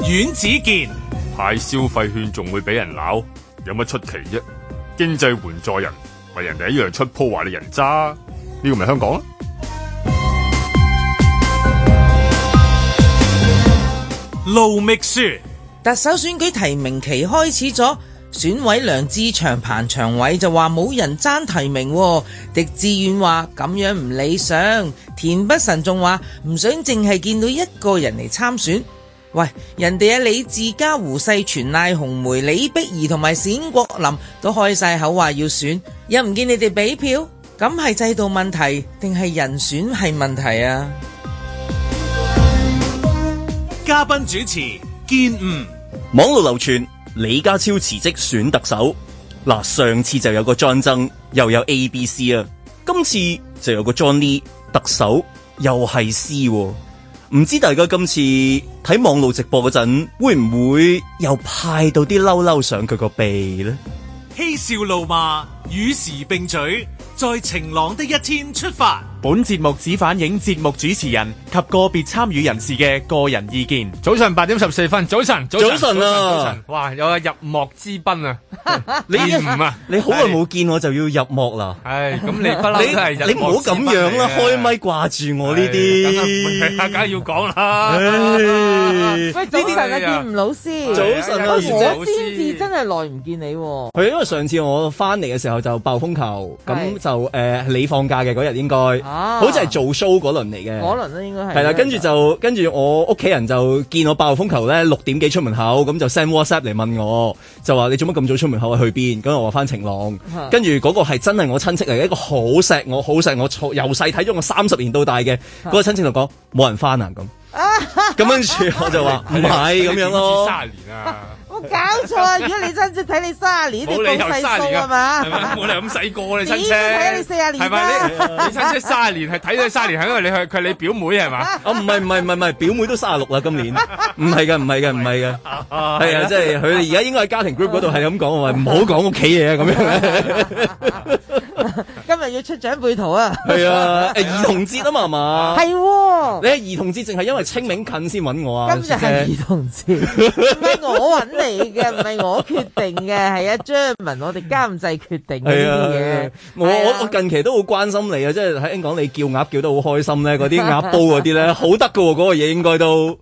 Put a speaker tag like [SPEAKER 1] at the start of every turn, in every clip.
[SPEAKER 1] 阮子健、
[SPEAKER 2] 派消費券仲會俾人鬧，有乜出奇啫？經濟援助人，咪人哋一樣出鋪話你人渣，呢個咪香港咯？
[SPEAKER 1] 盧覓雪。
[SPEAKER 3] 特首選舉提名期開始咗，選委梁志祥、彭長偉就話冇人爭提名喎，狄志遠話咁樣唔理想，田北辰仲話唔想淨係見到一個人嚟參選。喂，人哋啊李志嘉、胡世全、賴紅梅、李碧儀同埋冼國林都開晒口話要選，又唔見你哋俾票，咁係制度問題定係人選係問題啊？
[SPEAKER 1] 嘉賓主持見吳
[SPEAKER 4] 網路流傳李家超辭職選特首，嗱上次就有個 John 曾，又有 A、B、C 啊，今次就有個 John Lee 特首，又係 C 喎。唔知大家今次睇網路直播嗰陣，會唔會又派到啲嬲嬲上佢個鼻呢？
[SPEAKER 1] 嬉笑怒罵，與時並舉，在晴朗的一天出發。
[SPEAKER 5] 本節目只反映節目主持人及個別參與人士嘅個人意見。
[SPEAKER 6] 早晨八點十四分，早晨，早
[SPEAKER 4] 早晨啊
[SPEAKER 6] 早晨哇，有啊入幕之賓啊，
[SPEAKER 4] 你
[SPEAKER 6] 你唔啊，
[SPEAKER 4] 你好耐冇見我就要入幕啦。
[SPEAKER 6] 唉，咁你不嬲都係
[SPEAKER 4] 你
[SPEAKER 6] 入幕之賓嚟
[SPEAKER 4] 你
[SPEAKER 6] 嘅啊
[SPEAKER 4] 唔好咁樣啦，開咪掛住我呢
[SPEAKER 6] 唉
[SPEAKER 4] 啲。
[SPEAKER 6] 梗係梗係要講
[SPEAKER 3] 喂，早晨啊，
[SPEAKER 4] 唉
[SPEAKER 6] 啦。呢啲啊
[SPEAKER 3] 見吳老師，
[SPEAKER 4] 早晨啊
[SPEAKER 3] 喂
[SPEAKER 4] 見吳
[SPEAKER 3] 我
[SPEAKER 6] 老
[SPEAKER 3] 先
[SPEAKER 6] 師
[SPEAKER 3] 至真係耐唔見你喎。
[SPEAKER 4] 係因為上次我翻嚟嘅時候就爆風球，
[SPEAKER 3] 係
[SPEAKER 4] 咁就誒、呃你放假嘅嗰日應該，
[SPEAKER 3] 啊
[SPEAKER 4] 好似係做 show 嗰輪嚟嘅。
[SPEAKER 3] 可能咧應該係
[SPEAKER 4] 係啦，跟住就跟住我屋企人就見我爆風球咧，六點幾出門口，咁就 send WhatsApp 嚟問我，就話你做乜咁早出門口啊？去邊？咁我話翻晴朗
[SPEAKER 3] 嚇，
[SPEAKER 4] 跟住嗰個係真係我親戚嚟，一個好錫我、好錫我，從由細睇咗我三十年到大嘅嗰個親戚就講冇人翻 啊咁，咁跟住我就話唔係咁樣咯。
[SPEAKER 6] 三年啊，
[SPEAKER 3] 我搞錯啊！如果你真係睇你卅年，你
[SPEAKER 6] 冇理由
[SPEAKER 3] 咁細
[SPEAKER 6] 卅
[SPEAKER 3] 數
[SPEAKER 6] 年
[SPEAKER 3] 係
[SPEAKER 6] 啊，係
[SPEAKER 3] 嘛
[SPEAKER 6] 咪？？冇理由咁細個你親戚，
[SPEAKER 3] 點睇你四十年
[SPEAKER 6] 係咪？你你親戚卅年係睇到卅年，係因為你係佢係你表妹 係嘛？
[SPEAKER 4] 哦，唔係唔係唔係唔係，表妹都三十六啦，今年唔係嘅，唔係嘅，唔係嘅，係啊，即係佢哋而家應該喺家庭 group 嗰度係咁講，我話唔好講屋企嘢啊，咁樣。
[SPEAKER 3] 今日要出長輩圖啊！
[SPEAKER 4] 係啊，誒兒童節啊嘛，係嘛？
[SPEAKER 3] 係喎，
[SPEAKER 4] 你係兒童節淨係因為清明近先揾我啊？
[SPEAKER 3] 今日係兒童節，唔係我揾你嘅，唔係我決定嘅，係阿張文我哋監製決定嘅
[SPEAKER 4] 係啊
[SPEAKER 3] 呢，啲嘢。
[SPEAKER 4] 我
[SPEAKER 3] 係
[SPEAKER 4] 我
[SPEAKER 3] 啊
[SPEAKER 4] 我近期都好關心你啊，即係喺香港你叫鴨叫得好開心咧，嗰啲鴨煲嗰啲咧，好得噶喎，嗰個嘢應該都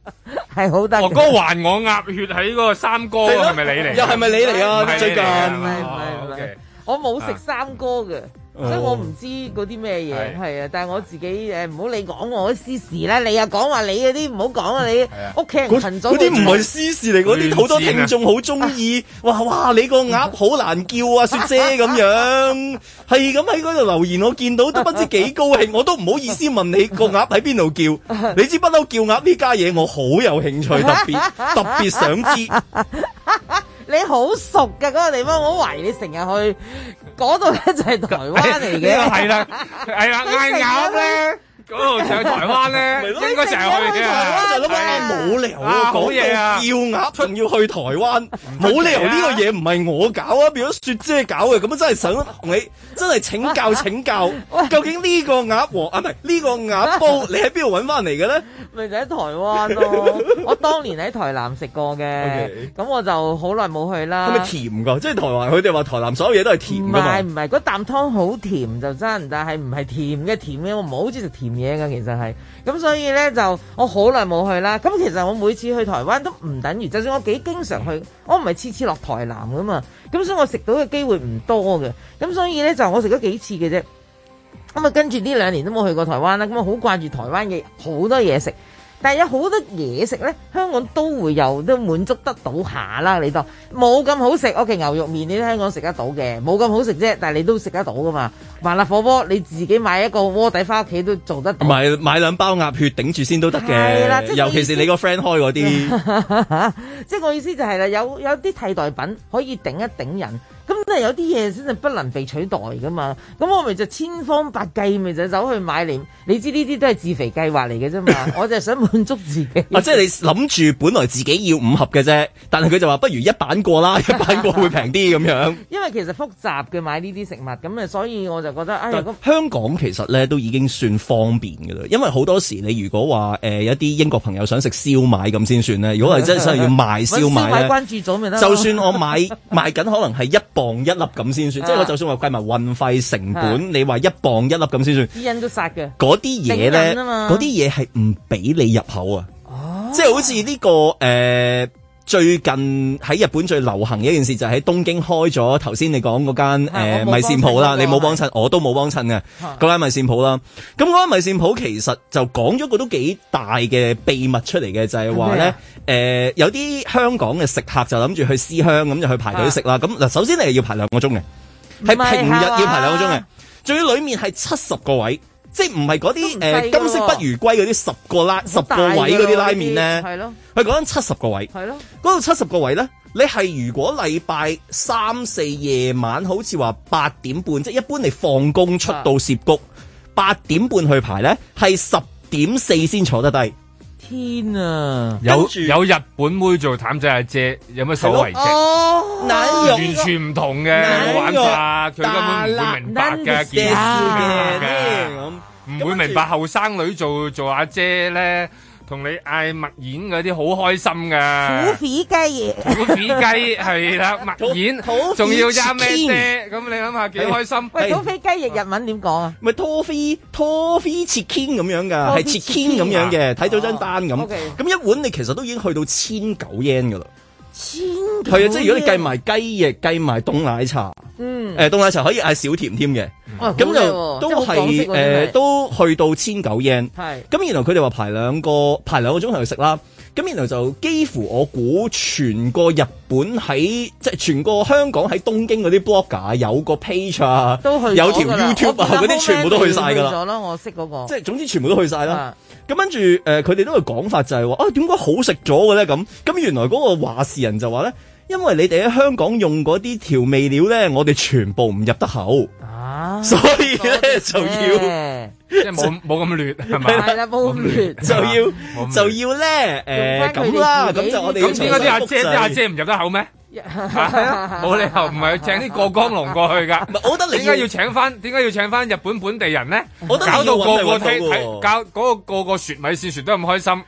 [SPEAKER 3] 係好得嘅。
[SPEAKER 6] 我哥還我鴨血喺嗰個三哥
[SPEAKER 4] 係咯
[SPEAKER 6] 係咪你嚟？
[SPEAKER 4] 又係咪你嚟
[SPEAKER 6] 唔係
[SPEAKER 4] 啊？
[SPEAKER 6] 你
[SPEAKER 4] 最近
[SPEAKER 6] 嚟啊
[SPEAKER 3] 唔係唔係唔
[SPEAKER 6] 哦
[SPEAKER 3] 係
[SPEAKER 6] ，OK，
[SPEAKER 3] 我冇食三哥嘅。所以我唔知嗰啲咩嘢
[SPEAKER 6] 係
[SPEAKER 3] 係啊，但係我自己誒唔好你講我啲私事啦，你又講話你嗰啲唔好講啊，你
[SPEAKER 6] 啊
[SPEAKER 3] 屋企人
[SPEAKER 4] 嗰
[SPEAKER 3] 群組
[SPEAKER 4] 嗰啲唔係私事嚟，嗰啲好多聽眾好中意。哇哇，你個鴨好難叫啊，雪姐咁樣， 係咁喺嗰度留言，我見到都不知幾高興，我都唔好意思問你個鴨喺邊度叫。你知不嬲叫鴨呢家嘢，我好有興趣，特別特別想知。
[SPEAKER 3] 你好熟嘅嗰個地方，我懷疑你成日去嗰度咧就係台灣 嚟
[SPEAKER 6] 呢個
[SPEAKER 3] 嘅，
[SPEAKER 6] 係啦，係啦，嗌鴨咧，嗰度上台灣咧，
[SPEAKER 4] 咯
[SPEAKER 6] 應該成日去嘅。
[SPEAKER 4] 我就諗啊，冇理由啊，講
[SPEAKER 6] 啊好嘢啊
[SPEAKER 4] 到叫鴨仲要去台灣，
[SPEAKER 3] 啊
[SPEAKER 4] 冇理由呢個嘢唔係我搞啊，變咗雪姐搞嘅，咁啊真係想同你真係 請教請教，究竟呢個鴨王啊，唔係呢個鴨煲，你喺邊度揾翻嚟嘅咧？
[SPEAKER 3] 咪就喺台灣 咯。我當年喺台南食過嘅
[SPEAKER 4] OK，
[SPEAKER 3] 咁我就好耐冇去啦
[SPEAKER 4] 係。咪甜㗎？即係台灣，佢哋話台南所有嘢都係甜
[SPEAKER 3] 啊唔
[SPEAKER 4] 㗎
[SPEAKER 3] 係
[SPEAKER 4] 嘛。
[SPEAKER 3] 唔係，嗰啖湯好甜就真，但係唔係甜嘅甜嘅，我唔係好中意食甜嘢㗎，其實係。咁所以咧就我好耐冇去啦。咁其實我每次去台灣都唔等於，就算我幾經常去，我唔係次次落台南噶嘛。咁所以我食到嘅機會唔多嘅。咁所以咧就我食咗幾次嘅啫。咁啊，跟住呢兩年都冇去過台灣啦，咁啊好掛住台灣嘅好多嘢食，但係有好多嘢食呢，香港都會有都滿足得到下啦。你當冇咁好食，OK 哦牛肉麵你都香港食得到嘅，冇咁好食啫，但係你都食得到噶嘛。麻辣火鍋你自己買一個鍋底翻屋企都做得到。
[SPEAKER 4] 買買兩包鴨血頂住先都得
[SPEAKER 3] 係啦即係
[SPEAKER 4] 嘅，尤其是你個 friend 開嗰啲，
[SPEAKER 3] 即係我意思就係啦，有有啲替代品可以頂一頂人。咁係有啲嘢真係不能被取代噶嘛。咁我咪就千方百計咪就走去買嚟，你知呢啲都係自肥計劃嚟嘅啫嘛。我就係想滿足自己。
[SPEAKER 4] 啊，即係你諗住本來自己要五盒嘅啫，但係佢就話不如一版過啦，一版過會平啲咁樣。
[SPEAKER 3] 因為其實複雜嘅買呢啲食物，咁啊，所以我就覺得，哎呀，咁
[SPEAKER 4] 但香港其實咧都已經算方便嘅啦，因為好多時你如果話誒、呃有一啲英國朋友想食燒賣咁先算咧，如果係真係 想要賣
[SPEAKER 3] 搵
[SPEAKER 4] 燒賣
[SPEAKER 3] 燒賣
[SPEAKER 4] 咧，
[SPEAKER 3] 關注咗咪得咯。
[SPEAKER 4] 就算我買 賣緊可能係一磅一粒咁先算，即係我就算話計埋運費成
[SPEAKER 3] 啊
[SPEAKER 4] 本，你話一磅一粒咁先算。
[SPEAKER 3] 啲人都殺嘅，
[SPEAKER 4] 嗰啲嘢
[SPEAKER 3] 整
[SPEAKER 4] 咧，
[SPEAKER 3] 緊啊嘛哦
[SPEAKER 4] 嗰啲嘢係唔俾你入口啊！即係好似呢、個呃最近喺日本最流行嘅一件事就係喺東京開咗頭先你講嗰間
[SPEAKER 3] 係啊我冇
[SPEAKER 4] 呃
[SPEAKER 3] 幫
[SPEAKER 4] 米線鋪
[SPEAKER 3] 襯
[SPEAKER 4] 啦，
[SPEAKER 3] 嗰個
[SPEAKER 4] 你冇幫襯，我都冇幫襯嘅
[SPEAKER 3] 係
[SPEAKER 4] 嗰間米線鋪啦。咁嗰間米線鋪其實就講咗個都幾大嘅秘密出嚟嘅，就係話
[SPEAKER 3] 係
[SPEAKER 4] 咧誒有啲香港嘅食客就諗住去思鄉咁就去排
[SPEAKER 3] 啊
[SPEAKER 4] 隊食啦。咁嗱，首先你係要排兩個鐘嘅。
[SPEAKER 3] 唔係啊
[SPEAKER 4] 係平
[SPEAKER 3] 係
[SPEAKER 4] 日
[SPEAKER 3] 嘛
[SPEAKER 4] 要排兩個鐘嘅，仲要裡面係七十個位，即係唔係嗰啲
[SPEAKER 3] 都唔細㗎
[SPEAKER 4] 誒金色不如歸嗰啲十個拉十個位嗰啲拉麵咧，
[SPEAKER 3] 係咯
[SPEAKER 4] 佢講緊七十個位，
[SPEAKER 3] 係咯，
[SPEAKER 4] 嗰度七十個位咧，你係如果禮拜三四夜晚好似話八點半，即係一般你放工出到涉谷
[SPEAKER 3] 啊
[SPEAKER 4] 八點半去排咧，係十點四先坐得低。
[SPEAKER 3] 天啊！
[SPEAKER 6] 有
[SPEAKER 4] 跟住
[SPEAKER 6] 有日本妹做淡仔阿姐，有乜所謂啫？
[SPEAKER 3] 哦，
[SPEAKER 4] 嗱
[SPEAKER 6] 完全唔同嘅
[SPEAKER 4] 嗱
[SPEAKER 6] 玩法，佢根本唔會明白
[SPEAKER 3] 嗱
[SPEAKER 6] 嘅，
[SPEAKER 3] 嗱
[SPEAKER 6] 見
[SPEAKER 3] 嗱
[SPEAKER 6] 嘅，唔會明白後生女做做阿姐咧，同你嗌麥燕嗰啲好開心
[SPEAKER 3] 土
[SPEAKER 6] 噶。
[SPEAKER 3] 匪雞嘢，
[SPEAKER 6] 土匪雞係啦，麥燕
[SPEAKER 4] 土
[SPEAKER 6] 仲要揸咩
[SPEAKER 4] 翅
[SPEAKER 6] 啫？咁你諗下幾開心？
[SPEAKER 3] 喂，
[SPEAKER 4] 係
[SPEAKER 3] 土匪雞翼日文點講啊？
[SPEAKER 4] 咪拖飛拖飛切 king 咁樣㗎，
[SPEAKER 3] 拖
[SPEAKER 4] 係
[SPEAKER 3] 飛
[SPEAKER 4] 切
[SPEAKER 3] 切
[SPEAKER 4] king 咁樣嘅，睇到張單
[SPEAKER 3] 哦
[SPEAKER 4] 咁。
[SPEAKER 3] ，OK
[SPEAKER 4] 咁一碗你其實都已經去到千九 yen 㗎啦。
[SPEAKER 3] 千
[SPEAKER 4] 係啊，即係如果你計埋雞翼、計埋凍奶茶，
[SPEAKER 3] 嗯，
[SPEAKER 4] 誒凍奶茶可以嗌少甜添嘅，
[SPEAKER 3] 哇
[SPEAKER 4] 咁就
[SPEAKER 3] 好嘢喎
[SPEAKER 4] 都
[SPEAKER 3] 真係好港式
[SPEAKER 4] 係
[SPEAKER 3] 喎真係
[SPEAKER 4] 誒都去到千九 yen。
[SPEAKER 3] 係
[SPEAKER 4] 咁然後佢哋話排兩個排兩個鐘頭去食啦。咁然後就幾乎我估全個日本喺即係全個香港喺東京嗰啲 blogger 啊有個 page 啊，
[SPEAKER 3] 都去咗
[SPEAKER 4] 有條
[SPEAKER 3] 㗎啦
[SPEAKER 4] YouTube 啊
[SPEAKER 3] 我
[SPEAKER 4] 嗰
[SPEAKER 3] 見到
[SPEAKER 4] 啲全部都去晒㗎
[SPEAKER 3] Homeland
[SPEAKER 4] 啦。
[SPEAKER 3] 咗咯，我識嗰個
[SPEAKER 4] 即係總之全部都去晒啦。
[SPEAKER 3] 哦啊
[SPEAKER 4] 咁跟住誒，呃佢哋都有講法就係話啊，點解好食咗嘅咧？咁咁原來嗰個話事人就話咧，因為你哋喺香港用嗰啲調味料咧，我哋全部唔入得口，
[SPEAKER 3] 啊，
[SPEAKER 4] 所以 咧 就要
[SPEAKER 6] 即係冇冇咁劣係
[SPEAKER 4] 啊
[SPEAKER 6] 嘛？
[SPEAKER 3] 係啦，冇咁亂。
[SPEAKER 4] 就要
[SPEAKER 6] 冇咁亂
[SPEAKER 4] 就要咧誒
[SPEAKER 3] 用返佢哋
[SPEAKER 4] 咁啦，
[SPEAKER 3] 自己
[SPEAKER 4] 咁就我哋要
[SPEAKER 6] 啊咁點解啲阿姐
[SPEAKER 4] 重新複製
[SPEAKER 6] 啲阿姐唔入得口 咩？嚇冇理由唔係請啲過江龍過去㗎
[SPEAKER 4] 唔。係我覺得
[SPEAKER 6] 點
[SPEAKER 4] 你
[SPEAKER 6] 解要請翻？點解要請翻日本本地人咧？
[SPEAKER 4] 我覺得
[SPEAKER 6] 搞
[SPEAKER 4] 你要
[SPEAKER 6] 到個
[SPEAKER 4] 揾
[SPEAKER 6] 個
[SPEAKER 4] 就揾
[SPEAKER 6] 睇
[SPEAKER 4] 到喎
[SPEAKER 6] 睇，搞嗰個個個雪米線雪得咁開心，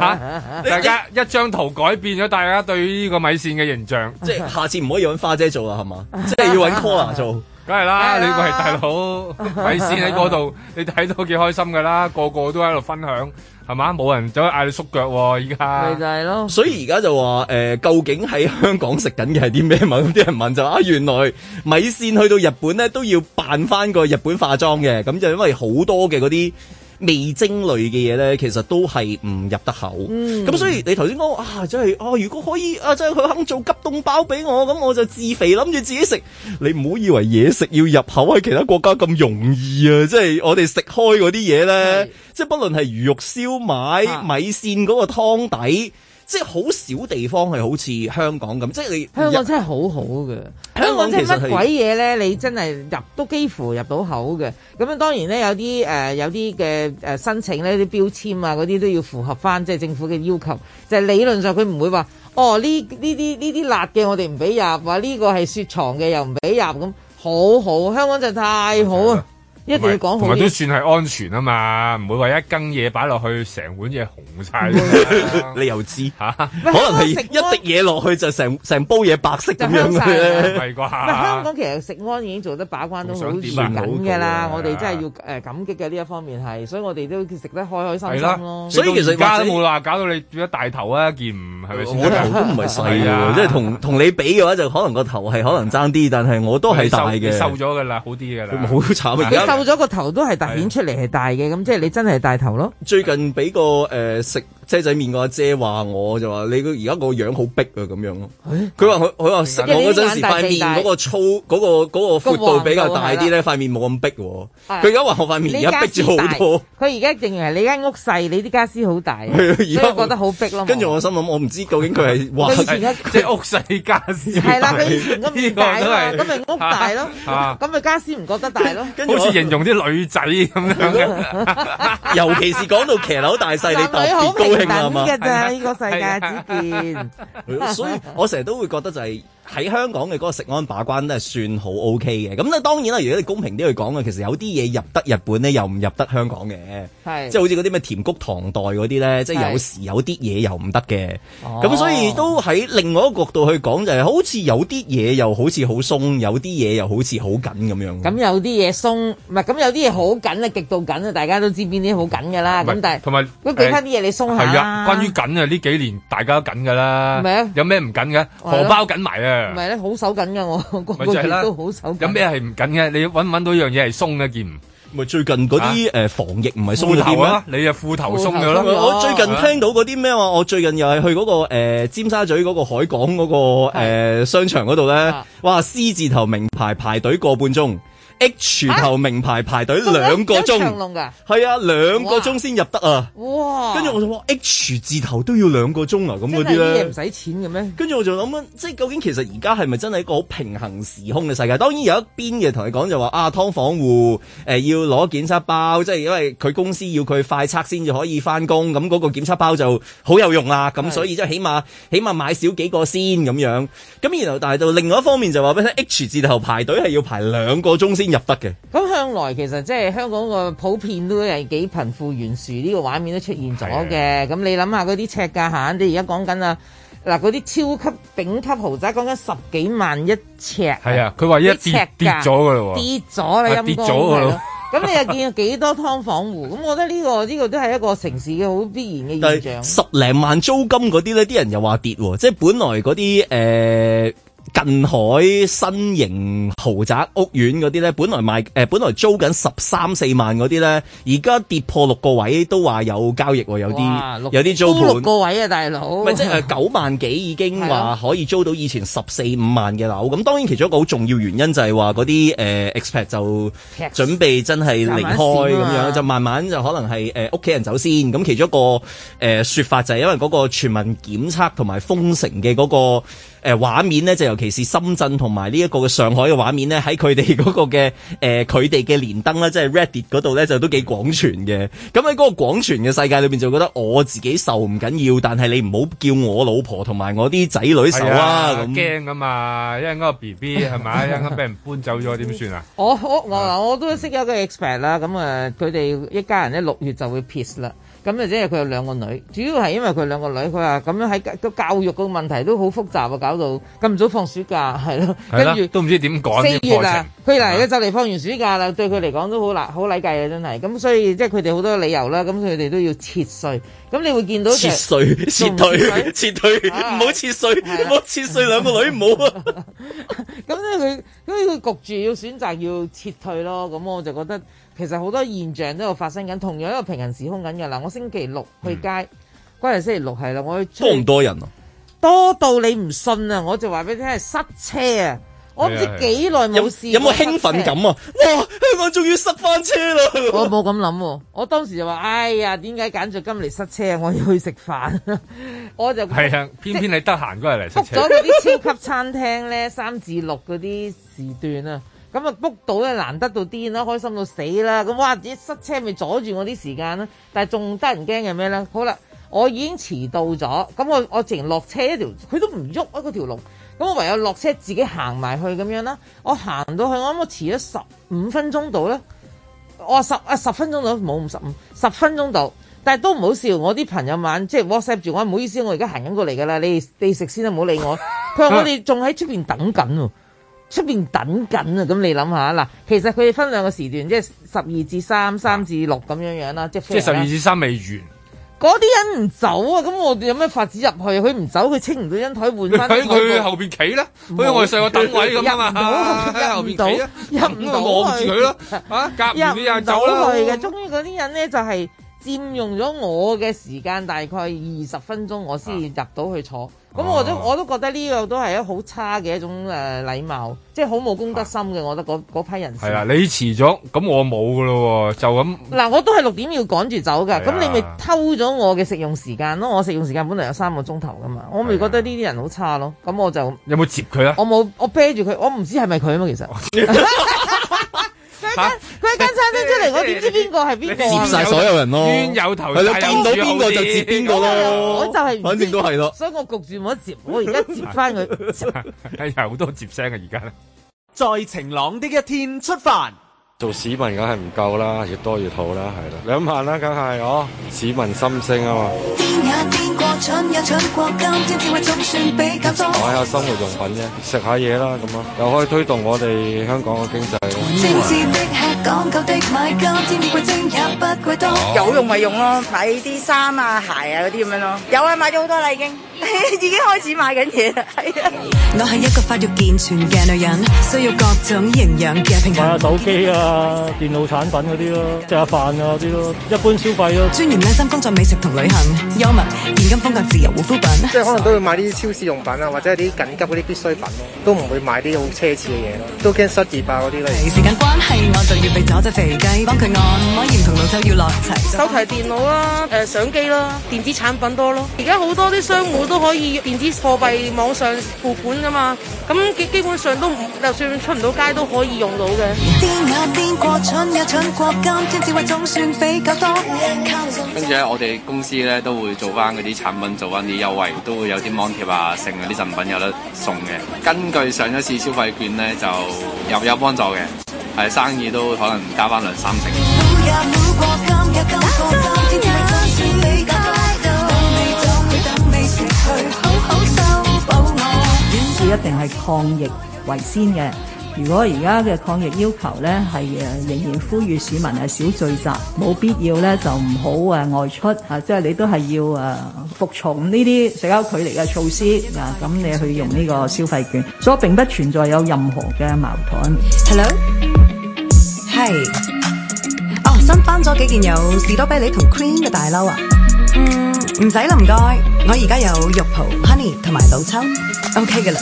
[SPEAKER 6] 嘛？大家一張圖改變咗大家對呢個米線嘅形象，
[SPEAKER 4] 即係下次唔可以揾花姐做啦，係嘛？即係要揾 Cola 做。
[SPEAKER 6] 梗係啦！你
[SPEAKER 3] 梗係啦
[SPEAKER 6] 喂大 佬，米線喺嗰度，你睇到幾開心㗎啦，個個都喺度分享，係嘛？冇人走去嗌你縮腳喎，依
[SPEAKER 3] 咪就
[SPEAKER 6] 家
[SPEAKER 3] 係咯，
[SPEAKER 4] 所以而家就話誒、呃究竟喺香港食緊嘅係啲咩物？咁啲人問就話啊，原來米線去到日本咧都要扮翻個日本化妝嘅，咁就因為好多嘅嗰啲味精類嘅嘢咧，其實都係唔入得口。咁、
[SPEAKER 3] 嗯
[SPEAKER 4] 所以你頭先講啊，真係啊，如果可以啊，真係佢肯做急凍包俾我，咁我就自肥諗住自己食。你唔好以為嘢食要入口喺其他國家咁容易啊！即係我哋食開嗰啲嘢咧
[SPEAKER 3] 係，
[SPEAKER 4] 即係不論係魚肉燒賣、
[SPEAKER 3] 啊
[SPEAKER 4] 米線嗰個湯底。即係好少地方係好似香港咁，即係你
[SPEAKER 3] 香港
[SPEAKER 4] 日
[SPEAKER 3] 真係好好嘅，
[SPEAKER 4] 香
[SPEAKER 3] 香
[SPEAKER 4] 港
[SPEAKER 3] 港
[SPEAKER 4] 其
[SPEAKER 3] 即
[SPEAKER 4] 實係
[SPEAKER 3] 係乜鬼嘢咧？你真係入都幾乎入到口嘅。咁樣當然咧，有啲誒、呃有啲嘅誒申請呢啲標籤啊嗰啲都要符合翻即係政府嘅要求。就係、理論上佢唔會話哦呢呢啲呢啲辣嘅我哋唔俾入，話呢個係雪藏嘅又唔俾入咁。好好，香港就太好啊！一定要講
[SPEAKER 6] 同
[SPEAKER 3] 好
[SPEAKER 6] 埋都
[SPEAKER 3] 啲。
[SPEAKER 6] 算係安全啊嘛，唔會話一羹嘢擺落去，成碗嘢紅晒㗎嘛。
[SPEAKER 4] 你又知，
[SPEAKER 6] 嚇，
[SPEAKER 3] 喂
[SPEAKER 4] 可能
[SPEAKER 3] 香港
[SPEAKER 4] 係一
[SPEAKER 3] 食
[SPEAKER 4] 滴嘢落去就成成煲嘢白色咁樣
[SPEAKER 3] 就香晒
[SPEAKER 4] 嘅
[SPEAKER 6] 唔
[SPEAKER 3] 啦
[SPEAKER 4] 咧。
[SPEAKER 6] 係
[SPEAKER 3] 安喂香
[SPEAKER 6] 啩？
[SPEAKER 3] 港其實食安已經做得把關都好嚴
[SPEAKER 6] 想點啊
[SPEAKER 3] 謹㗎啦，
[SPEAKER 6] 好
[SPEAKER 3] 我
[SPEAKER 6] 好嘅
[SPEAKER 3] 哋真係要誒感激嘅呢一方面係，所以我哋都食得開開心
[SPEAKER 6] 係
[SPEAKER 3] 心
[SPEAKER 6] 啦
[SPEAKER 3] 咯，。
[SPEAKER 4] 所以其實
[SPEAKER 6] 而家
[SPEAKER 4] 或
[SPEAKER 6] 都
[SPEAKER 4] 者
[SPEAKER 6] 冇話搞到你變咗大頭啊，件唔係咪先？
[SPEAKER 4] 我頭都唔係細
[SPEAKER 6] 係
[SPEAKER 4] 嘅，
[SPEAKER 6] 啊
[SPEAKER 4] 即係同同你比嘅話，就可能個頭係可能爭啲，但係我都係大嘅
[SPEAKER 6] 你。瘦你瘦咗噶啦，好啲噶啦。
[SPEAKER 4] 好慘啊！而
[SPEAKER 3] 你
[SPEAKER 4] 家
[SPEAKER 3] 瘦咗個頭都係凸顯出嚟係大嘅，咁即係你真係大頭咯。
[SPEAKER 4] 最近俾個誒食車仔面個阿姐話我就話你個而家個樣好逼啊咁樣咯。
[SPEAKER 3] 哎
[SPEAKER 4] 佢話
[SPEAKER 3] 啊
[SPEAKER 4] 佢佢話識我嗰陣時塊面嗰個粗嗰、個嗰、個闊度比較大啲咧，塊面冇咁逼喎。佢而家話我塊面而家逼咗好多。
[SPEAKER 3] 佢而家仍然係你間屋細，你啲家私好大，所
[SPEAKER 4] 而家
[SPEAKER 3] 以覺得好逼咯。
[SPEAKER 4] 跟住我心諗，我唔知究竟佢係話
[SPEAKER 3] 佢以前一
[SPEAKER 6] 即係屋世家事，
[SPEAKER 3] 係啦，佢以前咁面大啊嘛，
[SPEAKER 6] 呢
[SPEAKER 3] 咁
[SPEAKER 6] 個都係
[SPEAKER 3] 咪屋大咯，
[SPEAKER 6] 啊
[SPEAKER 3] 咁咪家私唔覺得 大咯。
[SPEAKER 4] 跟住
[SPEAKER 6] 好
[SPEAKER 4] 我
[SPEAKER 6] 似形容啲女仔咁樣嘅，
[SPEAKER 4] 尤其是講到騎樓大細，你特
[SPEAKER 3] 男女好
[SPEAKER 4] 別高
[SPEAKER 3] 平
[SPEAKER 4] 興啊啦係
[SPEAKER 3] 等
[SPEAKER 4] 嘛
[SPEAKER 3] 嘅咋，
[SPEAKER 6] 係
[SPEAKER 3] 呢個世界之見。
[SPEAKER 4] 所以我成日都會覺得就係喺香港嘅嗰個食安把關都係算好 OK 嘅。咁咧當然啦，如果你公平啲去講嘅，其實有啲嘢入得日本咧，又唔入得香港嘅。
[SPEAKER 3] 係
[SPEAKER 4] 即係好似嗰啲咩甜谷唐代嗰啲咧，即係
[SPEAKER 3] 係
[SPEAKER 4] 有時有啲嘢又唔得嘅。
[SPEAKER 3] 哦
[SPEAKER 4] 咁、所以都喺另外一個角度去講，就係、好似有啲嘢又好似好鬆，有啲嘢又好似好緊咁樣。
[SPEAKER 6] 嗯
[SPEAKER 3] 咁有啲嘢鬆，唔係咁有啲嘢好緊啊，極度緊啊，大家都知邊啲好緊㗎啦。咁但係
[SPEAKER 6] 啊同埋
[SPEAKER 3] 都幾翻啲嘢你鬆下
[SPEAKER 6] 係
[SPEAKER 3] 啦。
[SPEAKER 6] 啊，關於緊啊，呢幾年大家都緊噶啦，
[SPEAKER 3] 係咪啊
[SPEAKER 6] 有咩唔緊嘅？
[SPEAKER 3] 咯
[SPEAKER 6] 荷包緊埋啊
[SPEAKER 3] 唔，係咧，好手緊㗎，我 個個
[SPEAKER 6] 咪就
[SPEAKER 3] 月
[SPEAKER 6] 係啦
[SPEAKER 3] 都好手緊。
[SPEAKER 6] 有咩係啊唔緊嘅？你揾唔揾到樣嘢係鬆嘅件唔？
[SPEAKER 4] 咪最近嗰啲
[SPEAKER 3] 啊
[SPEAKER 4] 誒防疫唔係鬆
[SPEAKER 6] 褲
[SPEAKER 4] 咗啲
[SPEAKER 6] 頭
[SPEAKER 4] 咩？
[SPEAKER 6] 啊，你啊褲頭鬆咗
[SPEAKER 3] 褲頭鬆
[SPEAKER 6] 啦，
[SPEAKER 4] 我最近聽到嗰啲咩話，我最近又係去嗰、個、呃、尖沙咀嗰個海港嗰、個、呃、商場嗰度咧
[SPEAKER 3] 啊，
[SPEAKER 4] 哇 C 字頭名牌排隊個半鐘，H 頭名牌排隊
[SPEAKER 3] 啊咁樣
[SPEAKER 4] 兩個
[SPEAKER 3] 有長
[SPEAKER 4] 鐘，
[SPEAKER 3] 龍㗎，
[SPEAKER 4] 係啊兩個鐘先入得啊！
[SPEAKER 3] 哇！
[SPEAKER 4] 跟住我就話 H 字頭都要兩個鐘啊，咁嗰
[SPEAKER 3] 哦真係
[SPEAKER 4] 啲
[SPEAKER 3] 啲嘢唔
[SPEAKER 4] 咧。
[SPEAKER 3] 使錢嘅咩？
[SPEAKER 4] 跟住我就諗緊，即係究竟其實而家係咪真係一個好平衡時空嘅世界？當然有一邊嘅同你講就話啊，劏房户誒、呃要攞檢測包，即係因為佢公司要佢快測先至可以翻工，咁嗰個檢測包就好有用啦。咁
[SPEAKER 3] 係
[SPEAKER 4] 所以即係起碼起碼買少幾個先咁樣。咁然後但係到另外一方面就話俾你聽，H 字頭排隊係要排兩個鐘先入得嘅。
[SPEAKER 3] 咁向來其實即係香港個普遍都係幾貧富懸殊呢個畫面都出現咗嘅。
[SPEAKER 6] 啊
[SPEAKER 3] 咁你諗下嗰啲尺價限，你而家講緊啊，嗱嗰啲超級頂級豪宅講緊十幾萬一尺，
[SPEAKER 6] 係啊，佢話一
[SPEAKER 3] 啲尺
[SPEAKER 6] 跌
[SPEAKER 3] 價
[SPEAKER 6] 跌咗噶啦，
[SPEAKER 3] 跌咗啦
[SPEAKER 6] 啊
[SPEAKER 3] 陰
[SPEAKER 6] 跌
[SPEAKER 3] 公，
[SPEAKER 6] 咗㗎
[SPEAKER 3] 係
[SPEAKER 6] 咯
[SPEAKER 3] 咯咁你又見有幾多劏房戶？咁我覺得呢個呢個都係一個城市嘅好必然
[SPEAKER 4] 但
[SPEAKER 3] 嘅現象。
[SPEAKER 4] 係十零萬租金嗰啲咧，啲人又話跌喎，即係本來嗰啲誒近海新型豪宅屋苑嗰啲咧，本來賣誒、呃本來租緊十三四萬嗰啲咧，而家跌破六個位都話有交易喎，有
[SPEAKER 3] 哇
[SPEAKER 4] 啲
[SPEAKER 3] 六
[SPEAKER 4] 有啲租
[SPEAKER 3] 都六
[SPEAKER 4] 盤。
[SPEAKER 3] 個位啊，大佬！
[SPEAKER 4] 咪即係呃九萬幾已經話可以租到以前十四五萬嘅樓，咁當然其中一個好重要原因就係話嗰啲誒 expect 就
[SPEAKER 3] 劈
[SPEAKER 4] 準備真係離開
[SPEAKER 3] 慢慢
[SPEAKER 4] 咁
[SPEAKER 3] 試啊
[SPEAKER 4] 樣，
[SPEAKER 3] 嘛
[SPEAKER 4] 就慢慢就可能係呃誒屋企人走先。咁其中一個誒、呃、説法就係因為嗰個全民檢測同埋封城嘅嗰、個。誒畫面咧，就尤其是深圳同埋呢一個嘅上海嘅畫面咧，喺佢哋嗰個嘅誒佢哋嘅連登咧，即係 Reddit 嗰度咧，就都幾廣傳嘅。咁喺嗰個廣傳嘅世界裏面，就覺得我自己受唔緊要，但係你唔好叫我老婆同埋我啲仔女受
[SPEAKER 6] 係
[SPEAKER 4] 啊
[SPEAKER 6] 啊，
[SPEAKER 4] 咁。
[SPEAKER 6] 驚噶嘛，一陣間個 B B 係咪，一陣間俾人搬走咗點算啊？
[SPEAKER 3] 我我我嗱，我都識有個 expert 啦，咁啊，佢哋一家人咧六月就會 peace 啦。咁啊，即係佢有兩個女，主要係因為佢兩個女，佢話咁樣喺教個教育個問題都好複雜啊，搞到咁早放暑假係咯，
[SPEAKER 6] 係啦
[SPEAKER 3] 跟，住
[SPEAKER 6] 都唔知點講啲
[SPEAKER 3] 四月
[SPEAKER 6] 課
[SPEAKER 3] 啊
[SPEAKER 6] 程，，
[SPEAKER 3] 佢嚟咧就嚟放完暑假啦，對佢嚟講都好難好禮計啊，真係。咁所以即係佢哋好多理由啦，咁佢哋都要撤稅。咁你會見到就
[SPEAKER 4] 切碎，切退，切退，唔好切碎，
[SPEAKER 3] 係
[SPEAKER 4] 唔
[SPEAKER 3] 啊
[SPEAKER 4] 好切碎兩個 女，唔好啊！
[SPEAKER 3] 咁咧佢，因為佢焗住要選擇要撤退咯，咁我就覺得其實好多現象都有發生緊，同樣一個平行時空緊嘅。嗱，我星期六去街，關係星期六係啦，我去出
[SPEAKER 4] 多嗯唔多人啊？
[SPEAKER 3] 多到你唔信啊！我就話俾你聽係塞車啊！我唔知
[SPEAKER 6] 係啊係啊
[SPEAKER 3] 幾耐
[SPEAKER 4] 有
[SPEAKER 3] 冇試
[SPEAKER 4] 有冇
[SPEAKER 3] 過塞車
[SPEAKER 4] 興奮感？啊？哇！香港終於塞翻車啦！
[SPEAKER 3] 我冇咁諗喎，我當時就話：哎呀，點解揀咗今嚟塞車啊？我要去食飯， 我就
[SPEAKER 6] 係啊，偏偏你得閒 嗰日嚟塞
[SPEAKER 3] book
[SPEAKER 6] 車
[SPEAKER 3] 咗，嗰啲超級餐廳咧，三至六嗰啲時段啊，咁啊 book 到咧難得到癲啦，開心到死啦，咁哇啲塞車咪阻住我啲時間啦，但係仲得人驚嘅咩咧？好啦，我已經遲到咗，咁我我直情落車一條，佢都唔喐啊嗰條龍，咁我唯有落車自己行埋去咁樣啦，我行到去，我諗我遲咗十五分鐘到啦。我十啊十分鐘到，冇五十五，十分鐘到。但係都唔好笑，我啲朋友晚即係 WhatsApp 住我，唔好意思，我而家行緊過嚟㗎啦，你哋你哋食先啦，唔好理我。佢話我 哋仲喺出邊等緊喎，出邊等緊啊！咁你諗下嗱，其實佢哋分兩個時段，即係十二至三、三至六咁樣樣啦，即係
[SPEAKER 6] 即係
[SPEAKER 3] fair
[SPEAKER 6] 十
[SPEAKER 3] 啦
[SPEAKER 6] 二至三未 完，
[SPEAKER 3] 嗰啲人唔走啊，咁我哋有咩法子入去？佢唔走，佢清唔到張台換翻
[SPEAKER 6] 佢佢後邊企啦，好似我哋上個等位咁啊嘛， 喺後
[SPEAKER 3] 入唔
[SPEAKER 6] 邊
[SPEAKER 3] 到，
[SPEAKER 6] 企
[SPEAKER 3] 入
[SPEAKER 6] 啦，
[SPEAKER 3] 唔到，入唔到
[SPEAKER 6] 望住佢
[SPEAKER 3] 去
[SPEAKER 6] 咯，啊，夾完你又走啦，
[SPEAKER 3] 入唔到去嘅，終於嗰啲人咧就係、佔用咗我嘅時間大概二十分鐘，我
[SPEAKER 6] 啊
[SPEAKER 3] 先入到去坐。咁我都
[SPEAKER 2] 哦
[SPEAKER 3] 我都覺得呢個都係一個好差嘅一種誒禮貌，即係好冇公德心嘅。我覺得嗰嗰批人士
[SPEAKER 6] 系啊啦，你遲咗，咁我冇噶咯，就咁
[SPEAKER 3] 嗱，我都係六點要趕住走㗎，
[SPEAKER 6] 係
[SPEAKER 3] 咁
[SPEAKER 6] 啊
[SPEAKER 3] 你咪偷咗我嘅食用時間咯。我食用時間本來有三個鐘頭㗎嘛，我咪
[SPEAKER 6] 啊
[SPEAKER 3] 覺得呢啲人好差咯。咁我就
[SPEAKER 6] 有冇接佢啊？
[SPEAKER 3] 我冇我啤住佢，我唔知係咪佢啊嘛，其實。 佢一間佢一間餐廳出嚟，我點知邊個係邊個
[SPEAKER 6] 你
[SPEAKER 3] 啊
[SPEAKER 6] 接
[SPEAKER 4] 接晒所有人咯，
[SPEAKER 6] 冤有頭
[SPEAKER 4] 係咯，
[SPEAKER 6] 債
[SPEAKER 4] 見到
[SPEAKER 6] 有主
[SPEAKER 4] 邊個就接邊個
[SPEAKER 3] 我就
[SPEAKER 4] 咯，
[SPEAKER 3] 係唔知
[SPEAKER 4] 反正都係咯。
[SPEAKER 3] 所以我焗住冇得接，我而家接翻 佢。
[SPEAKER 6] 係 有好多接聲啊！而家
[SPEAKER 5] 在晴朗的一天出發。
[SPEAKER 7] 做市民梗係唔夠啦，越多越好啦，係啦，兩萬啦，梗係哦，市民心聲啊嘛，
[SPEAKER 8] 癲也癲過，蠢也蠢過，今天智慧總算比較多。
[SPEAKER 7] 買下生活用品啫，食下嘢啦咁啊，又可以推動我哋香港嘅經濟咯。
[SPEAKER 8] 精緻的吃，講究的買，今天貴精也不貴多。
[SPEAKER 9] 有用咪用咯，買啲衫啊、鞋啊嗰啲咁樣咯。有啊，買咗好多啦已經， 已經開始買緊嘢啦。係啊，
[SPEAKER 8] 我係一個發育健全嘅女人，需要各種營養嘅平衡。
[SPEAKER 10] 手機啊、電腦產品嗰啲咯，食下飯啊嗰啲咯，一般消費咯。
[SPEAKER 8] 專員兩心工作、美食同旅行，幽默、現金風格、自由護膚品。
[SPEAKER 10] Dạ,
[SPEAKER 9] 即係
[SPEAKER 10] vâng.
[SPEAKER 9] 可能都會買啲超市用品啊，或者係啲緊急嗰啲必需品咯，都唔會買啲好奢侈嘅嘢咯，都驚失業啊嗰啲咧。
[SPEAKER 8] 時間關係，我就要被左隻肥雞幫佢按摩，鹽同老抽要落齊。
[SPEAKER 9] 手提電腦啦、誒相機啦、電子產品多咯。而家好多啲商戶都可以電子貨幣網上付款噶嘛，咁基基本上都唔就算出唔到街都可以用到嘅。
[SPEAKER 8] 癲也癲過，蠢也蠢過，今天智慧總算比較多。
[SPEAKER 10] 跟住咧，我哋公司咧都會做翻嗰啲產品，做翻啲優惠，都會有啲 mon 貼啊、剩嗰啲贈品有得送嘅。根據上一次消費券咧，就有有幫助嘅，係生意都可能加翻兩三成。
[SPEAKER 8] 估也估過，今也今過，今天智慧總算比較多。等你走，等你食去，好好修補我。
[SPEAKER 9] 主一定係抗疫為先嘅。如果而家嘅抗疫要求咧，係誒仍然呼籲市民係少聚集，冇必要咧就唔好誒外出嚇、啊即係你都係要誒、服從呢啲社交距離嘅措施啊，咁你去用呢個消費券，所以並不存在有任何嘅矛盾。
[SPEAKER 8] Hello，係，哦，新翻咗幾件有士多啤梨同 cream 嘅大褸啊，嗯，唔使啦，唔該，我而家有肉蒲、honey 同埋老抽，OK 嘅啦。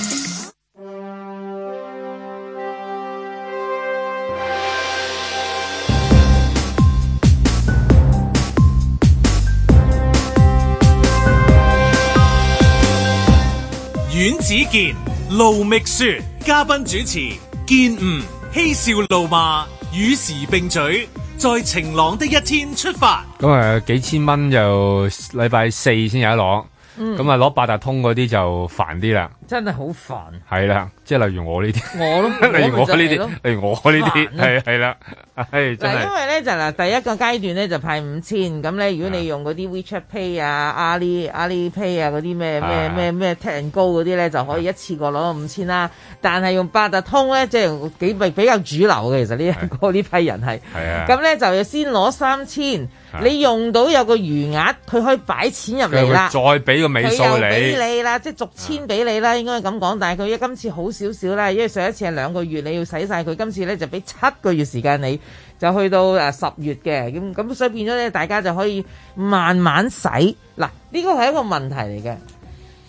[SPEAKER 1] 阮子健、卢觅雪，嘉賓主持健吾嬉笑怒罵，與時並舉，在晴朗的一天出發。
[SPEAKER 6] 咁啊，幾千蚊就禮拜四先有得攞，咁啊攞八達通嗰啲就煩 啲啦，
[SPEAKER 3] 真係好煩，
[SPEAKER 6] 係啦，即係例如我呢啲，
[SPEAKER 3] 我都
[SPEAKER 6] 例如我呢
[SPEAKER 3] 咪就係咯
[SPEAKER 6] 啲，例如我呢啲，
[SPEAKER 3] 煩啊
[SPEAKER 6] 係係啦，係真
[SPEAKER 3] 嗱，因
[SPEAKER 6] 係
[SPEAKER 3] 為咧就嗱，第一個階段咧就派五千，咁咧如
[SPEAKER 6] 啊
[SPEAKER 3] 果你用嗰啲 WeChat Pay 啊、Ali Ali Pay 啊嗰啲咩咩
[SPEAKER 6] 啊
[SPEAKER 3] 咩咩 t a n 高嗰啲咧，就可以一次過攞到五千啦。但係用八達通咧，即係幾比比較主流嘅，其實呢 一個呢批人係。
[SPEAKER 6] 係啊，
[SPEAKER 3] 咁咧就要先攞三千，你用到有個餘額，佢可以擺錢入嚟啦。
[SPEAKER 6] 佢再俾個尾
[SPEAKER 3] 佢
[SPEAKER 6] 數啊
[SPEAKER 3] 又
[SPEAKER 6] 你。
[SPEAKER 3] 俾你啦，即係逐千俾你啦，應該咁講。但係佢今次好少少啦，因為上一次係兩個月你要使晒佢，今次咧就俾七個月時間你，就去到誒十月嘅咁咁，所以變咗咧大家就可以慢慢使。嗱，呢個係一個問題嚟嘅。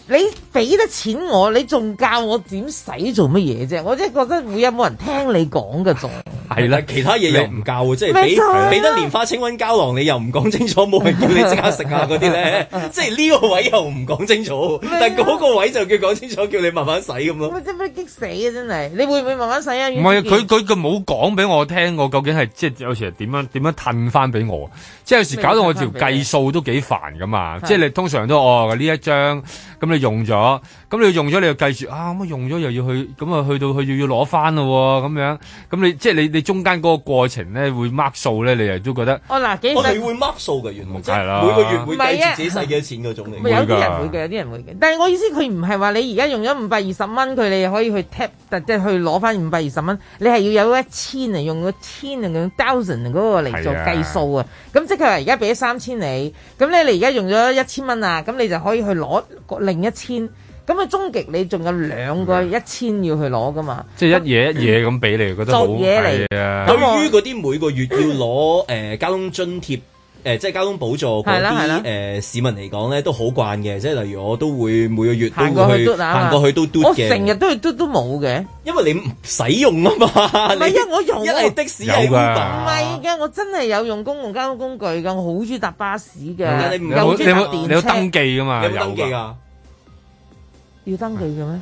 [SPEAKER 3] 你俾得錢我，你仲教我點使做乜嘢啫？我真係覺得會有冇人聽你講 嘅仲？
[SPEAKER 6] 係啦，
[SPEAKER 4] 其他嘢又唔教喎，即係
[SPEAKER 3] 咪
[SPEAKER 4] 俾
[SPEAKER 3] 就係咯
[SPEAKER 4] 俾得蓮花清瘟膠囊，你又唔講清楚，冇人叫你即刻食下嗰啲咧， 即係呢個位又唔講清楚，
[SPEAKER 3] 啊
[SPEAKER 4] 但嗰個位就叫講清楚，叫你慢慢洗咁咯。
[SPEAKER 3] 咁真係激死啊！真係，你會唔會慢慢使啊？
[SPEAKER 6] 唔係啊，佢佢佢冇講俾我聽，我究竟係即係有時係點樣點樣褪翻俾我，即係有時搞到我條計數都幾煩噶嘛。即係你通常都哦呢一張咁你用咗，咁你用咗你就計住啊咁啊用咗又要去咁啊去到去要要攞翻咯喎咁樣，咁你即係你你中間嗰個過程咧會 mark 數咧，你又都覺得
[SPEAKER 3] 我哦嗱幾
[SPEAKER 4] 我
[SPEAKER 3] 想
[SPEAKER 4] 哋會 mark 數嘅，原來即
[SPEAKER 6] 梗係啦
[SPEAKER 4] 係每個月會計
[SPEAKER 3] 啊
[SPEAKER 4] 住自己使幾多錢嗰種嚟
[SPEAKER 3] 咪
[SPEAKER 4] 嘅。
[SPEAKER 3] 有
[SPEAKER 6] 會㗎
[SPEAKER 3] 啲人會嘅，有啲人會嘅。但係我意思，佢唔係話你而家用咗五百二十蚊，佢你可以去 tap，即係去攞翻五百二十蚊。你係要有一千啊，用個千啊，用 thousand 嗰個嚟做
[SPEAKER 6] 係啊
[SPEAKER 3] 計數啊。咁即係話而家俾咗三千你，咁咧你而家用咗一千蚊啊，咁你就可以去攞另一千。咁啊，終極你仲有兩個一千要去攞噶嘛？
[SPEAKER 6] 即係一嘢一嘢咁俾你，覺得好
[SPEAKER 3] 作嘢嚟
[SPEAKER 6] 係啊
[SPEAKER 4] 對於嗰啲每個月要攞誒交通津貼誒即係交通補助嗰
[SPEAKER 3] 係啦係啦
[SPEAKER 4] 啲誒市民嚟講咧，都好慣嘅。即係例如我都會每個月都
[SPEAKER 3] 行過
[SPEAKER 4] 會
[SPEAKER 3] 去
[SPEAKER 4] 去
[SPEAKER 3] 嘟啊嘛
[SPEAKER 4] 行過去都嘟
[SPEAKER 3] 我
[SPEAKER 4] 嘅。
[SPEAKER 3] 成日都去嘟都冇嘅。
[SPEAKER 4] 因為你唔使用啊嘛，
[SPEAKER 3] 唔係 啊，我用
[SPEAKER 4] 一係的士一係
[SPEAKER 3] 唔
[SPEAKER 4] Uber
[SPEAKER 3] 係嘅，我真係有用公共交通工具㗎，我好中意搭巴士嘅，
[SPEAKER 6] 嗯你有
[SPEAKER 3] 又
[SPEAKER 6] 冇
[SPEAKER 3] 好中意搭
[SPEAKER 6] 你有你
[SPEAKER 3] 電
[SPEAKER 6] 有
[SPEAKER 3] 車。
[SPEAKER 6] 登記㗎嘛？
[SPEAKER 4] 有冇登記㗎？
[SPEAKER 3] 要登記嘅咩？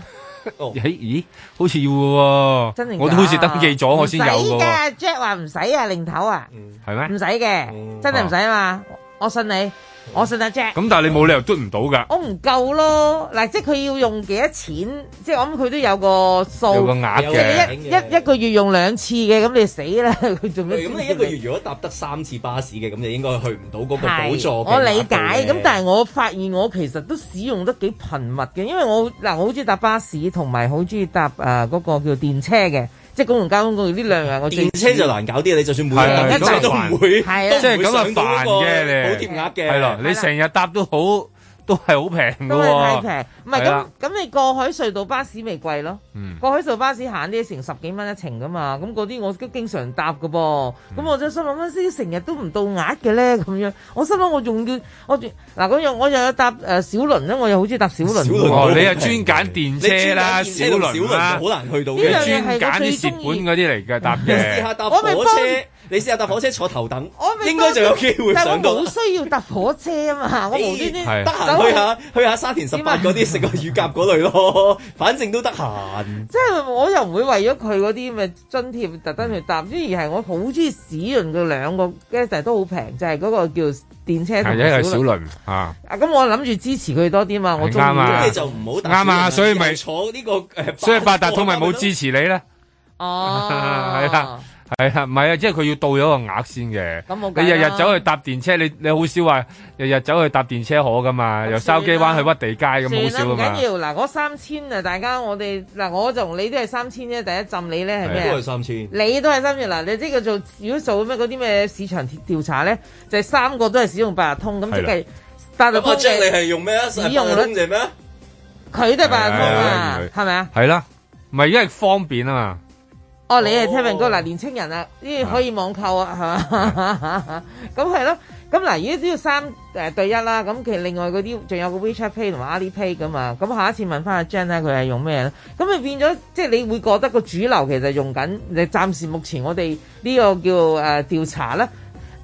[SPEAKER 6] 咦咦，好似要嘅喎，
[SPEAKER 3] 真定
[SPEAKER 6] 我都好似登記咗，我先有
[SPEAKER 3] 唔使
[SPEAKER 6] 嘅喎，嗯
[SPEAKER 3] 㗎，Jack 話唔使啊，零頭啊，
[SPEAKER 6] 係
[SPEAKER 3] 唔
[SPEAKER 6] 咩？
[SPEAKER 3] 使嘅，真係唔使啊嘛，我我信你，我信阿 Jack。
[SPEAKER 6] 嗯哦咁但係你冇理由嘟唔到㗎。
[SPEAKER 3] 我唔夠咯，嗱，即係佢要用幾多錢，即係我諗佢都有個數，
[SPEAKER 6] 有個額嘅
[SPEAKER 3] 即係你一一一個月用兩次嘅，咁你死啦！佢做咩？
[SPEAKER 4] 咁你一個月如果搭得三次巴士嘅，咁你應該去唔到嗰個
[SPEAKER 3] 係
[SPEAKER 4] 補助嘅
[SPEAKER 3] 我理解。
[SPEAKER 4] 額度嘅
[SPEAKER 3] 咁但係我發現我其實都使用得幾頻密嘅，因為我嗱，我好中意搭巴士，同埋好中意搭誒嗰個叫電車嘅，即係公共交通工具呢兩樣我最
[SPEAKER 4] 電車就難搞啲，你就算每個
[SPEAKER 6] 係啊
[SPEAKER 4] 人
[SPEAKER 6] 咁啊
[SPEAKER 4] 都
[SPEAKER 6] 煩
[SPEAKER 4] 唔會，
[SPEAKER 3] 係
[SPEAKER 4] 都
[SPEAKER 3] 啊
[SPEAKER 4] 唔
[SPEAKER 6] 即係
[SPEAKER 4] 會
[SPEAKER 6] 咁啊
[SPEAKER 4] 上到嗰
[SPEAKER 6] 煩
[SPEAKER 4] 個
[SPEAKER 6] 嘅你，
[SPEAKER 4] 補貼額嘅。
[SPEAKER 6] 係咯，你成日搭都好，都係好平㗎
[SPEAKER 3] 都係太
[SPEAKER 6] 喎。
[SPEAKER 3] 平。唔係
[SPEAKER 6] 係啦
[SPEAKER 3] 咁咁，你過海隧道巴士咪貴咯？
[SPEAKER 6] 嗯
[SPEAKER 3] 過海隧道巴士行啲成十幾蚊一程噶嘛，咁嗰啲我都經常搭噶噃。咁我就心諗啊，先成日都唔到額嘅咧咁樣。我心諗我仲要我仲嗱咁樣，我又有搭誒小輪咧，我又好中意搭小輪
[SPEAKER 4] 小
[SPEAKER 3] 喎。
[SPEAKER 4] 輪
[SPEAKER 6] 哦，你係專揀電車啦、
[SPEAKER 4] 你
[SPEAKER 6] 小
[SPEAKER 4] 專揀電車同
[SPEAKER 6] 輪
[SPEAKER 4] 小，
[SPEAKER 6] 啦
[SPEAKER 4] 輪好難去到
[SPEAKER 3] 呢兩
[SPEAKER 4] 嘅。
[SPEAKER 3] 樣
[SPEAKER 6] 專揀啲蝕本嗰啲嚟嘅搭
[SPEAKER 4] 你試
[SPEAKER 6] 嘅。
[SPEAKER 4] 下搭
[SPEAKER 3] 我咪
[SPEAKER 4] 火
[SPEAKER 3] 幫
[SPEAKER 4] 車，你試下搭火車坐頭等
[SPEAKER 3] 我，咪
[SPEAKER 4] 應該就有機會
[SPEAKER 3] 但係
[SPEAKER 4] 上到。
[SPEAKER 3] 我冇需要搭火車啊 嘛，我無
[SPEAKER 6] 哎
[SPEAKER 3] 端
[SPEAKER 4] 咦
[SPEAKER 3] 端
[SPEAKER 4] 得閒去下去下沙田十八嗰啲食個乳鴿嗰類咯， 反正都得
[SPEAKER 6] 啊
[SPEAKER 4] 閒。
[SPEAKER 3] 即係我又唔會為咗佢嗰啲咁嘅津貼特登去搭，因為而係我好中意使用嘅兩個，跟住但係都好平，就係、嗰個叫電車同埋
[SPEAKER 6] 係一係
[SPEAKER 3] 小
[SPEAKER 6] 小
[SPEAKER 3] 輪。
[SPEAKER 6] 輪啊，
[SPEAKER 3] 啊，咁我諗住支持佢多啲嘛，我中意
[SPEAKER 6] 啱啊
[SPEAKER 4] 咁
[SPEAKER 3] 嘅
[SPEAKER 4] 你就唔好搭
[SPEAKER 6] 啱
[SPEAKER 4] 小
[SPEAKER 6] 啊
[SPEAKER 4] 輪
[SPEAKER 6] 所以咪
[SPEAKER 4] 坐呢個呃誒，
[SPEAKER 6] 所以八達通咪冇支持你咧。 係
[SPEAKER 3] 哦
[SPEAKER 6] 啦，係啊，唔係啊，即係佢要到咗個額先嘅。
[SPEAKER 3] 咁冇計啦
[SPEAKER 6] 你日日走去搭電車，你你好少話日日走去搭電車河噶嘛？由筲箕灣去屈地街咁好
[SPEAKER 3] 算
[SPEAKER 6] 少
[SPEAKER 3] 啦，
[SPEAKER 6] 噶
[SPEAKER 3] 唔
[SPEAKER 6] 嘛
[SPEAKER 3] 緊？要。嗱，我三千啊，大家我哋嗱，我就同你都係三千啫。第一浸你咧係
[SPEAKER 4] 都
[SPEAKER 6] 啊
[SPEAKER 4] 係
[SPEAKER 3] 咩？啊
[SPEAKER 4] 三千。
[SPEAKER 3] 你都係三千嗱，你即係做如果做咩嗰啲咩市場調查咧，就係三個都係使用八達通，咁即係八達
[SPEAKER 4] 咁
[SPEAKER 3] 通
[SPEAKER 4] 阿 Jack 你
[SPEAKER 3] 嘅
[SPEAKER 4] 係用咩啊？
[SPEAKER 3] 使用率
[SPEAKER 4] 八達通啫咩？
[SPEAKER 3] 佢都係八達通啊
[SPEAKER 6] 係係，
[SPEAKER 3] 係咪啊？
[SPEAKER 6] 係啦，唔係因為方便啊嘛。
[SPEAKER 3] 哦，你係聽明哥嗱，年青人啊，呢啲可以網購啊，係嘛？咁係咯，咁嗱，如果都要三誒對一啦，咁其實另外嗰啲仲有個 WeChat Pay 同埋 Alipay 噶嘛，咁下一次問翻阿 Jan 咧，佢係用咩咧？咁咪變咗，即係你會覺得個主流其實用緊，你暫時目前我哋呢個叫誒、呃、調查啦。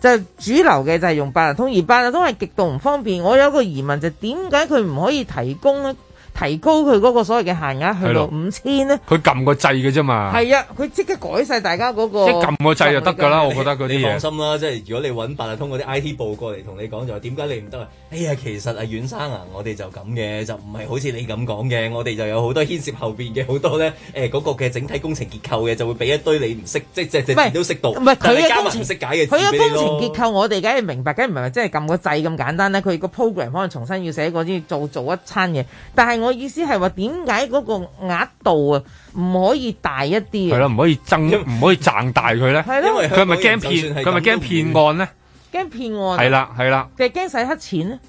[SPEAKER 3] 就係主流嘅就係用八達通，而八達通係極度唔方便。我有一個疑問就係點解佢唔可以提供咧？提高佢嗰個所謂嘅限額去
[SPEAKER 6] 係
[SPEAKER 3] 到
[SPEAKER 6] 咯
[SPEAKER 3] 五千咧？
[SPEAKER 6] 佢撳個掣嘅啫嘛。
[SPEAKER 3] 係啊，佢即刻改晒大家嗰、哦個，
[SPEAKER 6] 一撳個掣就得㗎啦，我覺得嗰啲
[SPEAKER 4] 你放
[SPEAKER 6] 嘢。
[SPEAKER 4] 心啦，即係如果你揾八達通嗰啲 IT 部過嚟同你講就話點解你唔得啊？哎呀，其實啊，阮生啊，我哋就咁嘅，就唔係好似你咁講嘅，我哋就有好多牽涉後邊嘅好多咧，誒、嗰、個嘅整體工程結構嘅，就會俾一堆你唔識，即係隻隻
[SPEAKER 3] 唔係
[SPEAKER 4] 字都識讀，
[SPEAKER 3] 唔係
[SPEAKER 4] 但
[SPEAKER 3] 佢
[SPEAKER 4] 你
[SPEAKER 3] 嘅
[SPEAKER 4] 加
[SPEAKER 3] 工
[SPEAKER 4] 埋
[SPEAKER 3] 程
[SPEAKER 4] 唔識解嘅
[SPEAKER 3] 佢
[SPEAKER 4] 字俾
[SPEAKER 3] 嘅
[SPEAKER 4] 你
[SPEAKER 3] 工程
[SPEAKER 4] 咯。
[SPEAKER 3] 結構我哋梗係明白，梗係唔係話真係撳個掣咁簡單咧。佢個 program 可能重新要寫過先做做一餐嘢。但係我意思係話，點解嗰個額度啊唔可以大一啲
[SPEAKER 6] 係
[SPEAKER 3] 啊？
[SPEAKER 6] 啦，唔可以增，唔可以賺大 佢咧。
[SPEAKER 3] 係
[SPEAKER 4] 因為
[SPEAKER 3] 咯，
[SPEAKER 6] 佢係咪驚
[SPEAKER 4] 香港人就
[SPEAKER 6] 騙？
[SPEAKER 4] 算係咁
[SPEAKER 6] 佢係咪
[SPEAKER 4] 都唔
[SPEAKER 6] 驚
[SPEAKER 4] 會
[SPEAKER 6] 騙案咧？
[SPEAKER 3] 驚騙案啊
[SPEAKER 6] 係，啦，係啦，
[SPEAKER 3] 定係驚洗黑錢咧？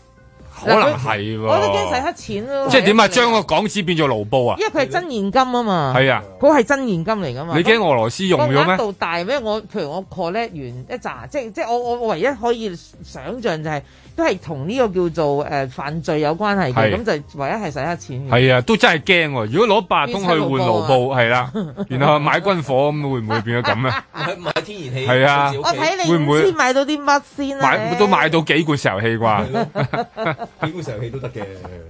[SPEAKER 6] 可能係喎。
[SPEAKER 3] 我都驚洗黑錢咯。
[SPEAKER 6] 即係點啊？
[SPEAKER 3] 係一定
[SPEAKER 6] 將個港紙變做盧布啊？
[SPEAKER 3] 因為佢係真現金啊嘛，
[SPEAKER 6] 係啊，
[SPEAKER 3] 佢係真現金嚟噶嘛。
[SPEAKER 6] 你驚俄羅斯用
[SPEAKER 3] 個
[SPEAKER 6] 咗
[SPEAKER 3] 額
[SPEAKER 6] 咩？
[SPEAKER 3] 度呃大咩？我譬如我 collect 完一紮，即係即係我我我唯一可以想像就係、都係同呢個叫做誒、呃犯罪有關係嘅，
[SPEAKER 6] 係
[SPEAKER 3] 咁就唯一係使黑錢嘅。
[SPEAKER 6] 係啊，都真係驚喎！如果攞八達通去換盧布，係啦，然後買軍火咁，會唔會變咗咁 啊？
[SPEAKER 4] 買買天然氣，
[SPEAKER 6] 係
[SPEAKER 4] 甚
[SPEAKER 6] 啊
[SPEAKER 4] 至屋
[SPEAKER 3] 我
[SPEAKER 4] 企
[SPEAKER 3] 睇
[SPEAKER 6] 會唔
[SPEAKER 3] 你
[SPEAKER 6] 會
[SPEAKER 3] 五千買到啲乜先啊啦、
[SPEAKER 6] 買都買到幾罐石油氣啩？
[SPEAKER 4] 基本上氣都得嘅。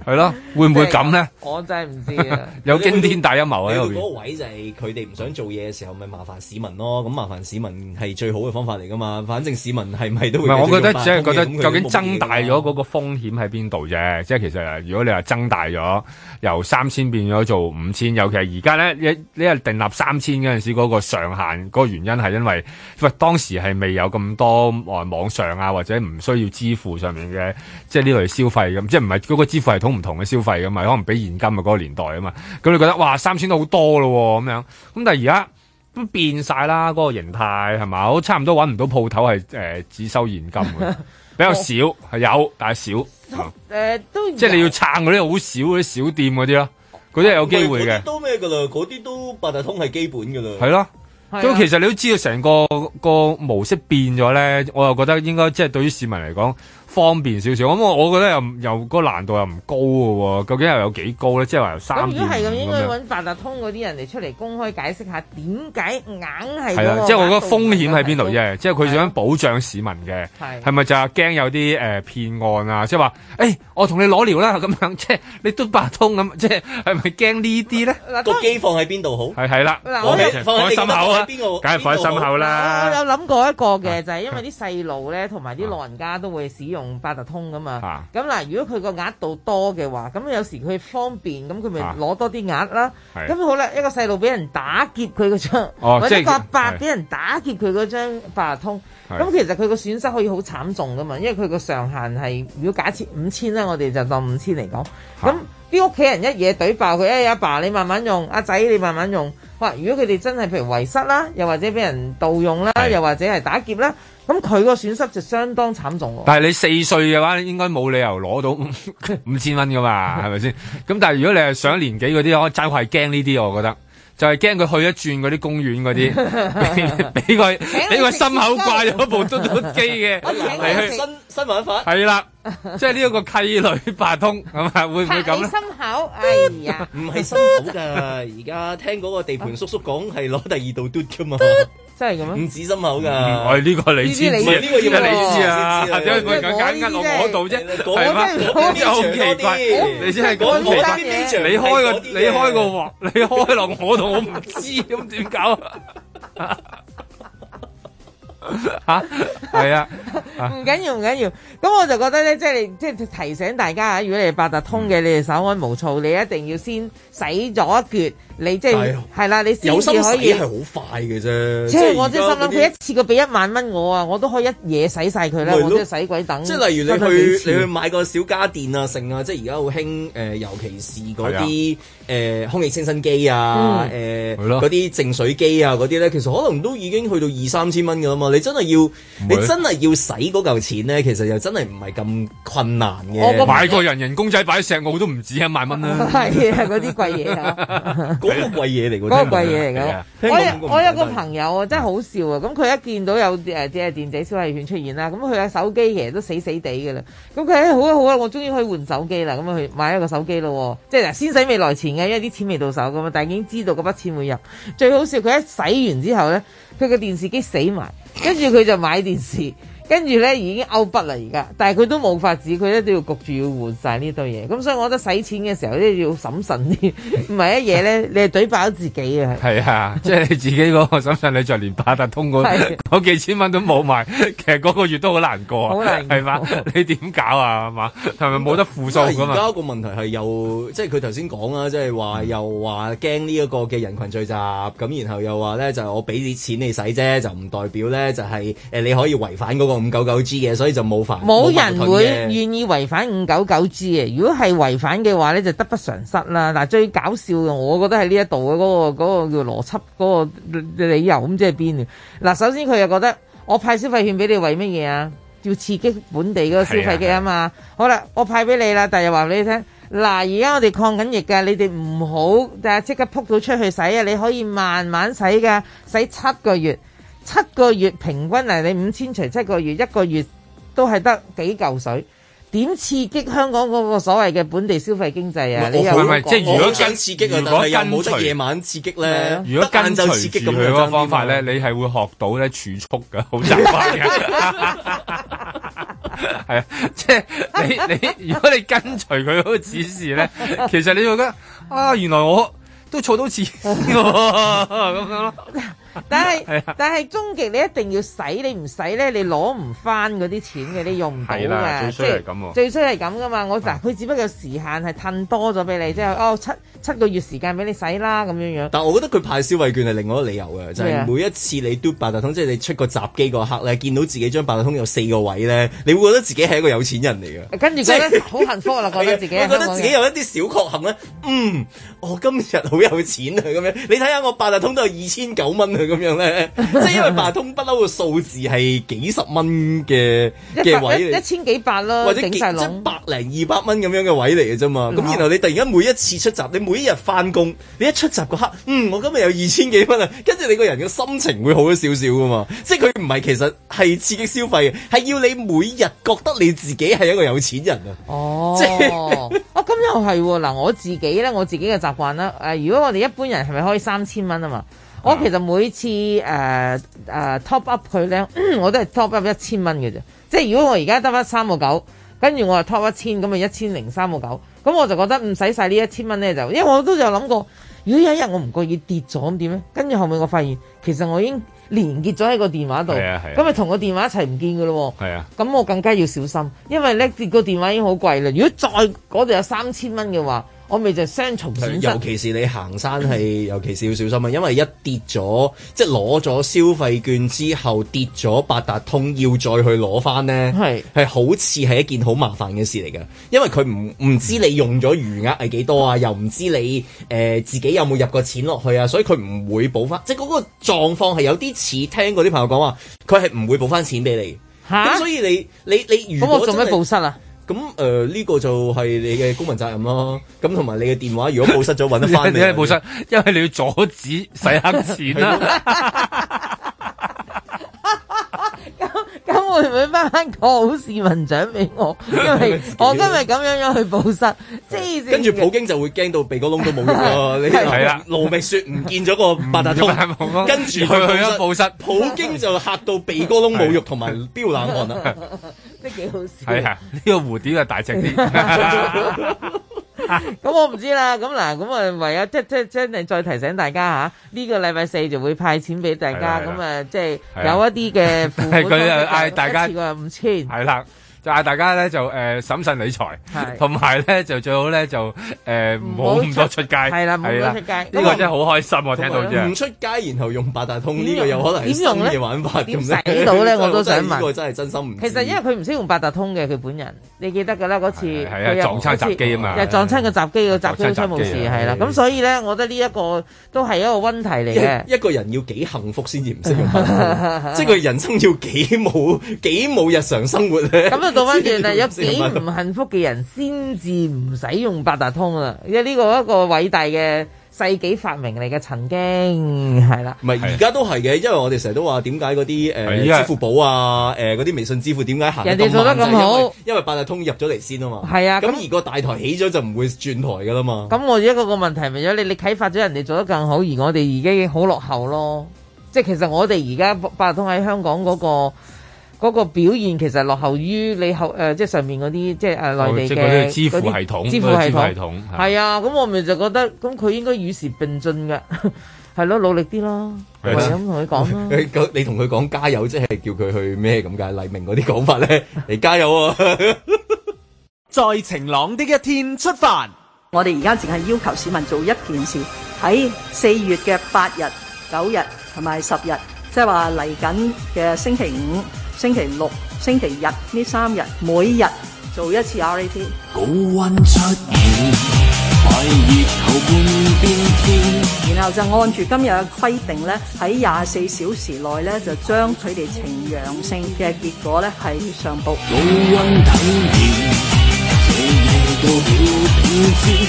[SPEAKER 6] 係咯，會唔會咁咧？？
[SPEAKER 3] 我真係唔知 啊！
[SPEAKER 6] 有驚天大陰謀喺
[SPEAKER 4] 喺
[SPEAKER 6] 度
[SPEAKER 4] 嗰個
[SPEAKER 6] 邊。
[SPEAKER 4] 位就係佢哋唔想做嘢嘅時候，咪麻煩市民咯。咁麻煩市民係最好嘅方法嚟噶嘛。反正市民係咪都
[SPEAKER 6] 唔
[SPEAKER 4] 會
[SPEAKER 6] 係，我覺得
[SPEAKER 4] 繼
[SPEAKER 6] 只
[SPEAKER 4] 續
[SPEAKER 6] 係
[SPEAKER 4] 用八
[SPEAKER 6] 覺
[SPEAKER 4] 達
[SPEAKER 6] 得
[SPEAKER 4] 通嘅
[SPEAKER 6] 究竟增大咗嗰
[SPEAKER 4] 咁佢哋都冇嘢㗎嘛
[SPEAKER 6] 個風險喺邊度啫？即係其實如果你話增大咗，由三千變咗做五千，尤其係而家咧，你你係訂立三千嗰陣時嗰個上限，嗰個原因係因為喂當時係未有咁多誒網上啊，或者唔需要支付上面嘅，即係呢類消費咁，即係唔係嗰個支付系統唔同嘅消費噶嘛，可能俾現金嘅嗰個年代啊嘛，咁你覺得哇三千都好多咯喎咁樣，咁但係而家。都變晒啦，嗰、個形態係嘛？我差唔多揾唔到鋪頭係誒只收現金嘅， 比較少係有，但係少，啊
[SPEAKER 3] 誒、呃都
[SPEAKER 6] 即係你要撐嗰啲好少嗰啲小店嗰啲咯，嗰啲係有機會
[SPEAKER 3] 哦
[SPEAKER 4] 唔係嗰
[SPEAKER 6] 嘅
[SPEAKER 4] 啲，都咩㗎啦？嗰啲都八達通係基本㗎啦。
[SPEAKER 6] 係咯。
[SPEAKER 3] 係啊
[SPEAKER 6] 咁其實你都知道成個個模式變咗咧，我又覺得應該即係對於市民嚟講方便少少。咁我我覺得又唔又個難度又唔高嘅喎，究竟又有幾高咧？即係話由
[SPEAKER 3] 咁
[SPEAKER 6] 三
[SPEAKER 3] 如
[SPEAKER 6] 點
[SPEAKER 3] 果
[SPEAKER 6] 五
[SPEAKER 3] 係咁，應該
[SPEAKER 6] 咁樣。
[SPEAKER 3] 揾八達通嗰啲人嚟出嚟公開解釋下點解硬係嗰
[SPEAKER 6] 係啊啦
[SPEAKER 3] 個，
[SPEAKER 6] 即係我覺得
[SPEAKER 3] 額
[SPEAKER 6] 風
[SPEAKER 3] 度
[SPEAKER 6] 險喺邊度啫，即係佢想保障市民嘅
[SPEAKER 3] 係，
[SPEAKER 6] 係咪就係驚有啲誒騙案啊？即係話，誒我同你攞料啦咁樣， 即係你都八達通咁，即係係咪驚呢啲咧？
[SPEAKER 4] 個機放喺邊度好？
[SPEAKER 6] 係係啦，
[SPEAKER 3] 嗱我又
[SPEAKER 6] 放喺心口啊，
[SPEAKER 4] 邊個
[SPEAKER 6] 梗係放喺心口
[SPEAKER 3] 我
[SPEAKER 6] 啦。啊
[SPEAKER 3] 有諗過一個嘅，就係因為啲細路咧，同埋啲老人家都會使用八達通噶嘛
[SPEAKER 6] 啊。
[SPEAKER 3] 咁嗱，如果佢個額度多嘅話，咁有時佢方便，咁佢咪
[SPEAKER 6] 啊
[SPEAKER 3] 攞多啲額啦。
[SPEAKER 6] 係
[SPEAKER 3] 咁好啦，一個細路俾人打劫佢嗰張，
[SPEAKER 6] 哦
[SPEAKER 3] 或
[SPEAKER 6] 即
[SPEAKER 3] 者
[SPEAKER 6] 係
[SPEAKER 3] 個阿伯
[SPEAKER 6] 係
[SPEAKER 3] 俾人打劫佢嗰張八達通，
[SPEAKER 6] 係
[SPEAKER 3] 咁其實佢個損失可以好慘重噶嘛，因為佢個上限係如果假設五千啦，我哋就當五千嚟講，咁。啲屋企人一嘢懟爆佢，哎阿爸你慢慢用，阿仔你慢慢用。哇！如果佢哋真係譬如遺失啦，又或者俾人盜用啦，又或者係打劫啦，咁佢個損失就相當慘重喎。
[SPEAKER 6] 但係你四歲嘅話，應該冇理由攞到 五五千蚊噶 嘛，係咪先？咁但係如果你係上年紀嗰啲，我就係驚呢啲，我覺得就係驚佢去一轉嗰啲公園嗰 啲，俾俾佢俾佢心口掛咗部嘟嘟機嘅，嚟去
[SPEAKER 4] 新新玩法，
[SPEAKER 6] 係啦，即係呢一個契女八通係咪？會唔會
[SPEAKER 3] 拍
[SPEAKER 6] 咁
[SPEAKER 3] 你
[SPEAKER 6] 咧？
[SPEAKER 3] 心口，哎 呀！
[SPEAKER 4] 唔係心口㗎。而家聽嗰個地盤叔叔講係攞第二度嘟㗎嘛，
[SPEAKER 3] 真係咁
[SPEAKER 4] 唔止心口㗎。
[SPEAKER 6] 我哎呢個你知唔
[SPEAKER 4] 呢啲
[SPEAKER 6] 知啊？
[SPEAKER 4] 你知喎
[SPEAKER 6] 你知啊？
[SPEAKER 4] 我
[SPEAKER 6] 點
[SPEAKER 4] 知啊
[SPEAKER 6] 解佢咁揀呃我嗰度啫？
[SPEAKER 4] 我
[SPEAKER 6] 係嘛？
[SPEAKER 4] 我
[SPEAKER 6] 真係好奇怪，你真係
[SPEAKER 4] 我
[SPEAKER 6] 講奇怪。
[SPEAKER 4] 我
[SPEAKER 6] 你開個你開個鑊，你開落我度，我唔知咁點搞啊？ 吓，係啊，啊
[SPEAKER 3] 唔緊要，唔緊要。咁我就覺得咧，即係你即係提醒大家啊，如果你係八達通嘅，你哋稍安無躁，你一定要先洗咗一橛，你即
[SPEAKER 4] 係
[SPEAKER 3] 係
[SPEAKER 4] 啊
[SPEAKER 3] 係啦，你先
[SPEAKER 4] 有
[SPEAKER 3] 至
[SPEAKER 4] 心
[SPEAKER 3] 可
[SPEAKER 4] 洗
[SPEAKER 3] 以
[SPEAKER 4] 係。好快嘅啫。
[SPEAKER 3] 即係我真係心
[SPEAKER 4] 而
[SPEAKER 3] 諗，
[SPEAKER 4] 家嗰啲
[SPEAKER 3] 佢一次過俾一萬蚊我啊，我都可以一嘢使晒佢啦，
[SPEAKER 4] 咪
[SPEAKER 3] 我
[SPEAKER 4] 咯
[SPEAKER 3] 都使鬼等。
[SPEAKER 4] 即係例如
[SPEAKER 3] 得佢
[SPEAKER 4] 你
[SPEAKER 3] 幾
[SPEAKER 4] 去
[SPEAKER 3] 次
[SPEAKER 4] 你去買個小家電啊，剩啊，即係而家好興誒，尤其是嗰啲誒空氣清新機啊，
[SPEAKER 3] 嗯
[SPEAKER 4] 誒嗰啲淨水機啊嗰啲咧，其實可能都已經去到二三千蚊㗎啦嘛。你真係要你真係要使嗰嚿錢咧，其實又真係唔係咁困難嘅。
[SPEAKER 6] 買個人人公仔擺喺石澳都唔止一萬蚊啦。
[SPEAKER 3] 係啊，嗰啲貴嘢啊，
[SPEAKER 4] 嗰個貴嘢嚟
[SPEAKER 3] 嗰
[SPEAKER 4] 㗎，
[SPEAKER 3] 個貴嘢嚟㗎。
[SPEAKER 4] 聽
[SPEAKER 3] 我
[SPEAKER 4] 講
[SPEAKER 3] 有我有個朋友啊，真係好笑啊！咁佢一見到有誒呃即係電子消費券出現啦，咁佢嘅手機其實都死死地㗎啦。咁佢誒好啊好啊，我終於可以換手機啦，咁啊去買一個手機咯喎。即係嗱先使未來錢嘅，因為啲錢未到手㗎嘛，但係已經知道嗰筆錢會入。最好笑佢一洗完之後咧，佢個電視機死埋，跟住佢就買電視。跟住咧已經 out 筆啦，而家，但係佢都冇法子，佢咧都要焗住要換晒呢堆嘢，咁所以我覺得使錢嘅時候咧要審慎啲，唔係一嘢咧你係懟爆自己啊！
[SPEAKER 6] 係啊，即係你自己嗰個審慎，你就連八達通嗰
[SPEAKER 3] 係
[SPEAKER 6] 嗰幾千蚊都冇埋，其實嗰個月都好難過啊，
[SPEAKER 3] 好難過
[SPEAKER 6] 係嘛？你點搞啊？係嘛？係咪冇得負數㗎
[SPEAKER 4] 而
[SPEAKER 6] 嘛？
[SPEAKER 4] 家個問題係又即係佢頭先講啦，即係
[SPEAKER 6] 嗯
[SPEAKER 4] 話又話驚呢一個嘅人群聚集，咁然後又話咧就係我俾啲錢你使啫，就唔代表咧就係、誒你可以違反嗰個五九九 G 嘅，所以就冇犯
[SPEAKER 3] 冇人會
[SPEAKER 4] 矛盾嘅
[SPEAKER 3] 願意違反五九九 G 嘅，如果係違反嘅話咧，就得不償失啦。嗱，最搞笑嘅，我覺得係呢一度嘅嗰個嗰、個叫邏輯嗰、個理由咁即係邊嘅嗱，首先佢又覺得我派消費券俾你為乜嘢啊？要刺激本地嗰個消費嘅啊嘛。好啦，我派俾你啦，但係又話俾你聽。嗱，而家我哋抗緊疫㗎，你哋唔好但係即刻撲到出去使啊！你可以慢慢使㗎，使七個月，七個月平均嚟你五千除七個月，一個月都係得幾嚿水，點刺激香港嗰個所謂嘅本地消費經濟啊？你又
[SPEAKER 6] 唔係即係如果
[SPEAKER 4] 我好想
[SPEAKER 6] 跟
[SPEAKER 4] 刺激啊，但
[SPEAKER 6] 如果
[SPEAKER 4] 係又冇
[SPEAKER 6] 跟
[SPEAKER 4] 得
[SPEAKER 6] 隨
[SPEAKER 4] 夜晚刺激
[SPEAKER 3] 係
[SPEAKER 4] 咧
[SPEAKER 3] 啊，
[SPEAKER 6] 如果跟
[SPEAKER 4] 得晏晝
[SPEAKER 6] 隨
[SPEAKER 4] 刺激
[SPEAKER 6] 住
[SPEAKER 4] 咁
[SPEAKER 6] 佢
[SPEAKER 4] 就爭
[SPEAKER 6] 嗰個
[SPEAKER 4] 啲
[SPEAKER 6] 方
[SPEAKER 4] 嘛
[SPEAKER 6] 法咧，你係會學到咧儲蓄嘅，好習慣嘅。 係啊，即係你你，如果你跟隨佢嗰個指 示咧，其實你會覺得啊，原來我都儲到錢喎，咁樣咯。
[SPEAKER 3] 但係
[SPEAKER 6] 係啊
[SPEAKER 3] 但係終極你一定要使，你唔使咧，你攞唔翻嗰啲錢嘅，你用唔到
[SPEAKER 6] 係啦
[SPEAKER 3] 嘅。
[SPEAKER 6] 最衰係咁喎
[SPEAKER 3] 即最衰係咁噶嘛。
[SPEAKER 4] 嗯
[SPEAKER 3] 我嗱，佢只不過有時限係褪多咗俾你，即係哦七七個月時間俾你使啦咁樣樣。
[SPEAKER 4] 但我覺得佢派消費券係另外一個理由嘅，就
[SPEAKER 3] 咩
[SPEAKER 4] 係、
[SPEAKER 3] 啊
[SPEAKER 4] 每一次你嘟八達通，即係你出個閘機嗰刻咧，見到自己張八達通有四個位咧，你會覺得自己係一個有錢人嚟嘅。
[SPEAKER 3] 跟住
[SPEAKER 4] 即
[SPEAKER 3] 覺
[SPEAKER 4] 係
[SPEAKER 3] 得好幸福啦，覺
[SPEAKER 4] 係
[SPEAKER 3] 得
[SPEAKER 4] 啊
[SPEAKER 3] 自己
[SPEAKER 4] 會
[SPEAKER 3] 係
[SPEAKER 4] 覺
[SPEAKER 3] 香
[SPEAKER 4] 得
[SPEAKER 3] 港
[SPEAKER 4] 自己
[SPEAKER 3] 人。
[SPEAKER 4] 有一啲小確幸咧，嗯，我今日好有錢啊咁樣。你睇下我八達通都有二千九蚊啊佢咁樣 咧？即係因為八達通不嬲嘅數字係幾十蚊嘅嘅位
[SPEAKER 3] 一
[SPEAKER 4] 嚟。
[SPEAKER 3] 千幾百啦，
[SPEAKER 4] 或者
[SPEAKER 3] 頂
[SPEAKER 4] 幾
[SPEAKER 3] 晒
[SPEAKER 4] 即
[SPEAKER 3] 籠
[SPEAKER 4] 係。百零二百蚊咁樣嘅位嚟嘅啫嗯嘛，咁然後你突然間每一次出閘，你每一日翻工，你一出閘嗰刻，嗯，我今日有二千幾蚊啊，跟住你個人嘅心情會好咗少少噶嘛，即係佢唔係其實係刺激消費嘅，係要你每日覺得你自己係一個有錢人啊。
[SPEAKER 3] 哦
[SPEAKER 4] 即，
[SPEAKER 3] 啊咁又係喎！嗱，我自己咧，我自己嘅習慣啦。誒、如果我哋一般人係咪可以三千蚊啊嘛？我其實每次誒誒、呃 top up 佢咧， 我都係 top up 一千蚊嘅啫。即係如果我而家得翻三個九，跟住我就 top 一千，咁咪一千零三個九。咁我就覺得唔使晒呢一千蚊咧，就因為我都有諗過，如果有一日我唔覺意跌咗咁點咧？跟住後尾我發現，其實我已經連結咗喺個電話度，
[SPEAKER 6] 係啊係啊
[SPEAKER 3] 咁咪同個電話一齊唔見嘅咯喎。
[SPEAKER 6] 係啊。
[SPEAKER 3] 咁我更加要小心，因為咧個電話已經好貴啦。如果再嗰度有三千蚊嘅話，我咪就雙重損
[SPEAKER 4] 呃尤
[SPEAKER 3] 失。
[SPEAKER 4] 其是你行山係， 尤其是要小心啊，因為一跌咗，即係攞咗消費券之後跌咗八達通，要再去攞翻呢，
[SPEAKER 3] 係
[SPEAKER 4] 係好似係一件好麻煩嘅事嚟㗎，因為佢唔唔知你用咗餘額係幾多啊，又唔知你誒、呃自己有冇入過錢落去啊，所以佢唔會補翻，即係嗰個狀況係有啲似聽嗰啲朋友講話，佢係唔會補翻錢俾你。咁所以你你你
[SPEAKER 3] 啊咁
[SPEAKER 4] 如果
[SPEAKER 3] 我做咩
[SPEAKER 4] 真係
[SPEAKER 3] 報失啊？
[SPEAKER 4] 咁誒呢個就係你嘅公民責任咯。咁同埋你嘅電話，如果報失咗揾得翻你 啊
[SPEAKER 6] 你係冇失，因為你要阻止洗黑 錢啦。
[SPEAKER 3] 咁會唔會翻翻個好市民獎俾我？因為我今日咁樣樣去報失，黐線。
[SPEAKER 4] 跟住普京就會驚到鼻哥窿都冇 肉咯。你
[SPEAKER 6] 係啦
[SPEAKER 4] 盧覓雪唔見咗個八達通
[SPEAKER 6] 唔見咗八達通，
[SPEAKER 4] 跟住
[SPEAKER 6] 去咗報失
[SPEAKER 4] 普京就嚇到鼻哥窿冇肉同埋飆冷汗啊啦。
[SPEAKER 3] 即係幾好笑。
[SPEAKER 6] 係啊，呢個蝴蝶啊大隻 啊啲。
[SPEAKER 3] 咁我唔知啦，咁嗱，咁啊，唯有即即即係再提醒大家吓，呢、個禮拜四就會派錢俾大家，
[SPEAKER 6] 係啦係
[SPEAKER 3] 咁
[SPEAKER 6] 啦
[SPEAKER 3] 啊，即係
[SPEAKER 6] 係啊
[SPEAKER 3] 有一啲嘅父母
[SPEAKER 6] 係佢
[SPEAKER 3] 方式
[SPEAKER 6] 就嗌大家
[SPEAKER 3] 一次過五千，
[SPEAKER 6] 係啦。就嗌大家咧就誒審慎理財
[SPEAKER 3] 係，
[SPEAKER 6] 同埋咧就最好咧就誒唔好咁多出街，
[SPEAKER 3] 係啦唔好咁多
[SPEAKER 6] 係
[SPEAKER 3] 出街
[SPEAKER 6] 呢個 真係好開心我聽到
[SPEAKER 4] 同埋
[SPEAKER 6] 啫
[SPEAKER 3] 嗯
[SPEAKER 4] 唔。出街，然後用八達通呢個有可能係新
[SPEAKER 3] 點用咧
[SPEAKER 4] 嘅玩法咁咧
[SPEAKER 3] 點使到咧我都想問
[SPEAKER 4] 呢個 真係真心唔知。
[SPEAKER 3] 其實因為佢唔識用八達通嘅，佢本人你記得㗎啦，嗰次
[SPEAKER 6] 係係啊
[SPEAKER 3] 佢有
[SPEAKER 6] 撞親
[SPEAKER 3] 嗰次
[SPEAKER 6] 閘機啊嘛
[SPEAKER 3] 又撞親個閘機，個閘機
[SPEAKER 6] 撞
[SPEAKER 3] 好
[SPEAKER 6] 親
[SPEAKER 3] 彩冇
[SPEAKER 6] 閘機
[SPEAKER 3] 事
[SPEAKER 6] 啊
[SPEAKER 3] 係啦，咁所以咧，我覺得呢一個都係一個溫題嚟嘅。
[SPEAKER 4] 一一個人要幾幸福先至唔識 用八達通，即係佢人生要幾冇幾冇日常生活咧。
[SPEAKER 3] 咁啊，倒翻轉啦，有
[SPEAKER 4] 先 至
[SPEAKER 3] 幾
[SPEAKER 4] 用八達
[SPEAKER 3] 唔
[SPEAKER 4] 通
[SPEAKER 3] 幸福嘅人先至唔使用八達通啦，因為呢個一個偉大嘅世紀發明嚟嘅，曾經係啦。
[SPEAKER 4] 唔係而家都係嘅，因為我哋成日都話點解嗰啲呃
[SPEAKER 6] 係啊
[SPEAKER 4] 誒支付寶啊、誒嗰啲微信支付點解行得
[SPEAKER 3] 人哋做得
[SPEAKER 4] 慢
[SPEAKER 3] 咁
[SPEAKER 4] 就係因為
[SPEAKER 3] 好
[SPEAKER 4] 因為八達通入咗嚟先啊嘛。
[SPEAKER 3] 係啊
[SPEAKER 4] 咁
[SPEAKER 3] 咁
[SPEAKER 4] 而個大台起咗就唔會轉台噶啦嘛。
[SPEAKER 3] 咁我一個個問題咪咗你，你啟發咗人哋做得更好，而我哋而家已經好落後咯。即係其實我哋而家八達通喺香港嗰、個。嗰個表現其實落後於你後誒、呃即係上面嗰啲即係誒內
[SPEAKER 6] 哦即
[SPEAKER 3] 地
[SPEAKER 6] 係嗰
[SPEAKER 3] 嘅
[SPEAKER 6] 啲支付
[SPEAKER 3] 嗰啲
[SPEAKER 6] 系統
[SPEAKER 3] 支付
[SPEAKER 6] 嗰啲
[SPEAKER 3] 系
[SPEAKER 6] 支付
[SPEAKER 3] 統
[SPEAKER 6] 系統係
[SPEAKER 3] 係啊，咁我咪就覺得咁佢應該與時並進嘅， 係咯，努力啲咯，
[SPEAKER 4] 係
[SPEAKER 3] 唯
[SPEAKER 6] 啊
[SPEAKER 4] 啦
[SPEAKER 3] 有咁同佢講啦。
[SPEAKER 4] 佢佢你同佢講加油，即係叫佢去咩咁解？黎明嗰啲講法咧，嚟加油啊！
[SPEAKER 1] 在晴朗的一天出發。
[SPEAKER 9] 我哋而家淨係要求市民做一件事，喺四月嘅八日、九日同埋十日，即係話嚟緊嘅星期五、星期六、星期日呢三日，每日做一次 RAT。
[SPEAKER 11] 高温出現，快熱後半邊天，
[SPEAKER 9] 然後就按住今日嘅規定咧，喺廿四小時內咧就將佢哋呈陽性嘅結果咧係上報。
[SPEAKER 11] 高温體驗，這夜到了天知。
[SPEAKER 9] 嗯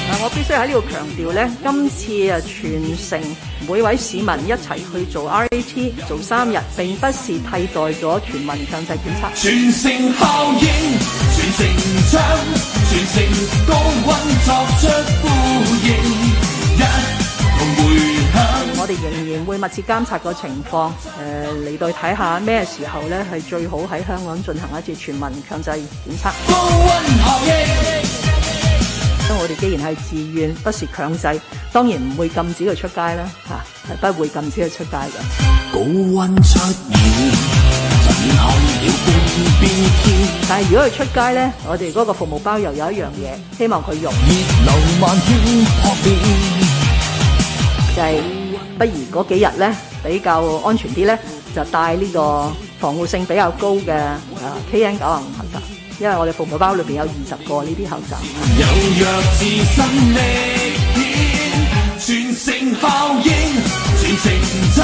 [SPEAKER 9] 嗱，我必須喺呢度強調咧，今次啊全城每位市民一齊去做 RAT 做三日，並不是替代咗全民強制檢測。
[SPEAKER 11] 全城效應，全城搶，全城高溫作出呼應，一同回響。
[SPEAKER 9] 我哋仍然會密切監察個情況，誒、嚟到睇下咩時候咧係最好喺香港進行一次全民強制檢測。
[SPEAKER 11] 高溫效應，
[SPEAKER 9] 因為我哋既然係自願，不是強制，當然唔會禁止佢出街啦，嚇、係不會禁止佢出街嘅。
[SPEAKER 11] 高溫出現，震撼了半邊天。
[SPEAKER 9] 但係如果佢出街咧，我哋嗰個服務包又有一樣嘢，希望佢用
[SPEAKER 11] 流萬圈撲面，
[SPEAKER 9] 就係、不如嗰幾日咧比較安全啲咧，就戴呢個防護性比較高嘅啊 KN 九啊五口罩，因為我哋服務包裏邊有二十個呢啲口罩。
[SPEAKER 11] 有若自身力顯，全城效應，全城搶，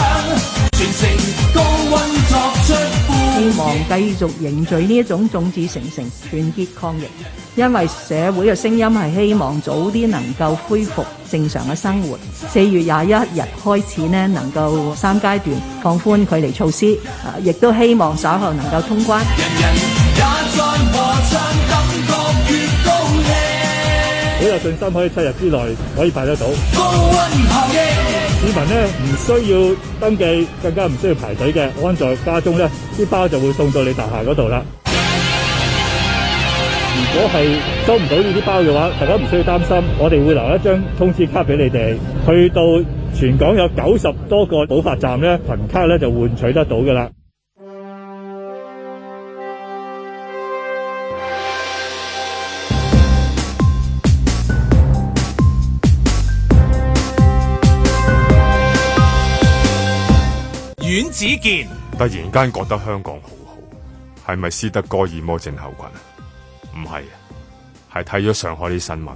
[SPEAKER 9] 繼續凝聚呢一種眾志成城、團結抗疫，因為社會嘅聲音係希望早啲能夠恢復正常嘅生活。四月廿一日開始呢，能夠三階段放寬距離措施，啊亦都希望稍後能夠通關。
[SPEAKER 12] 好有信心可以七日之內可以派得到。市民呢唔需要登記，更加唔需要排隊嘅，安在家中呢啲包就會送到你大廈嗰度啦。如果係收唔到呢啲包嘅話，大家唔需要擔心，我哋會留一張通知卡俾你哋，去到全港有九十多個補發站呢，憑卡呢就換取得到㗎啦。
[SPEAKER 1] 阮子健、
[SPEAKER 2] 突然間覺得香港好好，係咪斯德哥爾摩症候群啊？唔係啊，係睇咗上海啲新聞。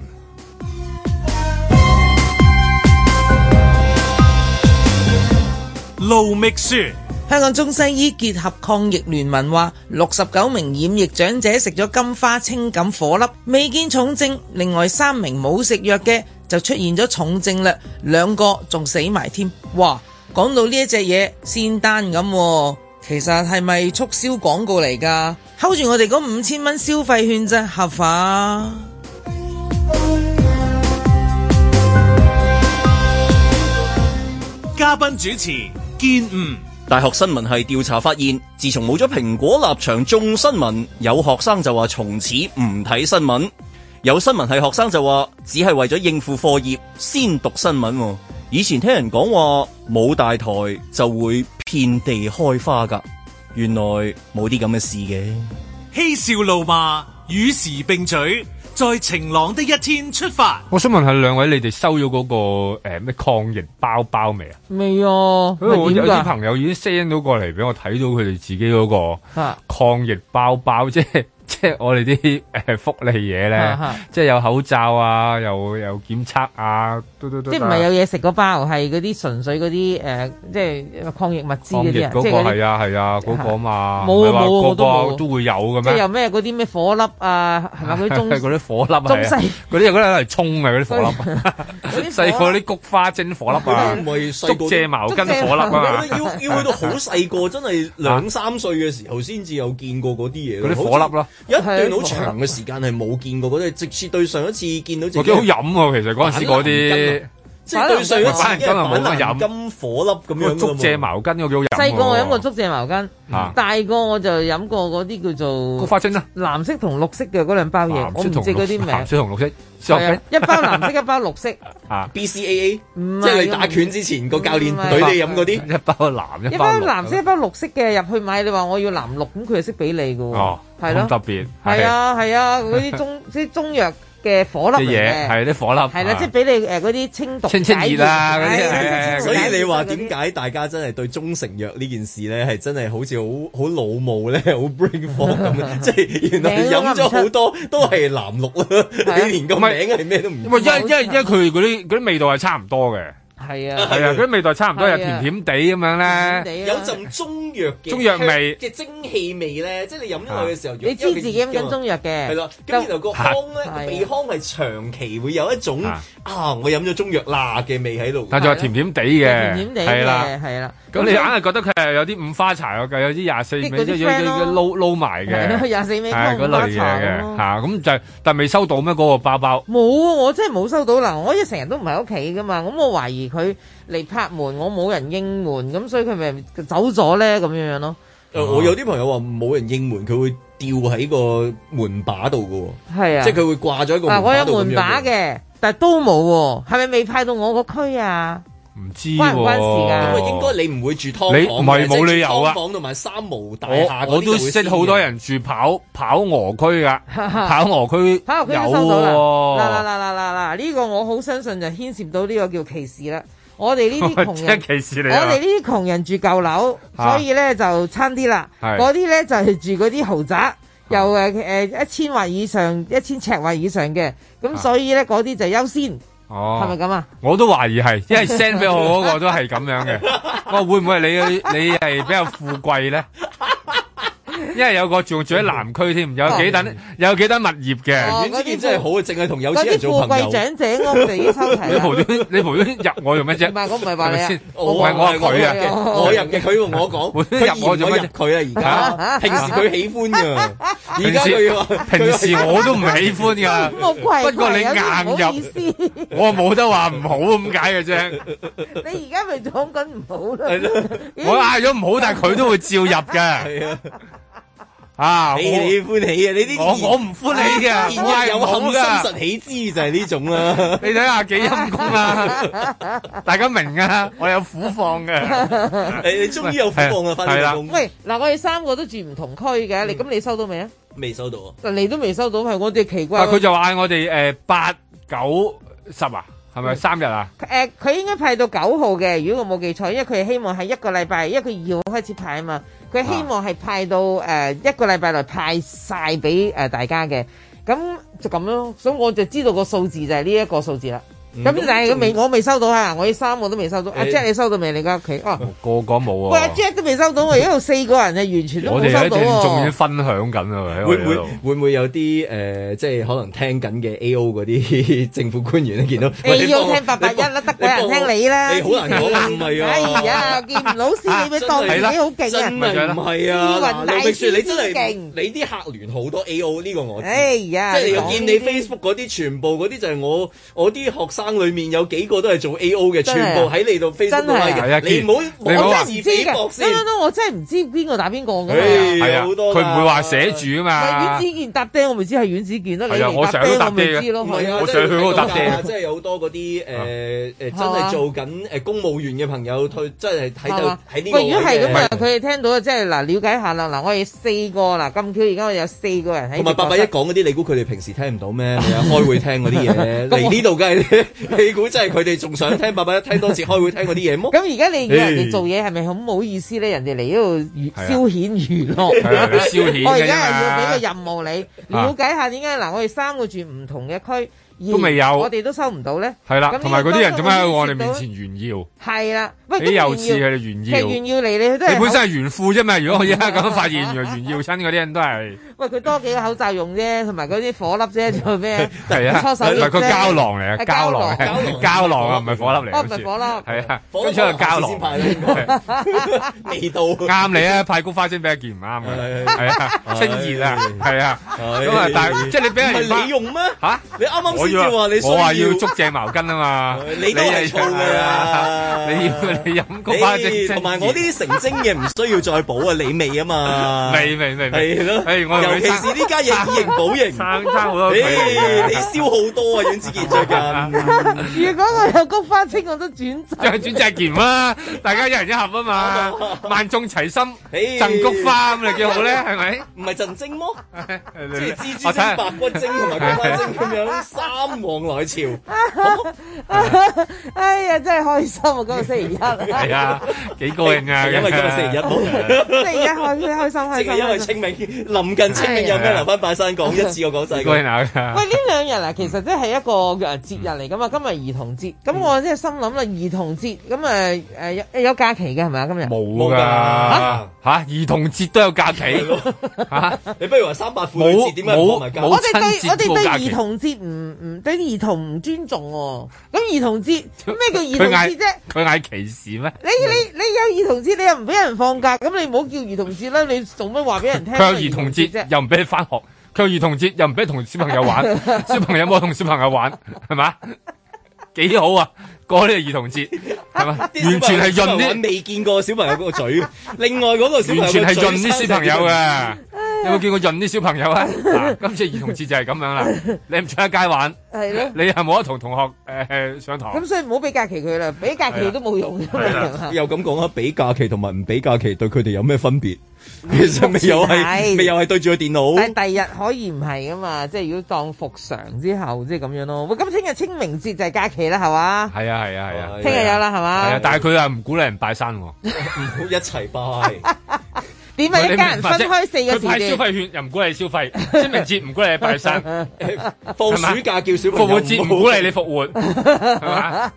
[SPEAKER 1] 路觅雪。
[SPEAKER 3] 香港中西醫結合抗疫聯盟話，六十九名染疫長者食咗金花清感火粒，未見重症；另外三名冇食藥嘅就出現咗重症啦，兩個仲死埋添。哇！講到呢一隻嘢仙丹咁喎，其實係咪促銷廣告嚟㗎？睺住我哋嗰五千蚊消費券啫，合法？
[SPEAKER 1] 嘉賓主持見吳。
[SPEAKER 4] 大學新聞系調查發現，自從冇咗蘋果立場眾新聞，有學生就話從此唔睇新聞；有新聞系學生就話只係為咗應付課業先讀新聞喎。以前聽人講話冇大台就會遍地開花㗎，原來冇啲咁嘅事嘅。
[SPEAKER 1] 嬉笑怒罵，與時並舉，在晴朗的一天出發。
[SPEAKER 6] 我想問下兩位，你哋收咗嗰、個呃誒咩、抗疫包包未啊？
[SPEAKER 3] 未啊？
[SPEAKER 6] 因為我
[SPEAKER 3] 點
[SPEAKER 6] 有啲
[SPEAKER 3] 㗎？
[SPEAKER 6] 朋友已經 send 到過嚟俾我睇到佢哋自己嗰個
[SPEAKER 3] 啊
[SPEAKER 6] 抗疫包包，即係 即係我哋啲誒福利嘢咧
[SPEAKER 3] 啊啊，
[SPEAKER 6] 即係有口罩啊，又有檢測啊，嘟嘟嘟
[SPEAKER 3] 即係唔係有嘢食嗰包，係嗰啲純粹嗰啲誒，即係抗疫物資嗰
[SPEAKER 6] 抗疫
[SPEAKER 3] 啲啊，
[SPEAKER 6] 嗰
[SPEAKER 3] 即係
[SPEAKER 6] 個
[SPEAKER 3] 嗰啲
[SPEAKER 6] 係啊係啊嗰個啊嘛，
[SPEAKER 3] 冇
[SPEAKER 6] 唔係
[SPEAKER 3] 啊
[SPEAKER 6] 話
[SPEAKER 3] 冇啊我都
[SPEAKER 6] 個
[SPEAKER 3] 冇
[SPEAKER 6] 個
[SPEAKER 3] 啊
[SPEAKER 6] 都會有嘅
[SPEAKER 3] 即係
[SPEAKER 6] 咩
[SPEAKER 3] 有？咩嗰啲咩火粒啊，係咪 嗰啲中
[SPEAKER 6] 嗰啲火粒啊
[SPEAKER 3] 中
[SPEAKER 6] 係啊
[SPEAKER 3] 西，
[SPEAKER 6] 嗰啲有嗰啲攞嚟沖啊，嗰啲 火粒啊， 細個嗰啲菊花蒸火粒啊，
[SPEAKER 4] 唔係細個
[SPEAKER 6] 竹蔗茅根火粒啊，
[SPEAKER 4] 要要去到好細個，真係兩三歲嘅時候先至有見過嗰啲嘢咯。
[SPEAKER 6] 嗰啲火粒咯
[SPEAKER 3] 啊
[SPEAKER 4] 有一段好長嘅時間係冇見過嗰啲，直至對上一次見到自己
[SPEAKER 6] 我幾好飲喎，其實嗰陣時嗰
[SPEAKER 3] 啊
[SPEAKER 6] 啲。
[SPEAKER 4] 即係對上一次
[SPEAKER 6] 板藍
[SPEAKER 4] 嘅
[SPEAKER 6] 根啊冇乜
[SPEAKER 4] 板
[SPEAKER 6] 飲
[SPEAKER 4] 藍金火粒咁樣㗎嘛
[SPEAKER 6] 竹蔗茅根嗰幾好飲喎。
[SPEAKER 3] 細個我飲過竹蔗茅根
[SPEAKER 6] 啊，
[SPEAKER 3] 大個我就飲過嗰啲叫做
[SPEAKER 6] 菊花精啦，啊
[SPEAKER 3] 藍色同綠色嘅嗰兩包嘢，我唔知嗰啲
[SPEAKER 6] 藍
[SPEAKER 3] 名。
[SPEAKER 6] 色同綠色，
[SPEAKER 3] 係啊，一包藍色，一包綠色。
[SPEAKER 6] 啊
[SPEAKER 4] BCAA，
[SPEAKER 3] 唔係
[SPEAKER 4] 即係你打拳之前個教練隊你飲嗰啲，
[SPEAKER 6] 一包藍
[SPEAKER 3] 一包藍色，一包綠色嘅入去買，你話我要藍綠，咁佢就識俾你嘅喎
[SPEAKER 6] 哦，，
[SPEAKER 3] 係
[SPEAKER 6] 咁特
[SPEAKER 3] 咯，
[SPEAKER 6] 別
[SPEAKER 3] 係，啊係啊，嗰啲中即係中藥嘅火
[SPEAKER 6] 啲
[SPEAKER 3] 粒嚟
[SPEAKER 6] 嘢
[SPEAKER 3] 嘅，
[SPEAKER 6] 係啲火粒，啊
[SPEAKER 3] 係啦，即係俾你誒嗰啲清毒
[SPEAKER 4] 清清熱啦嗰啲
[SPEAKER 3] 哎
[SPEAKER 6] 哎
[SPEAKER 4] 係所以你
[SPEAKER 3] 話
[SPEAKER 4] 話點解大家真係對中成藥呢件事咧係真係好似好好老母咧， 好 bring 火 咁啊！即係原來飲咗好多都係藍綠
[SPEAKER 3] 啊
[SPEAKER 4] 啦，你連個名係咩都唔
[SPEAKER 6] 因為因為因為佢嗰啲嗰啲味道係差唔多嘅，
[SPEAKER 3] 係啊
[SPEAKER 6] 係啊，嗰啲味道係差唔多，
[SPEAKER 4] 係
[SPEAKER 6] 又
[SPEAKER 4] 啊
[SPEAKER 6] 甜甜地咁樣咧。
[SPEAKER 4] 有陣中藥嘅
[SPEAKER 6] 中藥味
[SPEAKER 4] 嘅蒸氣味咧，即係你飲咗落去嘅時候，
[SPEAKER 3] 你知自己飲緊中藥嘅
[SPEAKER 4] 係啦，咁然後個腔
[SPEAKER 6] 啊
[SPEAKER 4] 咧，鼻腔係長期會有一種啊，我飲咗中藥辣嘅味喺度，
[SPEAKER 6] 但
[SPEAKER 3] 啊
[SPEAKER 6] 就係甜甜地嘅，
[SPEAKER 4] 甜甜地嘅
[SPEAKER 6] 係啦，
[SPEAKER 3] 係啦。
[SPEAKER 6] 咁你硬係覺得佢係有啲五花茶嘅，有啲廿四味，
[SPEAKER 3] 即係嗰啲
[SPEAKER 6] 即係有有
[SPEAKER 3] friend 咯
[SPEAKER 6] 有撈撈埋
[SPEAKER 3] 係
[SPEAKER 6] 嘅，
[SPEAKER 3] 咯24味
[SPEAKER 6] 係嗰
[SPEAKER 3] 湯五花
[SPEAKER 6] 類嘢
[SPEAKER 3] 茶
[SPEAKER 6] 嘅
[SPEAKER 3] 咯
[SPEAKER 6] 嚇。咁就但未收到咩嗰個包包？
[SPEAKER 3] 冇啊！我真係冇收到嗱，我一成日都唔喺屋企噶嘛，咁我懷疑佢嚟拍門，我冇人應門，咁所以佢咪走咗咧咁樣樣咯。
[SPEAKER 4] 誒，呃
[SPEAKER 6] 哦
[SPEAKER 4] 我有啲朋友話冇人應門，佢會吊喺個門把度嘅喎，
[SPEAKER 3] 係啊
[SPEAKER 4] 即係佢會掛咗喺個
[SPEAKER 3] 嗱，我
[SPEAKER 4] 門把
[SPEAKER 3] 有
[SPEAKER 4] 度咁
[SPEAKER 3] 門
[SPEAKER 4] 樣
[SPEAKER 3] 把
[SPEAKER 4] 嘅。
[SPEAKER 3] 嘅，但係都冇喎，係咪未派到我個區啊？
[SPEAKER 6] 唔知
[SPEAKER 3] 關唔關事㗎
[SPEAKER 4] 因為啊應該你唔會住劏房嘅，
[SPEAKER 6] 你唔係冇理
[SPEAKER 4] 即係
[SPEAKER 6] 由啊
[SPEAKER 4] 住劏房同埋三無大廈
[SPEAKER 6] 我我都識好多人住跑跑鵝區 噶，跑鵝區
[SPEAKER 3] 跑入區
[SPEAKER 6] 有
[SPEAKER 3] 都收到啦！嗱嗱
[SPEAKER 6] 喎。
[SPEAKER 3] 嗱嗱嗱嗱，呢個我好相信就牽涉到呢個叫歧視啦。我哋呢啲窮
[SPEAKER 6] 即係
[SPEAKER 3] 人，
[SPEAKER 6] 歧視
[SPEAKER 3] 我
[SPEAKER 6] 你啊！
[SPEAKER 3] 哋呢啲窮人住舊樓，
[SPEAKER 6] 啊
[SPEAKER 3] 所以咧就差啲啦。
[SPEAKER 6] 係啊
[SPEAKER 3] 嗰啲咧就係住嗰啲豪宅，又誒誒一千或以上、一千尺或以上嘅，咁所以咧嗰啲就優先，
[SPEAKER 6] 啊哦，
[SPEAKER 3] 係咪咁啊？
[SPEAKER 6] 我都懷疑係，因為 send 俾我嗰個都係咁樣嘅。我話會唔會係你你係比較富貴咧？因為有個仲住喺南區添，有幾等有幾等物業
[SPEAKER 3] 哦
[SPEAKER 6] 嘅。
[SPEAKER 3] 嗰啲
[SPEAKER 4] 件真係好，啊淨係同有
[SPEAKER 3] 嗰啲富貴長者屋嚟要收
[SPEAKER 6] 你
[SPEAKER 3] 齊啦。
[SPEAKER 6] 無端你無端入我做乜啫？
[SPEAKER 3] 唔係我唔係話你啊
[SPEAKER 6] 係咪先
[SPEAKER 3] 我
[SPEAKER 6] 唔係我話佢啊，
[SPEAKER 4] 我入嘅，佢用我
[SPEAKER 6] 無
[SPEAKER 4] 講，
[SPEAKER 6] 端入我做乜啫？
[SPEAKER 4] 佢 啊，而家平時佢喜歡㗎，而家佢話
[SPEAKER 6] 平時我都唔喜歡㗎，
[SPEAKER 3] 我貴
[SPEAKER 6] 不過你硬入，我冇得話唔好咁解嘅啫。
[SPEAKER 3] 你而家咪講緊唔好
[SPEAKER 6] 係
[SPEAKER 3] 啦
[SPEAKER 6] 咯。我嗌咗唔好，但係佢都會照入嘅。係
[SPEAKER 4] 啊。
[SPEAKER 6] 啊！
[SPEAKER 4] 你
[SPEAKER 6] 我
[SPEAKER 4] 你歡喜啊！你啲
[SPEAKER 6] 我我唔歡喜嘅，
[SPEAKER 4] 現
[SPEAKER 6] 我係
[SPEAKER 4] 有
[SPEAKER 6] 唔好
[SPEAKER 4] 冚
[SPEAKER 6] 㗎
[SPEAKER 4] 心實喜之就係呢種啦。
[SPEAKER 6] 你睇下幾陰公啊！ 大家明啊，我有苦況嘅。
[SPEAKER 4] 你你終於有苦況啦返呢份工
[SPEAKER 3] 喂，嗱，我哋三個都住唔同區嘅，
[SPEAKER 6] 嗯
[SPEAKER 3] 你咁你收到未啊？
[SPEAKER 4] 未收到啊？
[SPEAKER 3] 嗱，你都未收到，係我哋奇怪
[SPEAKER 6] 但
[SPEAKER 3] 喎。
[SPEAKER 6] 佢就話嗌我哋誒八九十啊，係
[SPEAKER 3] 嗯
[SPEAKER 6] 咪三日啊？
[SPEAKER 3] 誒，佢應該派到九號嘅，如果我冇記錯，因為佢係希望係一個禮拜，因為佢二號開始派啊嘛，佢希望係派到誒、呃一個禮拜內派晒俾誒大家嘅，咁就咁咯，所以我就知道個數字就係呢一個數字啦。
[SPEAKER 6] 嗯
[SPEAKER 3] 咁、
[SPEAKER 6] 咁
[SPEAKER 3] 但係佢未，
[SPEAKER 6] 仲
[SPEAKER 3] 我未收到啊！我呢三個都未收到。阿
[SPEAKER 6] 誒
[SPEAKER 3] Jack 你收到未？你家屋企哦，
[SPEAKER 6] 個個冇
[SPEAKER 3] 喂，阿
[SPEAKER 6] 啊！
[SPEAKER 3] Jack 都未收到喎，一路四個人啊，完全都
[SPEAKER 6] 我
[SPEAKER 3] 冇
[SPEAKER 6] 哋喺
[SPEAKER 3] 收到
[SPEAKER 6] 正仲要
[SPEAKER 3] 喎。
[SPEAKER 6] 分享緊啊！
[SPEAKER 4] 會唔會會唔會有啲誒、呃即係可能聽緊嘅 A.O. 嗰 啲政府官員咧，見到喂
[SPEAKER 3] 你要
[SPEAKER 4] 幫我
[SPEAKER 3] 聽八八一啦，得鬼人聽你啦。
[SPEAKER 4] 你好難講啊 唔係啊
[SPEAKER 3] 哎呀，見唔老師 你咪當自己好勁啊！
[SPEAKER 4] 真係唔係啊！
[SPEAKER 3] 呢個人
[SPEAKER 4] 嗱劉
[SPEAKER 3] 大
[SPEAKER 4] 碧雪，你真
[SPEAKER 3] 師
[SPEAKER 4] 係
[SPEAKER 3] 勁
[SPEAKER 4] 你啲客聯好多 A.O. 呢個我知。
[SPEAKER 3] 哎呀
[SPEAKER 4] 即係你
[SPEAKER 3] 講
[SPEAKER 4] 見
[SPEAKER 3] 呢
[SPEAKER 4] 你
[SPEAKER 3] 啲
[SPEAKER 4] Facebook 嗰啲，全部嗰啲就係我我啲學生裡面有幾個都係做 A.O. 嘅，
[SPEAKER 3] 真
[SPEAKER 4] 全
[SPEAKER 3] 係啊
[SPEAKER 4] 部喺你度 Facebook
[SPEAKER 3] 真係啊
[SPEAKER 6] 係啊
[SPEAKER 4] 拉嘅。你唔好
[SPEAKER 6] 你唔好啊話
[SPEAKER 4] 妄自菲薄先。
[SPEAKER 3] no no，我真係唔知邊個打邊個㗎嘛。
[SPEAKER 6] 係啊，佢唔會話寫住啊
[SPEAKER 3] 阮
[SPEAKER 6] 嘛
[SPEAKER 3] 子。健搭爹，我咪知係阮子健咯。
[SPEAKER 6] 係啊
[SPEAKER 3] 你
[SPEAKER 6] 我
[SPEAKER 3] 嚟
[SPEAKER 6] 成日都搭
[SPEAKER 3] 我咪
[SPEAKER 6] 爹嘅
[SPEAKER 3] 知咯。
[SPEAKER 6] 唔
[SPEAKER 3] 係啊
[SPEAKER 6] 我上去嗰度搭爹
[SPEAKER 4] 即係有好多嗰啲誒誒，真係做緊誒公務員嘅朋友，佢真係喺
[SPEAKER 3] 係
[SPEAKER 4] 度
[SPEAKER 3] 嘛
[SPEAKER 4] 喺呢個
[SPEAKER 3] 喂，如果係咁啊，
[SPEAKER 4] 位嘅，
[SPEAKER 3] 佢哋聽到即係嗱，了解下啦。嗱，我哋四個嗱，咁巧而家我有四個人喺。
[SPEAKER 4] 同埋八八一講嗰啲，你估佢哋平時聽唔到咩？你啊 開會聽 嗰啲嘢，
[SPEAKER 3] 咁我
[SPEAKER 4] 嚟呢度梗係 你估真係佢哋仲想聽八八一聽多次開會聽嗰啲嘢麼？
[SPEAKER 3] 咁而家你叫
[SPEAKER 6] 哎
[SPEAKER 3] 人哋做嘢係咪好唔好意思咧？人哋嚟呢度娛消遣娛樂，
[SPEAKER 6] 係啊你消遣
[SPEAKER 3] 我而
[SPEAKER 6] 嘅啫
[SPEAKER 3] 家
[SPEAKER 6] 嘛
[SPEAKER 3] 係要俾個任務你，
[SPEAKER 6] 啊
[SPEAKER 3] 了解下點解嗱，我哋三個住唔同嘅區，而
[SPEAKER 6] 都未有
[SPEAKER 3] 我哋都收唔到咧。
[SPEAKER 6] 係啦
[SPEAKER 3] 咁，
[SPEAKER 6] 同埋嗰啲人做咩喺我哋
[SPEAKER 3] 你
[SPEAKER 6] 面前炫耀？
[SPEAKER 3] 係啦，喂，
[SPEAKER 6] 你又似佢哋
[SPEAKER 3] 炫
[SPEAKER 6] 炫
[SPEAKER 3] 耀，
[SPEAKER 6] 耀
[SPEAKER 3] 其實。炫耀嚟你佢都係
[SPEAKER 6] 你本身係炫富啫嘛，如果我而家咁發現，原來炫耀親嗰啲人都係
[SPEAKER 3] 喂，佢多幾個口罩用啫，同埋嗰啲火粒啫，做咩啊？
[SPEAKER 6] 係啊，
[SPEAKER 3] 搓手
[SPEAKER 6] 唔
[SPEAKER 3] 液
[SPEAKER 6] 係個
[SPEAKER 3] 啫
[SPEAKER 6] 膠囊嚟啊，
[SPEAKER 3] 係
[SPEAKER 6] 膠
[SPEAKER 3] 囊
[SPEAKER 6] 囊係膠囊啊，唔係火粒嚟
[SPEAKER 3] 哦
[SPEAKER 6] 好
[SPEAKER 3] 唔
[SPEAKER 6] 似，
[SPEAKER 3] 係火粒
[SPEAKER 6] 係啊，
[SPEAKER 4] 火粒
[SPEAKER 6] 跟住係膠囊，
[SPEAKER 4] 味道
[SPEAKER 6] 啱你啊！派菊花精俾阿健唔啱嘅，係啊，清熱啊，係啊，咁啊，但係即係你俾人
[SPEAKER 4] 唔係你用咩？
[SPEAKER 6] 嚇，
[SPEAKER 4] 你啱啱
[SPEAKER 6] 我
[SPEAKER 4] 先至話你需
[SPEAKER 6] 我話要
[SPEAKER 4] 要
[SPEAKER 6] 捉正茅巾啊嘛，
[SPEAKER 4] 你都係燥㗎啦
[SPEAKER 6] 你要你飲菊花精，
[SPEAKER 4] 你同埋我呢啲成精嘢唔需要再補啊，你味啊嘛，
[SPEAKER 6] 未未未未
[SPEAKER 4] 係咯，
[SPEAKER 6] 誒我
[SPEAKER 4] 尤其是呢家嘢以形補形，
[SPEAKER 6] 生生好多
[SPEAKER 4] 你
[SPEAKER 6] 佢
[SPEAKER 4] 你消耗多啊，阮子健最近。
[SPEAKER 3] 如果我有菊花精，我都轉走。
[SPEAKER 6] 就轉隻劍啦，大家一人一盒 啊嘛，萬眾齊心，贈菊花咁你幾好咧，係咪？
[SPEAKER 4] 唔係贈精麼？
[SPEAKER 6] 即
[SPEAKER 4] 即係蜘
[SPEAKER 6] Ờ,
[SPEAKER 4] 蛛精、
[SPEAKER 6] à?
[SPEAKER 4] 白骨精同埋菊花精咁樣三王來朝，
[SPEAKER 3] 哎呀，真係開心啊！嗰個星期一，係
[SPEAKER 6] 係啊，幾高興啊！
[SPEAKER 4] 係 因為今日星期一冇，
[SPEAKER 3] 星期一開開心開
[SPEAKER 4] 即
[SPEAKER 3] 心。
[SPEAKER 4] 係因為
[SPEAKER 3] 開心
[SPEAKER 4] 清明臨近清明有咩留翻拜山講一次，我講晒
[SPEAKER 6] 幾高興啊！
[SPEAKER 3] 喂，呢兩日啊，其實真係一個誒節日嚟噶嘛，今日兒童節，
[SPEAKER 4] 嗯
[SPEAKER 3] 咁我即係心諗啦，兒童節咁誒誒有有假期嘅係咪啊？今日
[SPEAKER 6] 冇㗎嚇，兒童節都有假 期嚇，
[SPEAKER 4] 你不如話三八婦女節
[SPEAKER 6] 冇
[SPEAKER 4] 點解唔放埋
[SPEAKER 6] 冇
[SPEAKER 4] 假？
[SPEAKER 3] 我
[SPEAKER 6] 冇
[SPEAKER 3] 哋對
[SPEAKER 6] 親
[SPEAKER 3] 我
[SPEAKER 6] 節
[SPEAKER 3] 哋
[SPEAKER 6] 冇
[SPEAKER 3] 對
[SPEAKER 6] 假
[SPEAKER 3] 兒
[SPEAKER 6] 期，
[SPEAKER 3] 童節唔唔對兒童唔尊重喎、咁兒童節咩叫兒童
[SPEAKER 6] 佢
[SPEAKER 3] 節
[SPEAKER 6] 嗌
[SPEAKER 3] 啫？
[SPEAKER 6] 佢嗌歧視咩？
[SPEAKER 3] 你你你有兒童節，你又唔俾人放假，咁你唔好叫兒童節啦！你做乜話俾人聽？
[SPEAKER 6] 佢有兒童節
[SPEAKER 3] 啫，
[SPEAKER 6] 又唔俾你翻學，佢有兒童節又唔俾同小朋 友玩，小朋友冇同小朋友玩，係嘛？幾好啊！過呢個兒童節係 嘛？完全係
[SPEAKER 4] 小
[SPEAKER 6] 潤
[SPEAKER 4] 朋友
[SPEAKER 6] 啲。
[SPEAKER 4] 未見過小朋友嗰個嘴，另外嗰個小朋友
[SPEAKER 6] 完全係潤
[SPEAKER 4] 潤
[SPEAKER 6] 啲小朋友嘅。 有冇見過潤啲小朋 友啊？嗱，今次兒童節就係咁樣啦。你唔出得街 玩，
[SPEAKER 3] 係咯
[SPEAKER 6] 你係冇得同同學誒、呃上堂。
[SPEAKER 3] 咁所以唔好俾假期佢啦，俾假期都冇 用㗎嘛。
[SPEAKER 4] 又咁講啊，俾假期同埋唔俾假期對佢哋有咩 分別？其實咪又
[SPEAKER 3] 係
[SPEAKER 4] 係咪又係對住個電
[SPEAKER 3] 但
[SPEAKER 4] 腦？
[SPEAKER 3] 係第二日可以唔係噶嘛，即係如果當復常之後，即係咁樣咯。喂，咁聽日清明節就係假期啦，係嘛？
[SPEAKER 6] 係啊係啊係啊，
[SPEAKER 3] 聽日有啦係嘛
[SPEAKER 6] 係啊，但係佢啊唔鼓勵人拜山喎。
[SPEAKER 4] 唔好一齊拜。
[SPEAKER 3] 點啊？一家人分開四個時
[SPEAKER 6] 佢派消
[SPEAKER 3] 段，啊
[SPEAKER 6] 費券又唔鼓勵消 費，清明節唔鼓勵你拜山，
[SPEAKER 4] 放暑假叫小朋
[SPEAKER 6] 復
[SPEAKER 4] 友
[SPEAKER 6] 活節唔鼓勵你復 活，係嘛？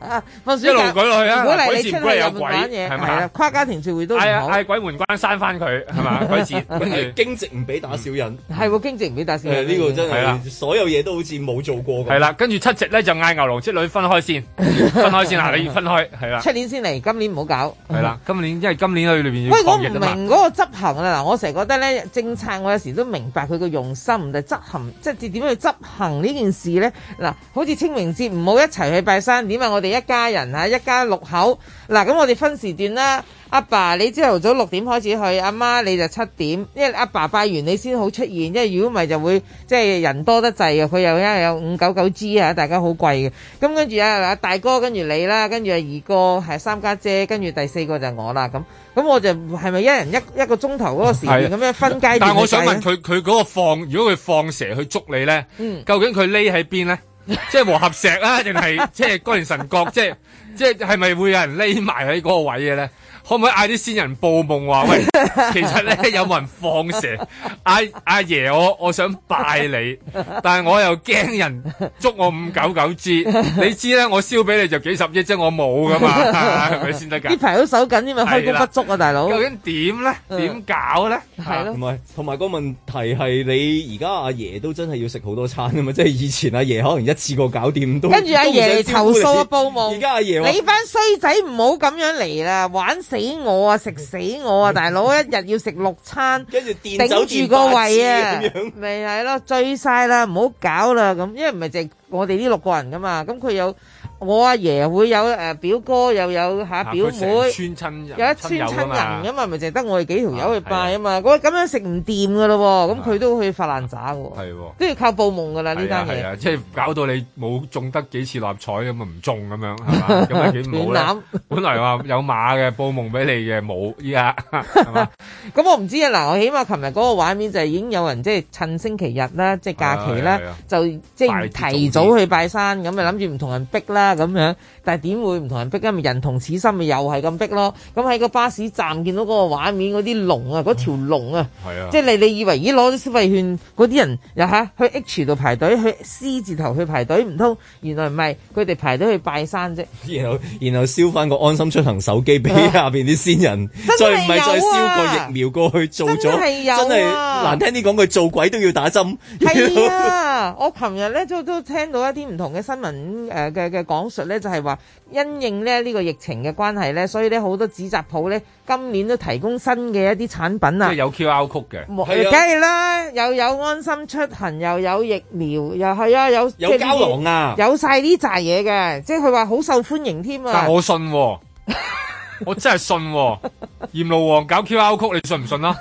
[SPEAKER 3] 放暑假
[SPEAKER 6] 一路舉落去
[SPEAKER 3] 唔
[SPEAKER 6] 啊
[SPEAKER 3] 鼓勵
[SPEAKER 6] 鬼
[SPEAKER 3] 你
[SPEAKER 6] 節
[SPEAKER 3] 出去
[SPEAKER 6] 唔鼓勵有
[SPEAKER 3] 有
[SPEAKER 6] 鬼
[SPEAKER 3] 玩嘢，
[SPEAKER 6] 係咪
[SPEAKER 3] 係啦，啊跨家庭聚會都唔
[SPEAKER 6] 嗌啊
[SPEAKER 3] 好，
[SPEAKER 6] 嗌鬼門關閂翻佢，係 嘛？鬼節跟住
[SPEAKER 4] 經直唔俾打小人，
[SPEAKER 3] 係喎，經濟唔俾打小
[SPEAKER 4] 誒
[SPEAKER 3] 人
[SPEAKER 4] 呢個真
[SPEAKER 6] 係啦
[SPEAKER 4] 係所有嘢都好似冇做過咁。
[SPEAKER 6] 係啦，跟住七夕咧就嗌牛郎織女分開先，分開先嗱，你分開 係
[SPEAKER 4] 啊
[SPEAKER 6] 啦，
[SPEAKER 3] 出年先嚟，今年唔好搞。
[SPEAKER 6] 係啦，今年因為今年佢裏邊
[SPEAKER 3] 喂，
[SPEAKER 6] 要
[SPEAKER 3] 我唔
[SPEAKER 6] 抗疫啊嘛
[SPEAKER 3] 明。嗰個執行啊！嗱，我成日覺得咧，政策我有時都明白佢個用心，但係執行即係點樣去執行呢件事咧？嗱，好似清明節唔好一齊去拜山，點啊？我哋一家人嚇，一家六口嗱，咁我哋分時段啦。阿爸，你朝頭早六點開始去，阿媽你就七點，因為阿爸拜完你先好出現，因為如果唔係就會即係人多得滯啊！佢又因為有五九九 G 啊，大家好貴嘅。咁跟住啊，阿大哥跟住你啦，跟住阿二哥係三家姐，跟住第四個就係我啦咁。咁我就係咪一人一一個鐘頭嗰個時段
[SPEAKER 6] 係
[SPEAKER 3] 咁樣分階段去計咧？啊
[SPEAKER 6] 但係我想問佢，佢嗰個放，如果佢放蛇去捉你咧，
[SPEAKER 3] 嗯
[SPEAKER 6] 究竟佢匿 喺邊咧？即係和合石啊，定係即係哥連神角？即係即係係咪會有人匿埋喺嗰個位嘅咧？可唔可以嗌啲先人報夢話 喂？其實咧有冇人放蛇？阿阿爺，我我想 拜你，但係我又驚人捉我五九九支。你知咧，我燒俾你就幾十億啫，我冇噶嘛， 係咪先得㗎？
[SPEAKER 3] 呢排都嗯手緊，因為開工不足啊，大佬。
[SPEAKER 6] 究竟點咧？點搞咧？
[SPEAKER 3] 係咯
[SPEAKER 4] 唔係，啊同埋個問題係你而家阿爺都真係要食好多餐啊㗎嘛，即係以前阿爺可能一次過搞掂都。
[SPEAKER 3] 跟住阿爺嚟投訴啊，報夢。
[SPEAKER 4] 而家阿爺話
[SPEAKER 3] 你班衰仔唔好咁樣嚟啦，玩死我啊，食死我啊，大佬一日要食六餐，
[SPEAKER 4] 跟住
[SPEAKER 3] 頂
[SPEAKER 4] 電走
[SPEAKER 3] 住
[SPEAKER 4] 電
[SPEAKER 3] 個
[SPEAKER 4] 白
[SPEAKER 3] 胃啊
[SPEAKER 4] 痴咁樣，
[SPEAKER 3] 咪係咯，追晒啦，唔好搞啦咁，因為唔係淨係我哋呢六個人噶嘛，咁佢有我阿爺會有誒表哥，又有嚇啊表
[SPEAKER 6] 啊佢
[SPEAKER 3] 妹。
[SPEAKER 6] 成村親人
[SPEAKER 3] 有一村
[SPEAKER 6] 友
[SPEAKER 3] 親
[SPEAKER 6] 㗎嘛
[SPEAKER 3] 人噶嘛，咪淨得我哋幾條友去拜啊嘛，咁咁樣食唔掂噶咯喎，咁佢都去發爛渣噶喎，
[SPEAKER 6] 係喎。
[SPEAKER 3] 都要靠報夢噶啦呢
[SPEAKER 6] 係啊
[SPEAKER 3] 單
[SPEAKER 6] 係啊，
[SPEAKER 3] 嘢，
[SPEAKER 6] 即係搞到你冇中得幾次立彩咁啊，唔中咁 樣係嘛，咁啊幾唔好
[SPEAKER 3] 斷
[SPEAKER 6] 啦。本來話有馬嘅報夢俾你嘅冇，依家係嘛？
[SPEAKER 3] 咁我唔知啊，嗱，我起碼琴日嗰個畫面就係已經有人即係趁星期日啦，即係假期啦
[SPEAKER 6] 係啊，
[SPEAKER 3] 就即
[SPEAKER 6] 拜
[SPEAKER 3] 係
[SPEAKER 6] 啲
[SPEAKER 3] 提早去拜山，咁啊咪諗住唔同人逼啦咁樣。但係點會唔同人逼啊？咪人同此心，咪又係咁逼咯。咁喺個巴士站見到嗰個畫面，嗰啲龍啊，嗰條龍啊，
[SPEAKER 6] 嗯係啊
[SPEAKER 3] 即係你你以為咦攞咗消費券嗰啲人又嚇去 H 度排隊，去 C 字頭去排隊，唔通原來唔係佢哋排隊去拜山啫。
[SPEAKER 4] 然後然後燒翻個安心出行手機俾下邊啲先人，
[SPEAKER 3] 真係
[SPEAKER 4] 再唔係再
[SPEAKER 3] 有啊
[SPEAKER 4] 燒個疫苗過去做咗，
[SPEAKER 3] 真係有啊
[SPEAKER 4] 真係難聽啲講，佢做鬼都要打針。
[SPEAKER 3] 係 啊！我琴日咧都都聽到一啲唔同嘅新聞嗯誒嘅嘅講述咧，就係話因應咧呢個疫情嘅關係咧，所以咧好多紙紮鋪咧今年都提供新嘅一啲產品
[SPEAKER 6] 即
[SPEAKER 3] 啊
[SPEAKER 6] 係。有 QR code 嘅，
[SPEAKER 3] 冇梗係啦，又有安心出行，又有疫苗，又係啊，有
[SPEAKER 6] 有膠囊啊
[SPEAKER 3] 有晒呢扎嘢嘅，即係佢話好受歡迎添啊！
[SPEAKER 6] 但我信喎，我真係信喎。鹽路王搞 QR code，你信 唔信啦？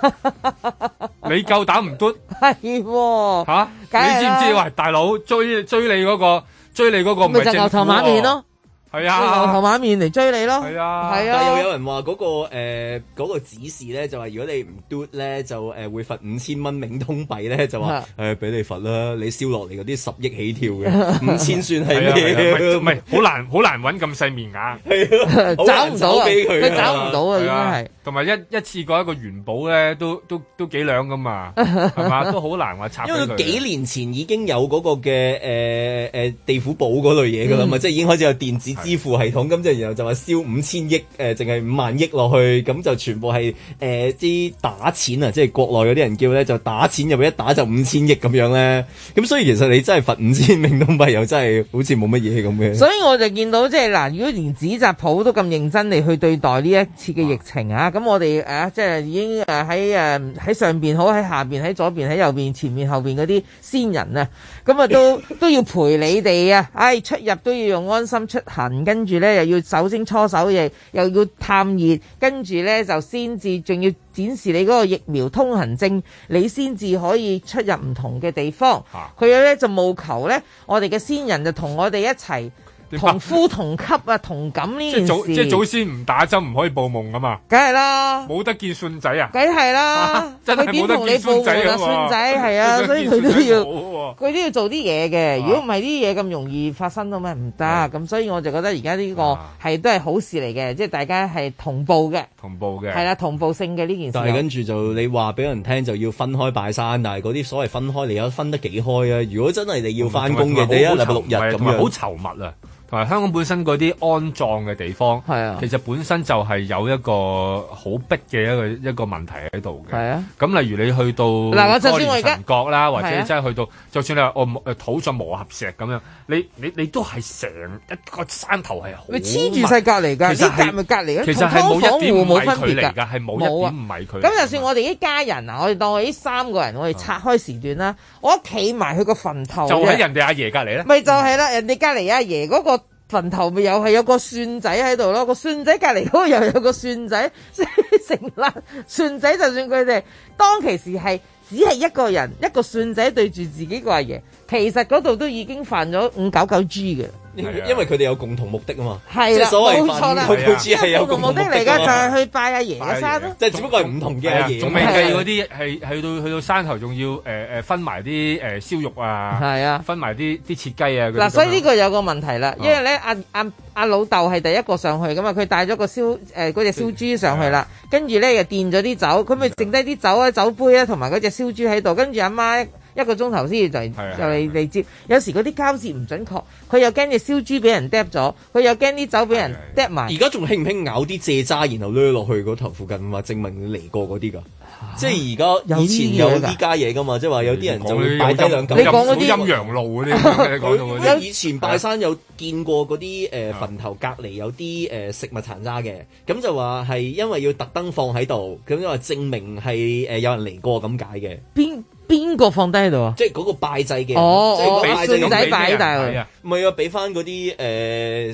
[SPEAKER 6] 你夠膽唔嘟？
[SPEAKER 3] 係喎
[SPEAKER 6] 吓？
[SPEAKER 3] 梗
[SPEAKER 6] 你
[SPEAKER 3] 係
[SPEAKER 6] 知唔
[SPEAKER 3] 啦
[SPEAKER 6] 知？喂，大佬追追你嗰個追你嗰個唔
[SPEAKER 3] 咪
[SPEAKER 6] 係
[SPEAKER 3] 就牛頭馬面咯，
[SPEAKER 6] 政府喎？係
[SPEAKER 3] 用牛頭
[SPEAKER 6] 啊，
[SPEAKER 3] 馬面嚟追你咯，係啊係
[SPEAKER 4] 但又有
[SPEAKER 3] 啊，
[SPEAKER 4] 人話嗰、個呃誒嗰、個指示咧，就話如果你唔 do 咧，就誒、會罰五千蚊冥通幣咧，就話誒俾你罰啦，你燒落嚟嗰啲十億起跳嘅，五千算係
[SPEAKER 6] 係啊係
[SPEAKER 4] 咩？
[SPEAKER 6] 啊唔係好難好難揾咁細面 額。
[SPEAKER 3] 啊
[SPEAKER 4] 好難俾佢啊
[SPEAKER 6] 係同埋一一次過一個元寶咧，都都都幾兩 噶嘛，係嘛，都好難話插俾
[SPEAKER 4] 因為佢
[SPEAKER 6] 佢。
[SPEAKER 4] 幾年前已經有嗰個嘅誒誒地府簿嗰類嘢㗎啦嘛，
[SPEAKER 6] 嗯
[SPEAKER 4] 即係已經開始有電子支付系統，咁就然後就話燒五千億誒，呃淨係五萬億落去，咁就全部係誒啲打錢啊，即係國內嗰啲人叫咧就打錢入去，一打就五千億咁樣咧。咁所以其實你真係罰五千冥通幣又真係好似冇乜嘢咁嘅。
[SPEAKER 3] 所以我就見到即係嗱，如果連紙紮鋪都咁認真嚟去對待呢一次嘅疫情啊，咁我哋誒即係已經誒啊喺誒喺上邊好，喺下邊喺左邊喺右邊前面後邊嗰啲先人啊，咁啊都都要陪你哋啊，唉、出入都要用安心出行，跟住咧又要酒精搓手液，又要探熱，跟住咧就先至仲要展示你嗰個疫苗通行證，你先至可以出入唔同嘅地方。佢咧就務求咧，我哋嘅先人就同我哋一齊
[SPEAKER 6] 點啊
[SPEAKER 3] 同呼同吸啊，同感呢件
[SPEAKER 6] 即係祖
[SPEAKER 3] 事。
[SPEAKER 6] 即係祖先唔打針唔可以報夢噶嘛，
[SPEAKER 3] 梗係啦，
[SPEAKER 6] 冇得 見 孫仔啊，
[SPEAKER 3] 梗係啦，
[SPEAKER 6] 真係
[SPEAKER 3] 佢點
[SPEAKER 6] 冇得
[SPEAKER 3] 同你
[SPEAKER 6] 見孫
[SPEAKER 3] 報
[SPEAKER 6] 仔
[SPEAKER 3] 夢
[SPEAKER 6] 啊
[SPEAKER 3] 啊，
[SPEAKER 6] 喎
[SPEAKER 3] 孫仔係啊，所以佢都要
[SPEAKER 6] 喎。
[SPEAKER 3] 佢都要做啲嘢嘅，
[SPEAKER 6] 啊
[SPEAKER 3] 如果唔係啲嘢咁容易發生到咩唔得，咁所以我就覺得而家呢個
[SPEAKER 6] 啊
[SPEAKER 3] 係都係好事嚟嘅，即係大家係同步嘅，
[SPEAKER 6] 同步嘅
[SPEAKER 3] 係啦，同步性嘅呢件
[SPEAKER 4] 但係
[SPEAKER 3] 事
[SPEAKER 4] 跟。住就你話俾人聽就要分開拜山，但係嗰啲所謂分開，你有分得幾開啊？如果真係你要翻工嘅，
[SPEAKER 6] 嗯同埋
[SPEAKER 4] 你一
[SPEAKER 6] 好
[SPEAKER 4] 禮拜六日咁
[SPEAKER 6] 同埋好
[SPEAKER 4] 樣，
[SPEAKER 6] 稠密啊！同埋香港本身嗰啲安葬嘅地方，
[SPEAKER 3] 係啊，
[SPEAKER 6] 其實本身就係有一個好逼嘅一個一個問題喺度嘅。
[SPEAKER 3] 係啊，
[SPEAKER 6] 咁例如你去到
[SPEAKER 3] 嗱我就算我而家
[SPEAKER 6] 歌連臣角啦，或者
[SPEAKER 3] 係啊
[SPEAKER 6] 你真係去到，就算你話我誒土葬磨合石咁樣，你你你都係成一個山頭係好
[SPEAKER 3] 你黐住晒隔離㗎
[SPEAKER 6] 密其實係
[SPEAKER 3] 呢格咪隔離咯
[SPEAKER 6] 其實係
[SPEAKER 3] 同劏
[SPEAKER 6] 冇
[SPEAKER 3] 房
[SPEAKER 6] 一點五
[SPEAKER 3] 戶
[SPEAKER 6] 米
[SPEAKER 3] 冇分別
[SPEAKER 6] 距離
[SPEAKER 3] 㗎
[SPEAKER 6] 㗎，係冇
[SPEAKER 3] 冇
[SPEAKER 6] 一
[SPEAKER 3] 啊
[SPEAKER 6] 點五米距離。
[SPEAKER 3] 咁就算我哋一家人啊，我哋當我哋呢三個人，我哋拆開時段啦，我一企埋佢個墳頭啫，
[SPEAKER 6] 啊就喺人哋阿爺隔離咧。
[SPEAKER 3] 咪就係啦，人哋隔離阿爺嗰個墳頭咪又係有個孫仔喺度咯，個孫仔隔離嗰個又有個孫仔，所以成啦孫仔就算佢哋當其時係只係一個人一個孫仔對住自己個阿爺，其實嗰度都已經犯咗五九九 G 嘅。
[SPEAKER 4] 因
[SPEAKER 6] 啊
[SPEAKER 4] 因為佢哋有共同目的啊嘛，
[SPEAKER 3] 係
[SPEAKER 4] 即
[SPEAKER 3] 啦，
[SPEAKER 4] 係所謂
[SPEAKER 3] 冇錯啦，
[SPEAKER 4] 佢佢只係有
[SPEAKER 3] 共
[SPEAKER 4] 共
[SPEAKER 3] 同
[SPEAKER 4] 同
[SPEAKER 3] 目的嚟
[SPEAKER 4] 㗎
[SPEAKER 3] 㗎，就
[SPEAKER 4] 嘛
[SPEAKER 3] 係去拜阿爺嘅山咯。
[SPEAKER 4] 即係只不過係唔同嘅
[SPEAKER 6] 係啊
[SPEAKER 4] 嘢，
[SPEAKER 6] 仲未計嗰啲係去到去到山頭，仲要誒誒分埋啲誒燒肉啊，
[SPEAKER 3] 係啊，
[SPEAKER 6] 分埋啲啲切雞啊。哦嗰啲
[SPEAKER 3] 嗱，所以呢
[SPEAKER 6] 咁樣
[SPEAKER 3] 個有個問題啦，因為咧阿阿阿老豆係第一個上去噶嘛，佢帶咗個燒誒嗰隻燒豬上
[SPEAKER 6] 啊
[SPEAKER 3] 去啦，跟住咧又墊咗啲酒，佢咪剩低啲酒啊、酒杯啊同埋嗰隻燒豬喺度，跟住阿媽一個鐘頭先至嚟
[SPEAKER 6] 係啊
[SPEAKER 3] 就嚟嚟接。有時嗰啲交接唔準確，佢又驚隻燒豬俾人嗒咗，佢又驚啲酒俾
[SPEAKER 6] 啊
[SPEAKER 3] 人嗒埋
[SPEAKER 4] 而。家仲興唔興咬啲蔗渣，然後掠落去嗰頭附近，話證明你嚟過嗰啲㗎？
[SPEAKER 6] 啊
[SPEAKER 4] 即係而家以前有呢家嘢㗎嘛，即係話有啲人就會擺低兩嚿。
[SPEAKER 6] 你嗯講嗰啲好陰陽路嗰啲咁樣你講到嗰啲啊
[SPEAKER 4] 佢以前拜山有見過嗰啲誒墳頭隔離有啲誒食物殘渣嘅，咁就話係因為要特登放喺度，咁就話證明係誒有人嚟過咁解嘅。
[SPEAKER 3] 邊邊個放低喺度啊？
[SPEAKER 4] 即係嗰個拜祭嘅，
[SPEAKER 3] 哦
[SPEAKER 4] 即係嗰個
[SPEAKER 3] 哦
[SPEAKER 4] 拜祭
[SPEAKER 3] 信仔擺大喎
[SPEAKER 4] 唔係啊，俾翻嗰啲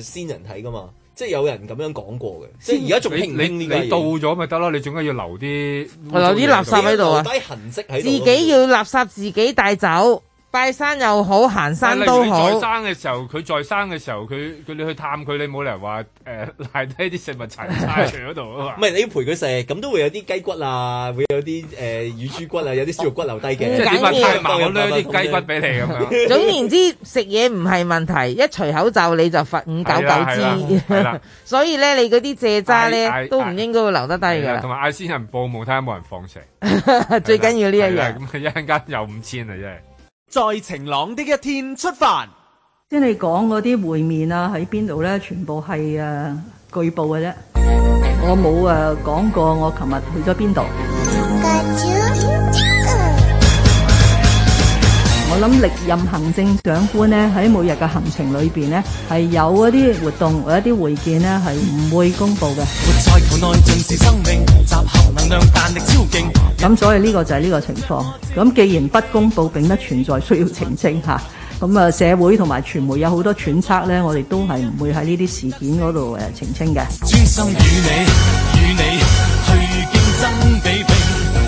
[SPEAKER 4] 誒先人睇噶嘛，即係有人咁樣講過嘅，即係而家仲興唔興
[SPEAKER 6] 你
[SPEAKER 4] 呢
[SPEAKER 6] 你
[SPEAKER 4] 個
[SPEAKER 6] 你到咗咪得咯？你總梗要留啲
[SPEAKER 3] 我留啲垃圾喺度啊
[SPEAKER 4] 留低痕跡
[SPEAKER 3] 自
[SPEAKER 4] 喺度咯。
[SPEAKER 3] 己要垃圾自己帶走，拜山又好，行山
[SPEAKER 6] 例如
[SPEAKER 3] 都
[SPEAKER 6] 你
[SPEAKER 3] 好
[SPEAKER 6] 在。生嘅時候，佢在生嘅時候，佢佢你去探佢，你冇理由話誒 賴低啲食物殘渣喺佢嗰度啊
[SPEAKER 4] 唔
[SPEAKER 6] 嘛。
[SPEAKER 4] 係你要陪佢食，咁都會有啲雞骨啊，會有啲誒乳豬骨啊，有啲燒肉骨留低嘅。
[SPEAKER 3] 嗯
[SPEAKER 6] 即係點啊？太麻我掠啲雞骨俾你咁 樣。
[SPEAKER 3] 總言之，食嘢唔係問題，一除口罩你就罰五
[SPEAKER 6] 係啦係
[SPEAKER 3] 九
[SPEAKER 6] 啦係
[SPEAKER 3] 九
[SPEAKER 6] 啦
[SPEAKER 3] 支。 所以咧，你嗰啲蔗渣咧
[SPEAKER 6] 嗌嗌
[SPEAKER 3] 都唔應該會留得低
[SPEAKER 4] 哎
[SPEAKER 6] 係啦
[SPEAKER 3] 㗎
[SPEAKER 6] 同埋嗌先人報夢，睇下冇人放蛇。
[SPEAKER 3] 啦。最緊要呢
[SPEAKER 6] 係
[SPEAKER 3] 一樣。
[SPEAKER 6] 啦咁一陣間又五千啊，真係。
[SPEAKER 1] 在晴朗的一天出發。
[SPEAKER 9] 即係你講嗰啲會面啊，喺邊度咧，全部係誒、呃、據報嘅啫。我冇誒、呃、講過我琴日去咗邊度。我諗歷任行政長官咧喺每日嘅行程裏邊咧係有一啲活動或者一啲會見咧係唔會公佈嘅。咁所以呢個就係呢個情況。咁既然不公佈並不存在，需要澄清嚇。咁啊，社會同埋傳媒有好多揣測咧，我哋都係唔會喺呢啲事件嗰度誒澄清嘅。
[SPEAKER 11] 專心與你，與你去競爭比拼，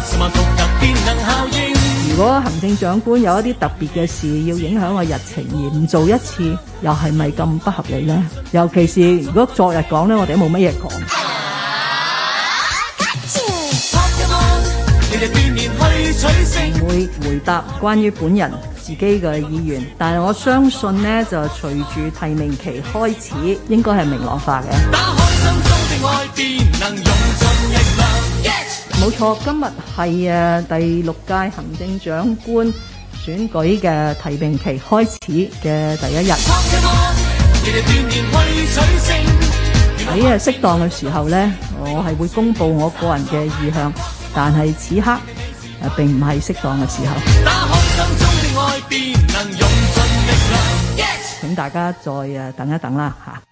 [SPEAKER 11] 十萬伏特電能效應。
[SPEAKER 9] 如果行政長官有一啲特別嘅事要影響個日程而唔做一次，又係咪咁不合理呢？尤其是如果昨日講呢，我哋都冇乜嘢講。
[SPEAKER 11] 日日鍛鍊去取勝。
[SPEAKER 9] 唔會回答關於本人自己嘅意願，但係我相信呢，就隨住提名期開始，應該係明朗化嘅。冇錯，今日係誒第六屆行政長官選舉嘅提名期開始嘅第一日。喺誒適當嘅時候呢，我係會公布我個人嘅意向，但係此刻誒、呃、並唔係適當嘅時候。請大家再誒等一等啦嚇。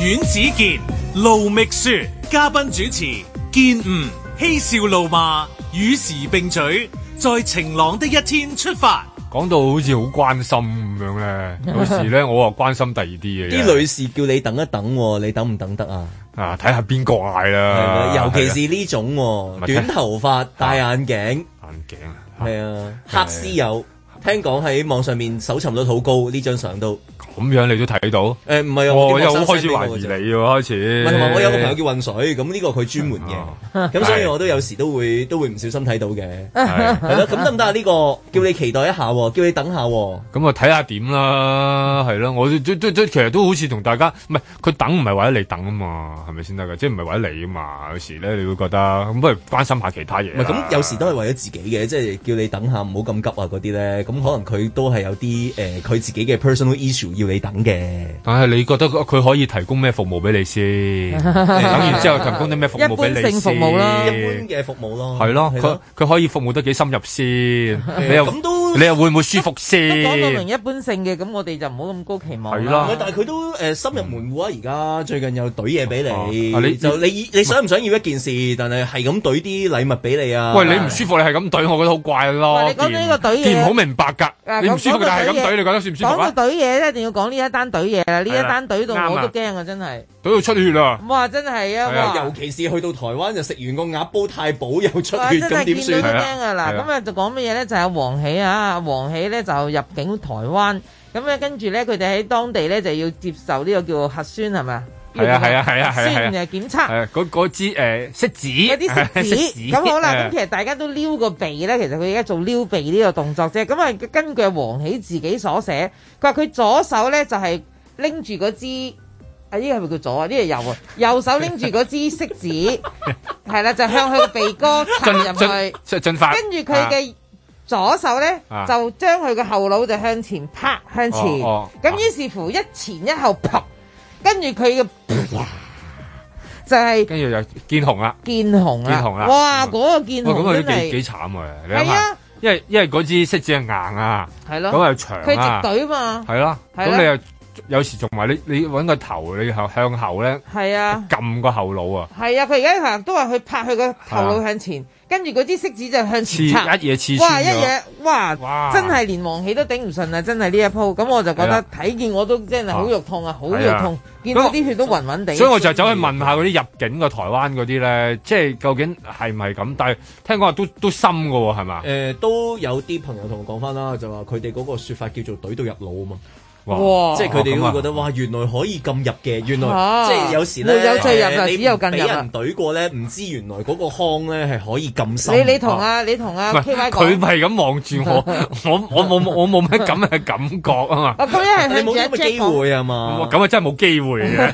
[SPEAKER 1] 阮子健、盧覓雪，嘉賓主持，健吾嬉笑怒罵，與時並舉，在晴朗的一天出發。
[SPEAKER 6] 講到好似好關心咁 樣咧，有時咧我話關心第二啲嘢。
[SPEAKER 4] 啲女士叫你等一等喎，你等唔等得啊？
[SPEAKER 6] 啊，睇下邊個嗌
[SPEAKER 4] 係
[SPEAKER 6] 啦，
[SPEAKER 4] 啦尤其是呢種喎
[SPEAKER 6] 咪
[SPEAKER 4] 短頭髮、戴眼鏡，嗯
[SPEAKER 6] 眼鏡
[SPEAKER 4] 係啊，黑絲友。聽講喺網上面搜尋率好高，呢張相都。
[SPEAKER 6] 咁樣你都睇到？誒
[SPEAKER 4] 唔係啊我
[SPEAKER 6] 我
[SPEAKER 4] 見
[SPEAKER 6] 又
[SPEAKER 4] 學生
[SPEAKER 6] 開始
[SPEAKER 4] send 俾我
[SPEAKER 6] 懷疑你喎，開始。
[SPEAKER 4] 唔係同埋我有個朋友叫混水，咁呢個佢專門
[SPEAKER 6] 哦
[SPEAKER 4] 嘅，咁所以我都有時都會都會唔小心睇到嘅，
[SPEAKER 6] 係
[SPEAKER 4] 係 咯，咁得唔得啊？呢個叫你期待一下喎，叫你等下喎。
[SPEAKER 6] 咁啊，睇下點啦，係咯，我都都都其實都好似同大家，唔係佢等唔係為咗你等啊嘛，係咪先得㗎？即係唔係為咗你啊嘛？有時咧，你會覺得咁不如關心下其他嘢
[SPEAKER 4] 唔係
[SPEAKER 6] 啦。
[SPEAKER 4] 咁，有時都係為咗自己嘅，即係叫你等下，唔好咁急啊嗰啲咧。咁可能佢都係有啲誒，佢、自己嘅 personal issue 要你等嘅。
[SPEAKER 6] 但係你覺得佢可以提供咩服務俾 你先？等完之後提供啲咩服務俾你先？
[SPEAKER 4] 一般嘅服務咯，
[SPEAKER 6] 係咯，佢佢可以服務得幾深入先？你又
[SPEAKER 4] 咁都
[SPEAKER 6] 你又會唔會舒服
[SPEAKER 3] 講到明
[SPEAKER 6] 先？
[SPEAKER 3] 一般性嘅，咁我哋就唔好咁高期望
[SPEAKER 6] 係
[SPEAKER 4] 唔
[SPEAKER 6] 啦
[SPEAKER 4] 係但係佢都誒、深入門戶啊！而家最近又懟嘢俾你，
[SPEAKER 6] 啊你
[SPEAKER 4] 就你你想唔想要一件事？但係係咁懟啲禮物俾你啊！
[SPEAKER 6] 喂，你唔舒服，你係咁懟，我覺得好怪咯。
[SPEAKER 3] 喂你講到呢個懟嘢
[SPEAKER 6] 見唔好明白㗎，
[SPEAKER 3] 嗱
[SPEAKER 6] 你唔舒服，
[SPEAKER 3] 講到
[SPEAKER 6] 但係咁懟，你覺得舒唔舒服啊
[SPEAKER 3] 講？到懟嘢咧，一定要講呢一單懟嘢啦！呢
[SPEAKER 6] 係
[SPEAKER 3] 一
[SPEAKER 6] 啦
[SPEAKER 3] 單懟到
[SPEAKER 6] 啱
[SPEAKER 3] 我
[SPEAKER 6] 啊
[SPEAKER 3] 都驚啊，真係。
[SPEAKER 6] 懟到出血啦！
[SPEAKER 3] 哇！真係啊，哇！
[SPEAKER 4] 尤其是去到台灣就食完個鴨煲太保又出血，
[SPEAKER 3] 哇！真
[SPEAKER 4] 咁點
[SPEAKER 3] 係見
[SPEAKER 4] 算
[SPEAKER 3] 到都驚啊！嗱，咁啊就講乜嘢咧？就係黃喜啊，黃喜咧就入境台灣，咁咧跟住咧佢哋喺當地咧就要接受呢個叫核酸係咪？
[SPEAKER 6] 係啊係啊係啊係啊係啊
[SPEAKER 3] 先嘅檢測。
[SPEAKER 6] 係嗰嗰支誒色子，
[SPEAKER 3] 有啲食 指，咁
[SPEAKER 6] 啊
[SPEAKER 3] 好啦，咁其實大家都撩個鼻咧，其實佢而家做撩鼻呢個動作啫。咁啊，根據黃喜自己所寫，佢話佢左手咧就係拎住嗰支。啊！呢個係咪叫左啊？呢個右啊！右手拎住嗰支色 指，係啦，就向佢個鼻哥插入
[SPEAKER 6] 進
[SPEAKER 3] 去
[SPEAKER 6] 進，進進發，
[SPEAKER 3] 跟住佢
[SPEAKER 6] 啊
[SPEAKER 3] 嘅左手咧
[SPEAKER 6] 啊
[SPEAKER 3] 就將佢嘅後腦就向前拍向前，
[SPEAKER 6] 哦哦
[SPEAKER 3] 咁於是乎一前一後撲，跟住佢嘅就係
[SPEAKER 6] 跟住就見紅啦，
[SPEAKER 3] 見紅啦，
[SPEAKER 6] 見紅啦
[SPEAKER 3] 哇！嗰個見
[SPEAKER 6] 哇咁
[SPEAKER 3] 紅
[SPEAKER 6] 佢
[SPEAKER 3] 真
[SPEAKER 6] 都幾
[SPEAKER 3] 係
[SPEAKER 6] 幾慘啊！你諗
[SPEAKER 3] 係啊
[SPEAKER 6] 下，因為因為嗰支色子係硬啊，
[SPEAKER 3] 係咯，
[SPEAKER 6] 咁又長
[SPEAKER 3] 佢
[SPEAKER 6] 啊
[SPEAKER 3] 直隊嘛，
[SPEAKER 6] 係啦，
[SPEAKER 3] 係啦
[SPEAKER 6] 咁你又有時仲埋你你揾個頭你向向後咧
[SPEAKER 3] 係啊，
[SPEAKER 6] 撳個後腦啊，
[SPEAKER 3] 係啊，佢而家行都話佢拍佢個頭腦向前，跟住嗰支色指就向前插，
[SPEAKER 6] 刺一嘢刺穿咗
[SPEAKER 3] 哇一嘢，哇
[SPEAKER 6] 哇
[SPEAKER 3] 真係連黃喜都頂唔順啊！真係呢一鋪，咁我就覺
[SPEAKER 6] 係
[SPEAKER 3] 得
[SPEAKER 6] 啦
[SPEAKER 3] 睇見我都真係好肉痛啊，好
[SPEAKER 6] 係
[SPEAKER 3] 肉
[SPEAKER 6] 啊
[SPEAKER 3] 痛，見到啲血都暈暈地。
[SPEAKER 6] 所以我就走去問下嗰啲入境嘅台灣嗰啲咧，即係究竟係唔係咁？但係聽講話都都深嘅喎，係嘛？
[SPEAKER 4] 誒、都有啲朋友同我講翻啦，就話佢哋嗰個説法叫做懟到入腦啊嘛。
[SPEAKER 6] 哇
[SPEAKER 4] 即係佢哋
[SPEAKER 6] 哇咁啊
[SPEAKER 4] 會覺得哇，原來可以咁入嘅，原
[SPEAKER 3] 啊
[SPEAKER 4] 來即係有時咧，
[SPEAKER 3] 沒有罪入就
[SPEAKER 4] 誒你
[SPEAKER 3] 只有更入啊
[SPEAKER 4] 俾
[SPEAKER 3] 啦
[SPEAKER 4] 人懟過咧，唔知原來嗰個腔咧係可以咁深。
[SPEAKER 3] 你你同啊你同啊
[SPEAKER 6] 唔
[SPEAKER 3] K Y
[SPEAKER 6] 係
[SPEAKER 3] 講
[SPEAKER 6] 佢。咪咁望住我， 我我冇我冇乜咁嘅感覺啊嘛。
[SPEAKER 3] 啊，咁一係向
[SPEAKER 4] 你
[SPEAKER 3] 住
[SPEAKER 4] 冇
[SPEAKER 3] 阿
[SPEAKER 4] 咁嘅
[SPEAKER 3] Jack
[SPEAKER 4] 機
[SPEAKER 3] 講
[SPEAKER 4] 會啊嘛。
[SPEAKER 3] 哦
[SPEAKER 6] 哇咁啊真係冇機會嘅。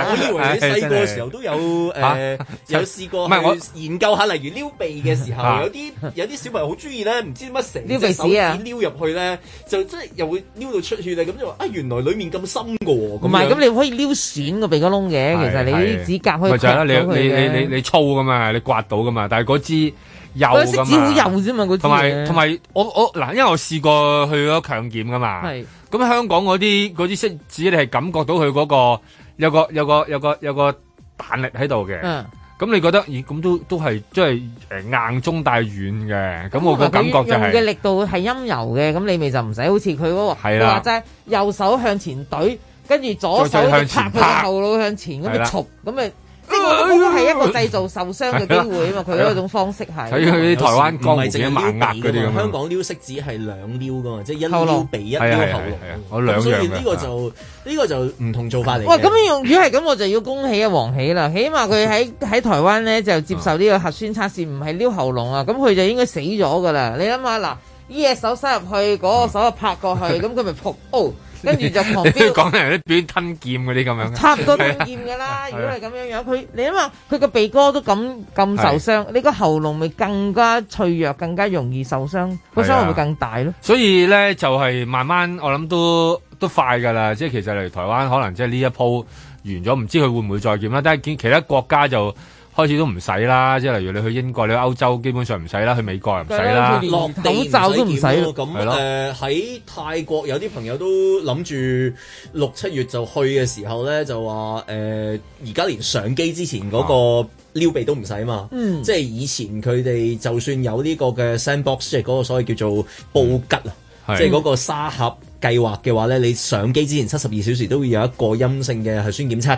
[SPEAKER 4] 我以為你細個嘅時候都有誒、
[SPEAKER 6] 哎嚇
[SPEAKER 4] 有試過
[SPEAKER 6] 唔係我
[SPEAKER 4] 去研究下，例如撩鼻嘅時候，
[SPEAKER 6] 嚇
[SPEAKER 4] 有啲有啲小朋友好中意咧，唔知乜成
[SPEAKER 3] 撩
[SPEAKER 4] 隻
[SPEAKER 3] 鼻
[SPEAKER 4] 手
[SPEAKER 3] 屎
[SPEAKER 4] 指
[SPEAKER 3] 啊
[SPEAKER 4] 撩入去咧，就真係又會撩到出血咧，咁就話啊原來裡面咁深嘅喎，
[SPEAKER 3] 唔
[SPEAKER 4] 咁
[SPEAKER 3] 係，
[SPEAKER 4] 樣
[SPEAKER 3] 咁你可以撩損個鼻哥窿嘅，其實你啲指甲可以
[SPEAKER 6] 咪就係啦，
[SPEAKER 3] 刮到佢
[SPEAKER 6] 你你
[SPEAKER 3] 嘅
[SPEAKER 6] 你你你粗噶嘛，你刮到噶嘛，但係嗰支幼
[SPEAKER 3] 佢色
[SPEAKER 6] 噶
[SPEAKER 3] 指好
[SPEAKER 6] 嘛。
[SPEAKER 3] 幼啫嘛，嗰支
[SPEAKER 6] 同埋
[SPEAKER 3] 嘢
[SPEAKER 6] 同埋，我我嗱，因為我試過去咗強檢噶嘛，
[SPEAKER 3] 係
[SPEAKER 6] 咁香港嗰啲嗰啲色紙，你係感覺到佢嗰、個有個有個有個有個彈力喺度嘅。
[SPEAKER 3] 嗯
[SPEAKER 6] 咁你覺得，咦？咁都都係即係誒硬中帶軟嘅，咁我
[SPEAKER 3] 啊
[SPEAKER 6] 個感覺就
[SPEAKER 3] 用
[SPEAKER 6] 係、
[SPEAKER 3] 嘅力度係陰柔嘅，咁你咪就唔使好似佢嗰個
[SPEAKER 6] 係
[SPEAKER 3] 你話
[SPEAKER 6] 啦
[SPEAKER 3] 齋右手向前懟，跟住左手就拍
[SPEAKER 6] 再向前
[SPEAKER 3] 佢個
[SPEAKER 6] 拍
[SPEAKER 3] 後腦向前咁
[SPEAKER 6] 係
[SPEAKER 3] 樣
[SPEAKER 6] 啦
[SPEAKER 3] 嘈，咁咪即係嗰嗰個係一個製造受傷嘅機會啊 嘛，
[SPEAKER 4] 係
[SPEAKER 3] 佢
[SPEAKER 4] 啦
[SPEAKER 3] 嗰種方式係。
[SPEAKER 6] 睇佢啲台灣江湖
[SPEAKER 4] 唔係淨係
[SPEAKER 6] 片猛壓嗰啲
[SPEAKER 4] 撩
[SPEAKER 6] 咁樣
[SPEAKER 4] 鼻㗎嘛香港撩色指係兩撩噶嘛，即係一
[SPEAKER 3] 喉
[SPEAKER 4] 撩
[SPEAKER 3] 嚨
[SPEAKER 4] 鼻一撩
[SPEAKER 6] 係啊係啊
[SPEAKER 4] 喉
[SPEAKER 6] 係啊係啊我
[SPEAKER 4] 嚨。
[SPEAKER 6] 兩
[SPEAKER 4] 咁所以
[SPEAKER 6] 樣嘅
[SPEAKER 4] 呢個就呢個就唔同做法嚟嘅。
[SPEAKER 3] 喂，咁樣用，如果係咁，我就要恭喜啊黃喜啦，起碼佢喺喺台灣咧就接受呢個核酸測試，唔係撩喉嚨啊，咁佢就應該死咗噶啦。你諗下嗱，呢隻手塞入去，嗰、個手就拍 過去，咁佢咪撲哦，跟住就狂
[SPEAKER 6] 你
[SPEAKER 3] 飆。
[SPEAKER 6] 講人啲表演吞劍嗰啲咁 樣嘅，
[SPEAKER 3] 差唔多都
[SPEAKER 6] 係啊
[SPEAKER 3] 厭㗎啦。
[SPEAKER 6] 係
[SPEAKER 3] 如
[SPEAKER 6] 啊
[SPEAKER 3] 果係咁樣樣，佢你諗下，佢個鼻哥都咁咁受傷，你個喉嚨咪更加脆弱，更加容易受傷，個
[SPEAKER 6] 啊
[SPEAKER 3] 傷害會更大咯。
[SPEAKER 6] 所以咧就係、慢慢，我諗都都快㗎啦。即係其實嚟台灣可能即係呢一鋪完咗，唔知佢會唔會再檢啦。但係見其他國家就開始都唔使啦。即係例如你去英國、你去歐洲，基本上唔使啦；去美國又唔使啦。
[SPEAKER 4] 落地唔
[SPEAKER 3] 啊口
[SPEAKER 4] 使
[SPEAKER 3] 罩都唔使
[SPEAKER 4] 檢咯
[SPEAKER 6] 係咯
[SPEAKER 4] 咁誒呃喺泰國有啲朋友都諗住六七月就去嘅時候咧，就話誒而家連上機之前嗰
[SPEAKER 6] 啊
[SPEAKER 4] 個撩鼻都唔使嘛，
[SPEAKER 3] 嗯
[SPEAKER 4] 即係以前佢哋就算有呢個嘅 sandbox，即係嗰個所謂叫做布吉啊，
[SPEAKER 6] 係
[SPEAKER 4] 即係嗰個沙盒計劃嘅話咧，你上機之前七十二小時都會有一個陰性嘅核酸檢測。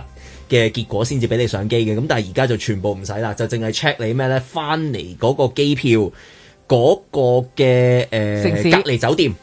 [SPEAKER 4] 嘅結果先至俾你上機嘅，咁但係而家就全部唔使啦，就淨係 check 你咩咧，翻嚟嗰個機票。嗰、嗰個嘅誒
[SPEAKER 3] 城市
[SPEAKER 4] 隔離酒店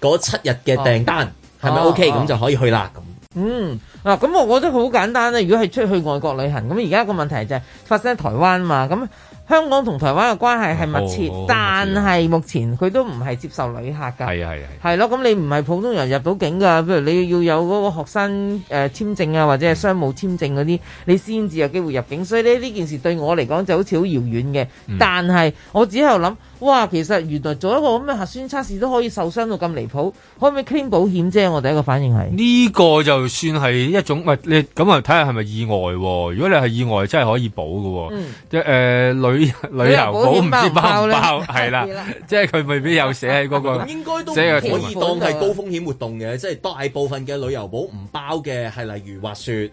[SPEAKER 4] 嗰七日嘅訂單係咪
[SPEAKER 3] 哦
[SPEAKER 4] OK
[SPEAKER 3] 哦
[SPEAKER 4] 咁就可以去啦？咁
[SPEAKER 3] 嗯，嗱、咁我覺得好簡單啊啦。如果係出去外國旅行，咁而家個問題就係發生喺台灣嘛，咁香港同台灣嘅關係係密切，
[SPEAKER 6] 哦好
[SPEAKER 3] 但係目前佢都唔係接受旅客㗎。
[SPEAKER 6] 係啊係啊。
[SPEAKER 3] 係咯，咁你唔係普通人入到境㗎，譬如你要有嗰個學生誒、呃、簽證啊，或者係商務簽證嗰啲，你
[SPEAKER 6] 嗯
[SPEAKER 3] 先至有機會入境。所以呢呢件事對我嚟講就好似好遙遠嘅，
[SPEAKER 6] 嗯
[SPEAKER 3] 但係我只喺度諗，哇，其實原來做一個咁嘅核酸測試都可以受傷到咁離譜，可唔可以 claim 保險啫？我第一個反應係。
[SPEAKER 6] 呢個就算係一種，喂你咁啊睇下係咪意外喎？如果你係意外，真係可以保嘅喎。
[SPEAKER 3] 嗯
[SPEAKER 6] 即係誒旅旅
[SPEAKER 3] 旅
[SPEAKER 6] 遊
[SPEAKER 3] 遊保
[SPEAKER 6] 保唔
[SPEAKER 3] 險
[SPEAKER 6] 知包
[SPEAKER 3] 包
[SPEAKER 6] 唔
[SPEAKER 3] 唔包
[SPEAKER 6] 包
[SPEAKER 3] 呢
[SPEAKER 6] 係啦
[SPEAKER 3] 係啦，
[SPEAKER 6] 即係佢未必有寫喺嗰 個，
[SPEAKER 4] 咁應該都唔
[SPEAKER 6] 寫喺個條
[SPEAKER 4] 可
[SPEAKER 6] 文
[SPEAKER 4] 以當係高風險活動嘅，即係大部分嘅旅遊保唔包嘅係例如滑雪、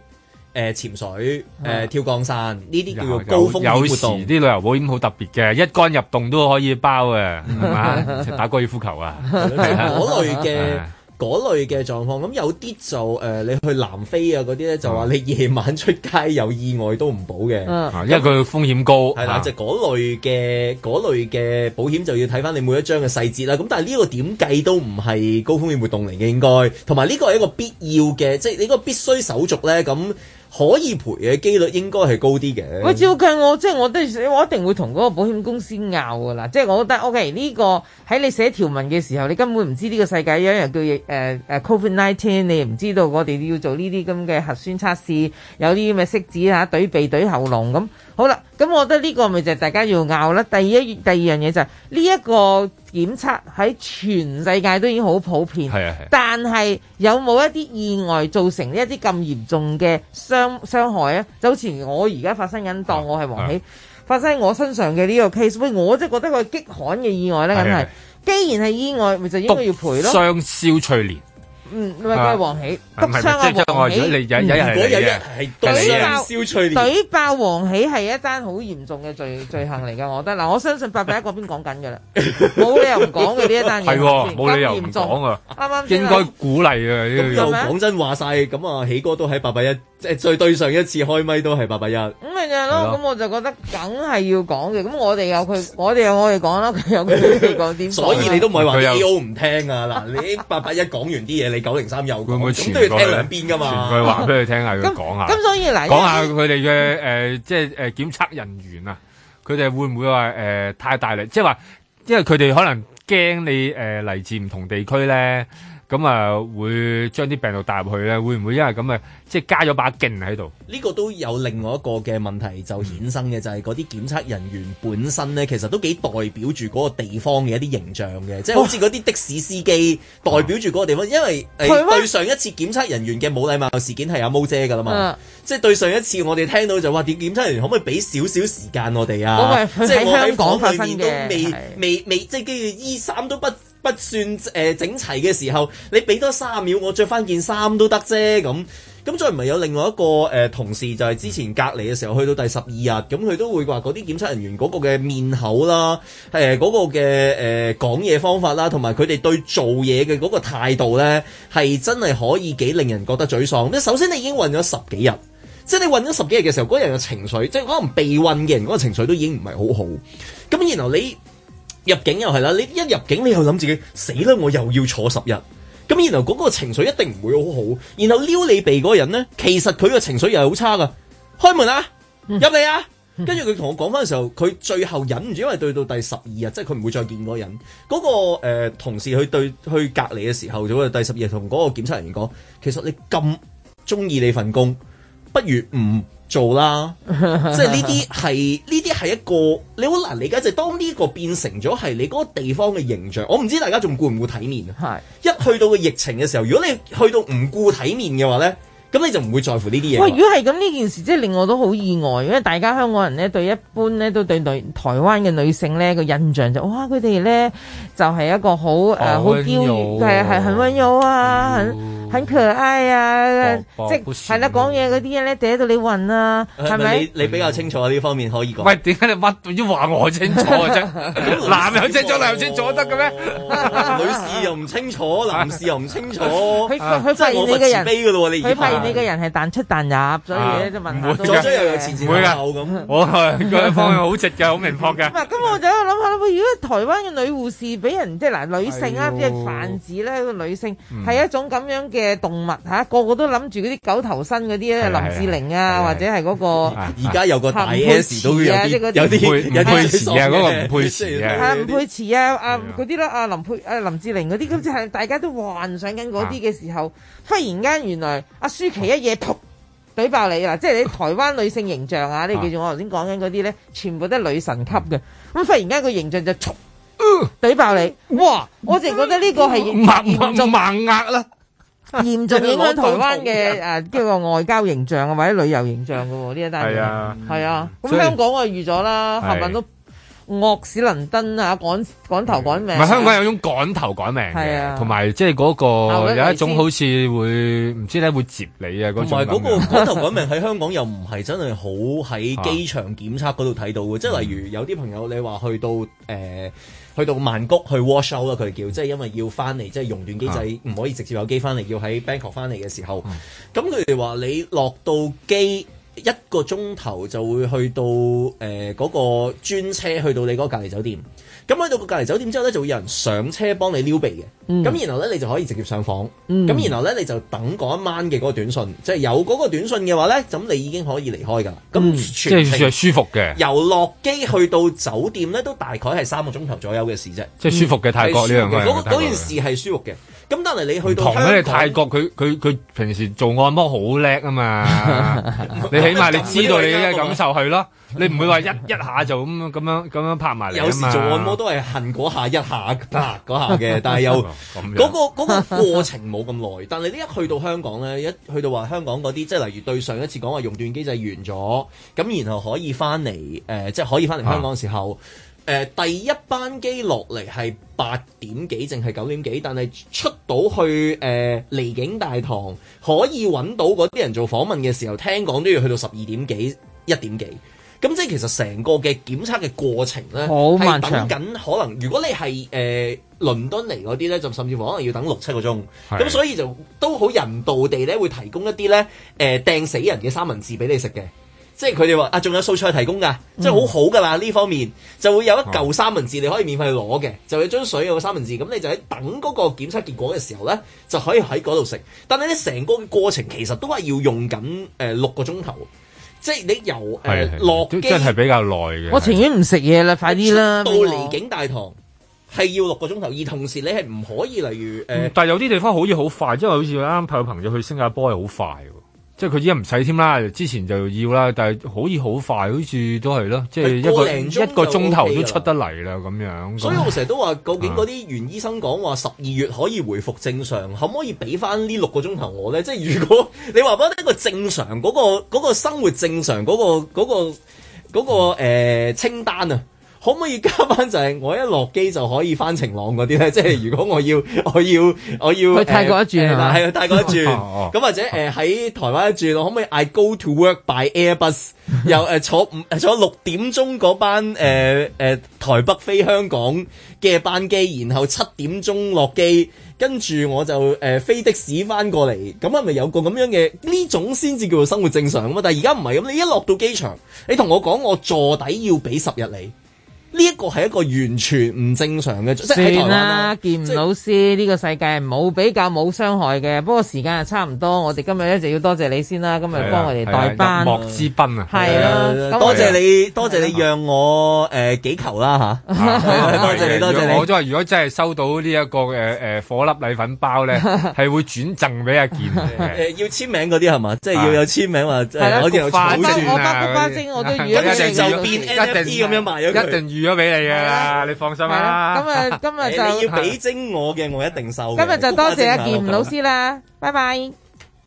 [SPEAKER 4] 誒潛水、誒跳降傘呢啲叫做高風
[SPEAKER 6] 有
[SPEAKER 4] 險
[SPEAKER 6] 時
[SPEAKER 4] 活
[SPEAKER 6] 啲
[SPEAKER 4] 動。
[SPEAKER 6] 旅遊保險好特別嘅，一杆入洞都可以包嘅，係嘛？ 打高爾夫球啊，
[SPEAKER 4] 嗰類
[SPEAKER 6] 係啊
[SPEAKER 4] 嘅。嗰類嘅狀況，咁有啲就誒、呃你去南非啊嗰啲咧，就話
[SPEAKER 6] 嗯
[SPEAKER 4] 你夜晚出街有意外都唔保嘅，
[SPEAKER 6] 啊因為佢風險高。
[SPEAKER 4] 係啦，
[SPEAKER 6] 啊
[SPEAKER 4] 就嗰類嘅嗰類嘅保險就要睇翻你每一張嘅細節啦。咁但係呢個點計都唔係高風險活動嚟嘅，應該同埋呢個係一個必要嘅，即係呢個必須手續咧，咁可以賠嘅機率應該係高啲嘅。
[SPEAKER 3] 喂，照計我即係我都我一定會同嗰個保險公司拗噶啦，即係我覺得 OK 呢個喺你寫條文嘅時候，你根本唔知呢個世界有一樣叫疫誒誒 Covid nineteen，你唔知道我哋要做呢啲咁嘅核酸測試，有啲咁嘅拭子啊嚇，懟鼻懟喉嚨咁。好啦，咁我覺得呢個咪就係大家要拗啦。第一第二樣嘢就係呢一個檢測喺全世界都已經好普遍，
[SPEAKER 6] 係啊係啊
[SPEAKER 3] 但係有冇一啲意外造成一啲咁嚴重嘅傷傷害啊？就好似我而家發生緊，當我係黃喜、
[SPEAKER 6] 啊
[SPEAKER 3] 發生喺我身上嘅呢個 case，喂，我真係覺得佢激罕嘅意外咧，梗
[SPEAKER 6] 係
[SPEAKER 3] 係
[SPEAKER 6] 啊。
[SPEAKER 3] 既然係意外，咪就應該要賠咯。
[SPEAKER 6] 雙燒翠蓮。
[SPEAKER 3] 嗯，咪佢係黃喜，
[SPEAKER 6] 啊唔係
[SPEAKER 3] 急傷啊
[SPEAKER 6] 即係
[SPEAKER 3] 黃
[SPEAKER 6] 即係我如
[SPEAKER 3] 喜。
[SPEAKER 6] 果你有有一日係
[SPEAKER 4] 如果有一
[SPEAKER 6] 你
[SPEAKER 4] 日
[SPEAKER 6] 嘅
[SPEAKER 4] 係
[SPEAKER 6] 係你啊
[SPEAKER 4] 對
[SPEAKER 6] 嘅
[SPEAKER 4] 上燒翠蓮。
[SPEAKER 3] 懟爆黃喜係一單好嚴重嘅罪 罪行嚟㗎，我覺得嗱，我相信八百一嗰邊講緊㗎啦，冇理由唔講嘅呢一單嘢，
[SPEAKER 6] 係喎，冇理由
[SPEAKER 3] 咁
[SPEAKER 6] 唔
[SPEAKER 3] 嚴重
[SPEAKER 6] 講啊！
[SPEAKER 3] 啱啱先
[SPEAKER 6] 應該鼓勵啊！呢個
[SPEAKER 4] 又
[SPEAKER 6] 要
[SPEAKER 4] 講真話晒，咁啊喜哥都喺八八一，即係最對上一次開咪都係八八一。
[SPEAKER 3] 咁咪就係
[SPEAKER 4] 係
[SPEAKER 3] 咯，
[SPEAKER 4] 咯
[SPEAKER 3] 咁我就覺得梗係要講嘅。咁我哋有佢，我哋有我哋講啦， 佢有佢哋講點講啦。
[SPEAKER 4] 所以你都唔係話
[SPEAKER 6] 佢有
[SPEAKER 4] A.O. 唔聽啊！嗱，你八八一講完啲嘢，你九零三又
[SPEAKER 6] 會唔會
[SPEAKER 4] 講，
[SPEAKER 6] 傳
[SPEAKER 4] 咁都要
[SPEAKER 6] 過
[SPEAKER 4] 聽
[SPEAKER 6] 去
[SPEAKER 4] 兩邊噶嘛。
[SPEAKER 6] 傳佢話俾佢聽下，佢講啊下。
[SPEAKER 3] 咁所以嗱
[SPEAKER 6] 講下佢哋嘅誒，即係誒檢測人員啊，佢哋會唔會話誒太大力？即係話，因為佢哋可能驚你誒嚟自唔同地區咧，咁啊會將啲病毒帶入去咧，會唔會因為咁啊，即係加咗把勁喺度？
[SPEAKER 4] 呢個都有另外一個嘅問題就衍生嘅，就係嗰啲檢測人員本身呢，其實都幾代表住嗰個地方嘅一啲形象嘅，即係好似嗰啲的士司機代表住嗰個地方，因為誒、呃
[SPEAKER 3] 係咩
[SPEAKER 4] 對上一次檢測人員嘅冇禮貌事件係阿毛姐㗎啦
[SPEAKER 6] 啊
[SPEAKER 4] 嘛
[SPEAKER 3] 嗯，
[SPEAKER 4] 即係對上一次我哋聽到就話點檢測人員可唔可以俾少少時間我哋
[SPEAKER 3] 嗰個
[SPEAKER 4] 啊
[SPEAKER 3] 係？佢
[SPEAKER 4] 即係
[SPEAKER 3] 喺
[SPEAKER 4] 我
[SPEAKER 3] 香
[SPEAKER 4] 喺
[SPEAKER 3] 港
[SPEAKER 4] 房裏
[SPEAKER 3] 發
[SPEAKER 4] 面
[SPEAKER 3] 生
[SPEAKER 4] 都
[SPEAKER 3] 嘅
[SPEAKER 4] 未
[SPEAKER 3] 係
[SPEAKER 4] 未未即係跟住衣衫都不不算誒、呃整齊嘅時候，你俾多三秒我着翻件衫都得啫咁。咁再唔係有另外一個誒、呃同事就係之前隔離嘅時候，去到第十二日，咁佢都會話嗰啲檢測人員嗰個嘅面口啦，誒、嗰個嘅誒呃講嘢方法啦，同埋佢哋對做嘢嘅嗰個態度咧，係真係可以幾令人覺得沮喪。即係首先你已經混咗十幾日。即係你混咗十幾日嘅時候，嗰人嘅情緒，即係可能被混嘅人嗰個情緒都已經唔係好好。咁然後你入境又係啦，你一入境你又諗自己死啦，我又要坐十日。咁然後嗰個情緒一定唔會好好。然後撩你鼻嗰個人呢，其實佢個情緒又係好差噶。開門啊，入嚟啊！跟住佢同我講翻嘅時候，佢最後忍唔住，因為對到第十二日，即係佢唔會再見嗰個人。嗰、個、呃、同事去對去隔離嘅時候，就第十二日同嗰個檢測人員講：其實你咁中意你份工，不如唔做啦。即係呢啲係呢啲係一個你好難理解，就係、當呢個變成咗係你嗰個地方嘅形象。我唔知大家仲顧唔顧體面
[SPEAKER 3] 啊？
[SPEAKER 4] 一去到個疫情嘅時候，如果你去到唔顧體面嘅話咧，咁你就唔會在乎呢啲嘢
[SPEAKER 3] 喂，
[SPEAKER 4] 啦
[SPEAKER 3] 如。果係咁呢件事，即係令我都好意外，因為大家香港人咧對一般咧都對女台灣嘅女性咧個印象就哇，佢哋咧就係、一個好誒好嬌
[SPEAKER 6] 哦溫柔嗯
[SPEAKER 3] 係係很温柔啊，很很可愛
[SPEAKER 6] 哦
[SPEAKER 3] 啊，
[SPEAKER 4] 薄
[SPEAKER 3] 即
[SPEAKER 4] 薄
[SPEAKER 3] 係啦，講嘢嗰啲嘢咧，嗲到你暈啊，係咪
[SPEAKER 4] 你？你比較清楚呢方面可以講。
[SPEAKER 6] 喂，點解你乜都要話我清楚嘅啫？男又清楚，男又清楚得嘅咩？
[SPEAKER 4] 女士又唔清楚，男士又唔清楚。
[SPEAKER 3] 佢佢
[SPEAKER 4] 真
[SPEAKER 3] 發
[SPEAKER 4] 啊係
[SPEAKER 3] 現
[SPEAKER 4] 我
[SPEAKER 3] 你
[SPEAKER 4] 個
[SPEAKER 3] 嘅
[SPEAKER 4] 慈
[SPEAKER 3] 人，
[SPEAKER 4] 悲嘅咯喎，你而
[SPEAKER 3] 佢
[SPEAKER 4] 家
[SPEAKER 3] 發現你嘅人係彈出彈
[SPEAKER 4] 啊
[SPEAKER 3] 入，所以咧就問下都
[SPEAKER 4] 左
[SPEAKER 3] 知
[SPEAKER 4] 左又有
[SPEAKER 3] 嘅
[SPEAKER 4] 前
[SPEAKER 6] 唔會
[SPEAKER 4] 前
[SPEAKER 6] 㗎
[SPEAKER 4] 後後咁。
[SPEAKER 6] 我係個方向好直嘅，好明 確嘅。
[SPEAKER 3] 咁我就喺度諗下啦，喂，如果台灣嘅女護士俾人即係嗱女性啊，
[SPEAKER 6] 係喎
[SPEAKER 3] 即係泛指咧個女性
[SPEAKER 6] 嗯
[SPEAKER 3] 係一種咁樣嘅動物嚇，個個都諗住嗰啲狗頭身嗰啲咧，
[SPEAKER 4] 係啊
[SPEAKER 3] 林志玲啊，或者係嗰個
[SPEAKER 4] 而家有個大
[SPEAKER 3] 吳佩
[SPEAKER 4] S 都
[SPEAKER 3] 慈
[SPEAKER 4] 有
[SPEAKER 3] 啊即係
[SPEAKER 4] 啲
[SPEAKER 3] 嗰
[SPEAKER 4] 有啲
[SPEAKER 6] 吳佩
[SPEAKER 4] 有啲
[SPEAKER 6] 吳佩慈啊嗰個吳佩慈啊
[SPEAKER 3] 係啊，吳佩慈啊，啊嗰啲啦，啊林佩啊林志玲
[SPEAKER 6] 嗯
[SPEAKER 3] 嗰啲，咁就係大家都幻想緊
[SPEAKER 6] 啊
[SPEAKER 3] 嗰啲嘅時候，忽然間原來阿舒淇一夜噗懟爆你啦！即係你台灣女性形 象啊，你記住我頭先講緊嗰啲咧，全部都係女神級嘅。咁忽然間個形象就噗
[SPEAKER 6] 呃
[SPEAKER 3] 懟爆你，哇！我淨覺得呢個係
[SPEAKER 6] 嗯
[SPEAKER 3] 嚴重
[SPEAKER 6] 盲壓啦，
[SPEAKER 3] 嚴重影響台
[SPEAKER 6] 嗯
[SPEAKER 3] 灣嘅
[SPEAKER 6] 啊
[SPEAKER 3] 誒呢個外交形象啊，或者旅遊形象嘅喎呢一單嘢。
[SPEAKER 6] 係啊
[SPEAKER 3] 係啊。咁
[SPEAKER 6] 所以
[SPEAKER 3] 香港我預咗啦，
[SPEAKER 6] 係
[SPEAKER 3] 冚唪唥都惡死能登啊，趕趕頭趕
[SPEAKER 6] 唔
[SPEAKER 3] 命。啊
[SPEAKER 6] 係香港有種趕頭趕命
[SPEAKER 3] 係啊
[SPEAKER 6] 嘅，同埋即係嗰
[SPEAKER 3] 效
[SPEAKER 6] 個
[SPEAKER 3] 率
[SPEAKER 6] 有一
[SPEAKER 3] 為先
[SPEAKER 6] 種好似會唔知咧會接你啊嗰種
[SPEAKER 4] 同埋嗰
[SPEAKER 6] 咁
[SPEAKER 4] 個
[SPEAKER 6] 樣
[SPEAKER 4] 嗰頭講明喺香港又唔係真係好喺機場檢測嗰度睇到嘅，即係例如有啲朋友你話去到誒、呃去到曼谷去 wash out 啦，佢叫即係因為要翻嚟，即係熔斷機制唔可以直接有機翻嚟，要喺 Bangkok 翻嚟嘅時候，咁佢哋話你落到機。一個鐘頭就會去到誒嗰、個專車去到你嗰個隔離酒店，咁去到個隔離酒店之後咧，就會有人上車幫你撩鼻嘅，咁、
[SPEAKER 13] 嗯
[SPEAKER 4] 然後咧你就可以直接上房，咁、
[SPEAKER 13] 嗯
[SPEAKER 4] 然後。然後咧你就等嗰一晚嘅嗰個短信，即係有嗰個短信嘅話咧，咁你已經可以離開㗎啦。
[SPEAKER 6] 嗯
[SPEAKER 4] 咁
[SPEAKER 6] 即係
[SPEAKER 4] 全
[SPEAKER 6] 算係
[SPEAKER 4] 程
[SPEAKER 6] 舒服嘅。
[SPEAKER 4] 由落機去到酒店咧，都大概係三個鐘頭左右嘅事啫。
[SPEAKER 6] 即係舒服嘅泰國呢樣嘢
[SPEAKER 4] 係舒服嘅嗰
[SPEAKER 6] 泰國
[SPEAKER 4] 嗰件事係舒服嘅。咁但係你去
[SPEAKER 6] 唔
[SPEAKER 4] 到
[SPEAKER 6] 同咧，
[SPEAKER 4] 香
[SPEAKER 6] 你
[SPEAKER 4] 港
[SPEAKER 6] 泰國佢佢佢平時做按摩好叻 啊嘛，你起碼你知道你嘅感受係咯，你唔會話一一下就咁咁樣咁樣拍埋嚟啊嘛
[SPEAKER 4] 有時做按摩都係恨嗰下一下啪嗰下嘅，但係 又
[SPEAKER 6] 咁樣
[SPEAKER 4] 嗰、個嗰、個過程冇咁耐。但係呢一去到香港咧，一去到話香港嗰啲，即係例如對上一次講話熔斷機制完咗，咁然後可以翻嚟誒，即係可以翻嚟香港嘅時候。
[SPEAKER 3] 啊
[SPEAKER 4] 誒、第一班機落嚟係八點幾，淨係九點幾，但係出到去誒、呃、離境大堂，可以揾到嗰啲人做訪問嘅時候，聽講都要去到十二點幾、一點幾。咁即係其實成個嘅檢測嘅過程咧，
[SPEAKER 3] 好漫
[SPEAKER 4] 係
[SPEAKER 3] 長啊
[SPEAKER 4] 等緊可能，如果你係誒、呃、倫敦嚟嗰啲咧，就甚至乎可能要等六七個鐘。
[SPEAKER 6] 係
[SPEAKER 4] 咁所以就都好人道地咧，會提供一啲咧誒掟死人嘅三文治俾你食嘅。即係佢哋話啊，仲有素菜提供㗎，即係好好㗎啦呢方面，就會有一嚿三文治你可以免費攞嘅，就有樽水有個三文治，咁你就喺等嗰個檢測結果嘅時候咧，就可以喺嗰度食。但係咧成個過程其實都係要用緊誒六個鐘頭，即係你由誒、呃
[SPEAKER 6] 係
[SPEAKER 4] 落
[SPEAKER 6] 都
[SPEAKER 4] 機
[SPEAKER 6] 真係比較耐嘅。
[SPEAKER 3] 我情願唔食嘢啦，快啲啊啦！
[SPEAKER 4] 到
[SPEAKER 3] 俾我
[SPEAKER 4] 離境大堂係要六個鐘頭，而同時你係唔可以例如誒。呃
[SPEAKER 6] 嗯但係有啲地方好似好快，即係好似啱啱有朋友去新加坡係好快喎，即係佢依家唔使添啦，之前就要啦，但係好似好快，好似都係咯，即係一
[SPEAKER 4] 個
[SPEAKER 6] 個
[SPEAKER 4] 零鐘就
[SPEAKER 6] 一個鐘頭
[SPEAKER 4] OK
[SPEAKER 6] 都
[SPEAKER 4] 啦
[SPEAKER 6] 出得嚟啦咁
[SPEAKER 3] 啊
[SPEAKER 6] 樣。
[SPEAKER 4] 所以我成日都話，究竟
[SPEAKER 6] 啊
[SPEAKER 4] 嗰啲袁醫生講話十二月可以回復正常，可唔可以俾翻呢六個鐘頭我咧？即係如果 你話翻一個正常嗰、個嗰、個生活正常嗰、個嗰、個嗰、個、呃、清單啊。可唔可以加翻就係我一落機就可以翻晴朗嗰啲咧？即係如果我要我要我要
[SPEAKER 3] 去泰國一轉啊
[SPEAKER 4] 呃
[SPEAKER 3] 係嘛
[SPEAKER 4] 嗱係去泰國一轉，
[SPEAKER 3] 哦哦
[SPEAKER 4] 咁或者誒喺台灣一轉，我可唔可以嗌 go to work by Airbus？又誒坐五坐六點鐘嗰班誒誒台北飛香港嘅班機，然後七點鐘落機，跟住我就誒飛的士翻過嚟，咁係咪有個咁樣嘅呢種先至叫做生活正常啊嘛？但係而家唔係咁，你一落到機場，你同我講我坐底要俾十日你。呢一個係一個完全唔正常嘅，即係喺台
[SPEAKER 3] 算
[SPEAKER 4] 灣啊
[SPEAKER 3] 啦，見唔到先。呢個世界冇比較冇傷害嘅。不過時間係差唔多，我哋今日咧就要多謝你先啦。今日
[SPEAKER 4] 係啊
[SPEAKER 3] 幫我哋代班，
[SPEAKER 6] 莫之賓啊，
[SPEAKER 3] 係啦咁
[SPEAKER 4] 多謝
[SPEAKER 3] 我哋
[SPEAKER 4] 你，多謝你讓我誒幾球啦嚇，
[SPEAKER 6] 啊
[SPEAKER 4] 多謝你，多謝你
[SPEAKER 6] 我。都話如果真係收到呢一個誒誒火粒禮 粉包咧，係會轉贈俾阿健嘅。
[SPEAKER 4] 誒要簽名嗰啲係嘛？即係要有簽名話，即係好似有
[SPEAKER 6] 花
[SPEAKER 4] 草樹
[SPEAKER 6] 啊，
[SPEAKER 4] 一定就變 NFT 咁樣賣咗佢
[SPEAKER 6] 一定預咗俾你噶啦，你放心啦。
[SPEAKER 3] 係 啦咁啊今日就
[SPEAKER 4] 你要俾精我嘅，我一定收嘅。
[SPEAKER 3] 今日就多謝阿
[SPEAKER 4] 花精啊
[SPEAKER 3] 健吳老師啦，拜拜。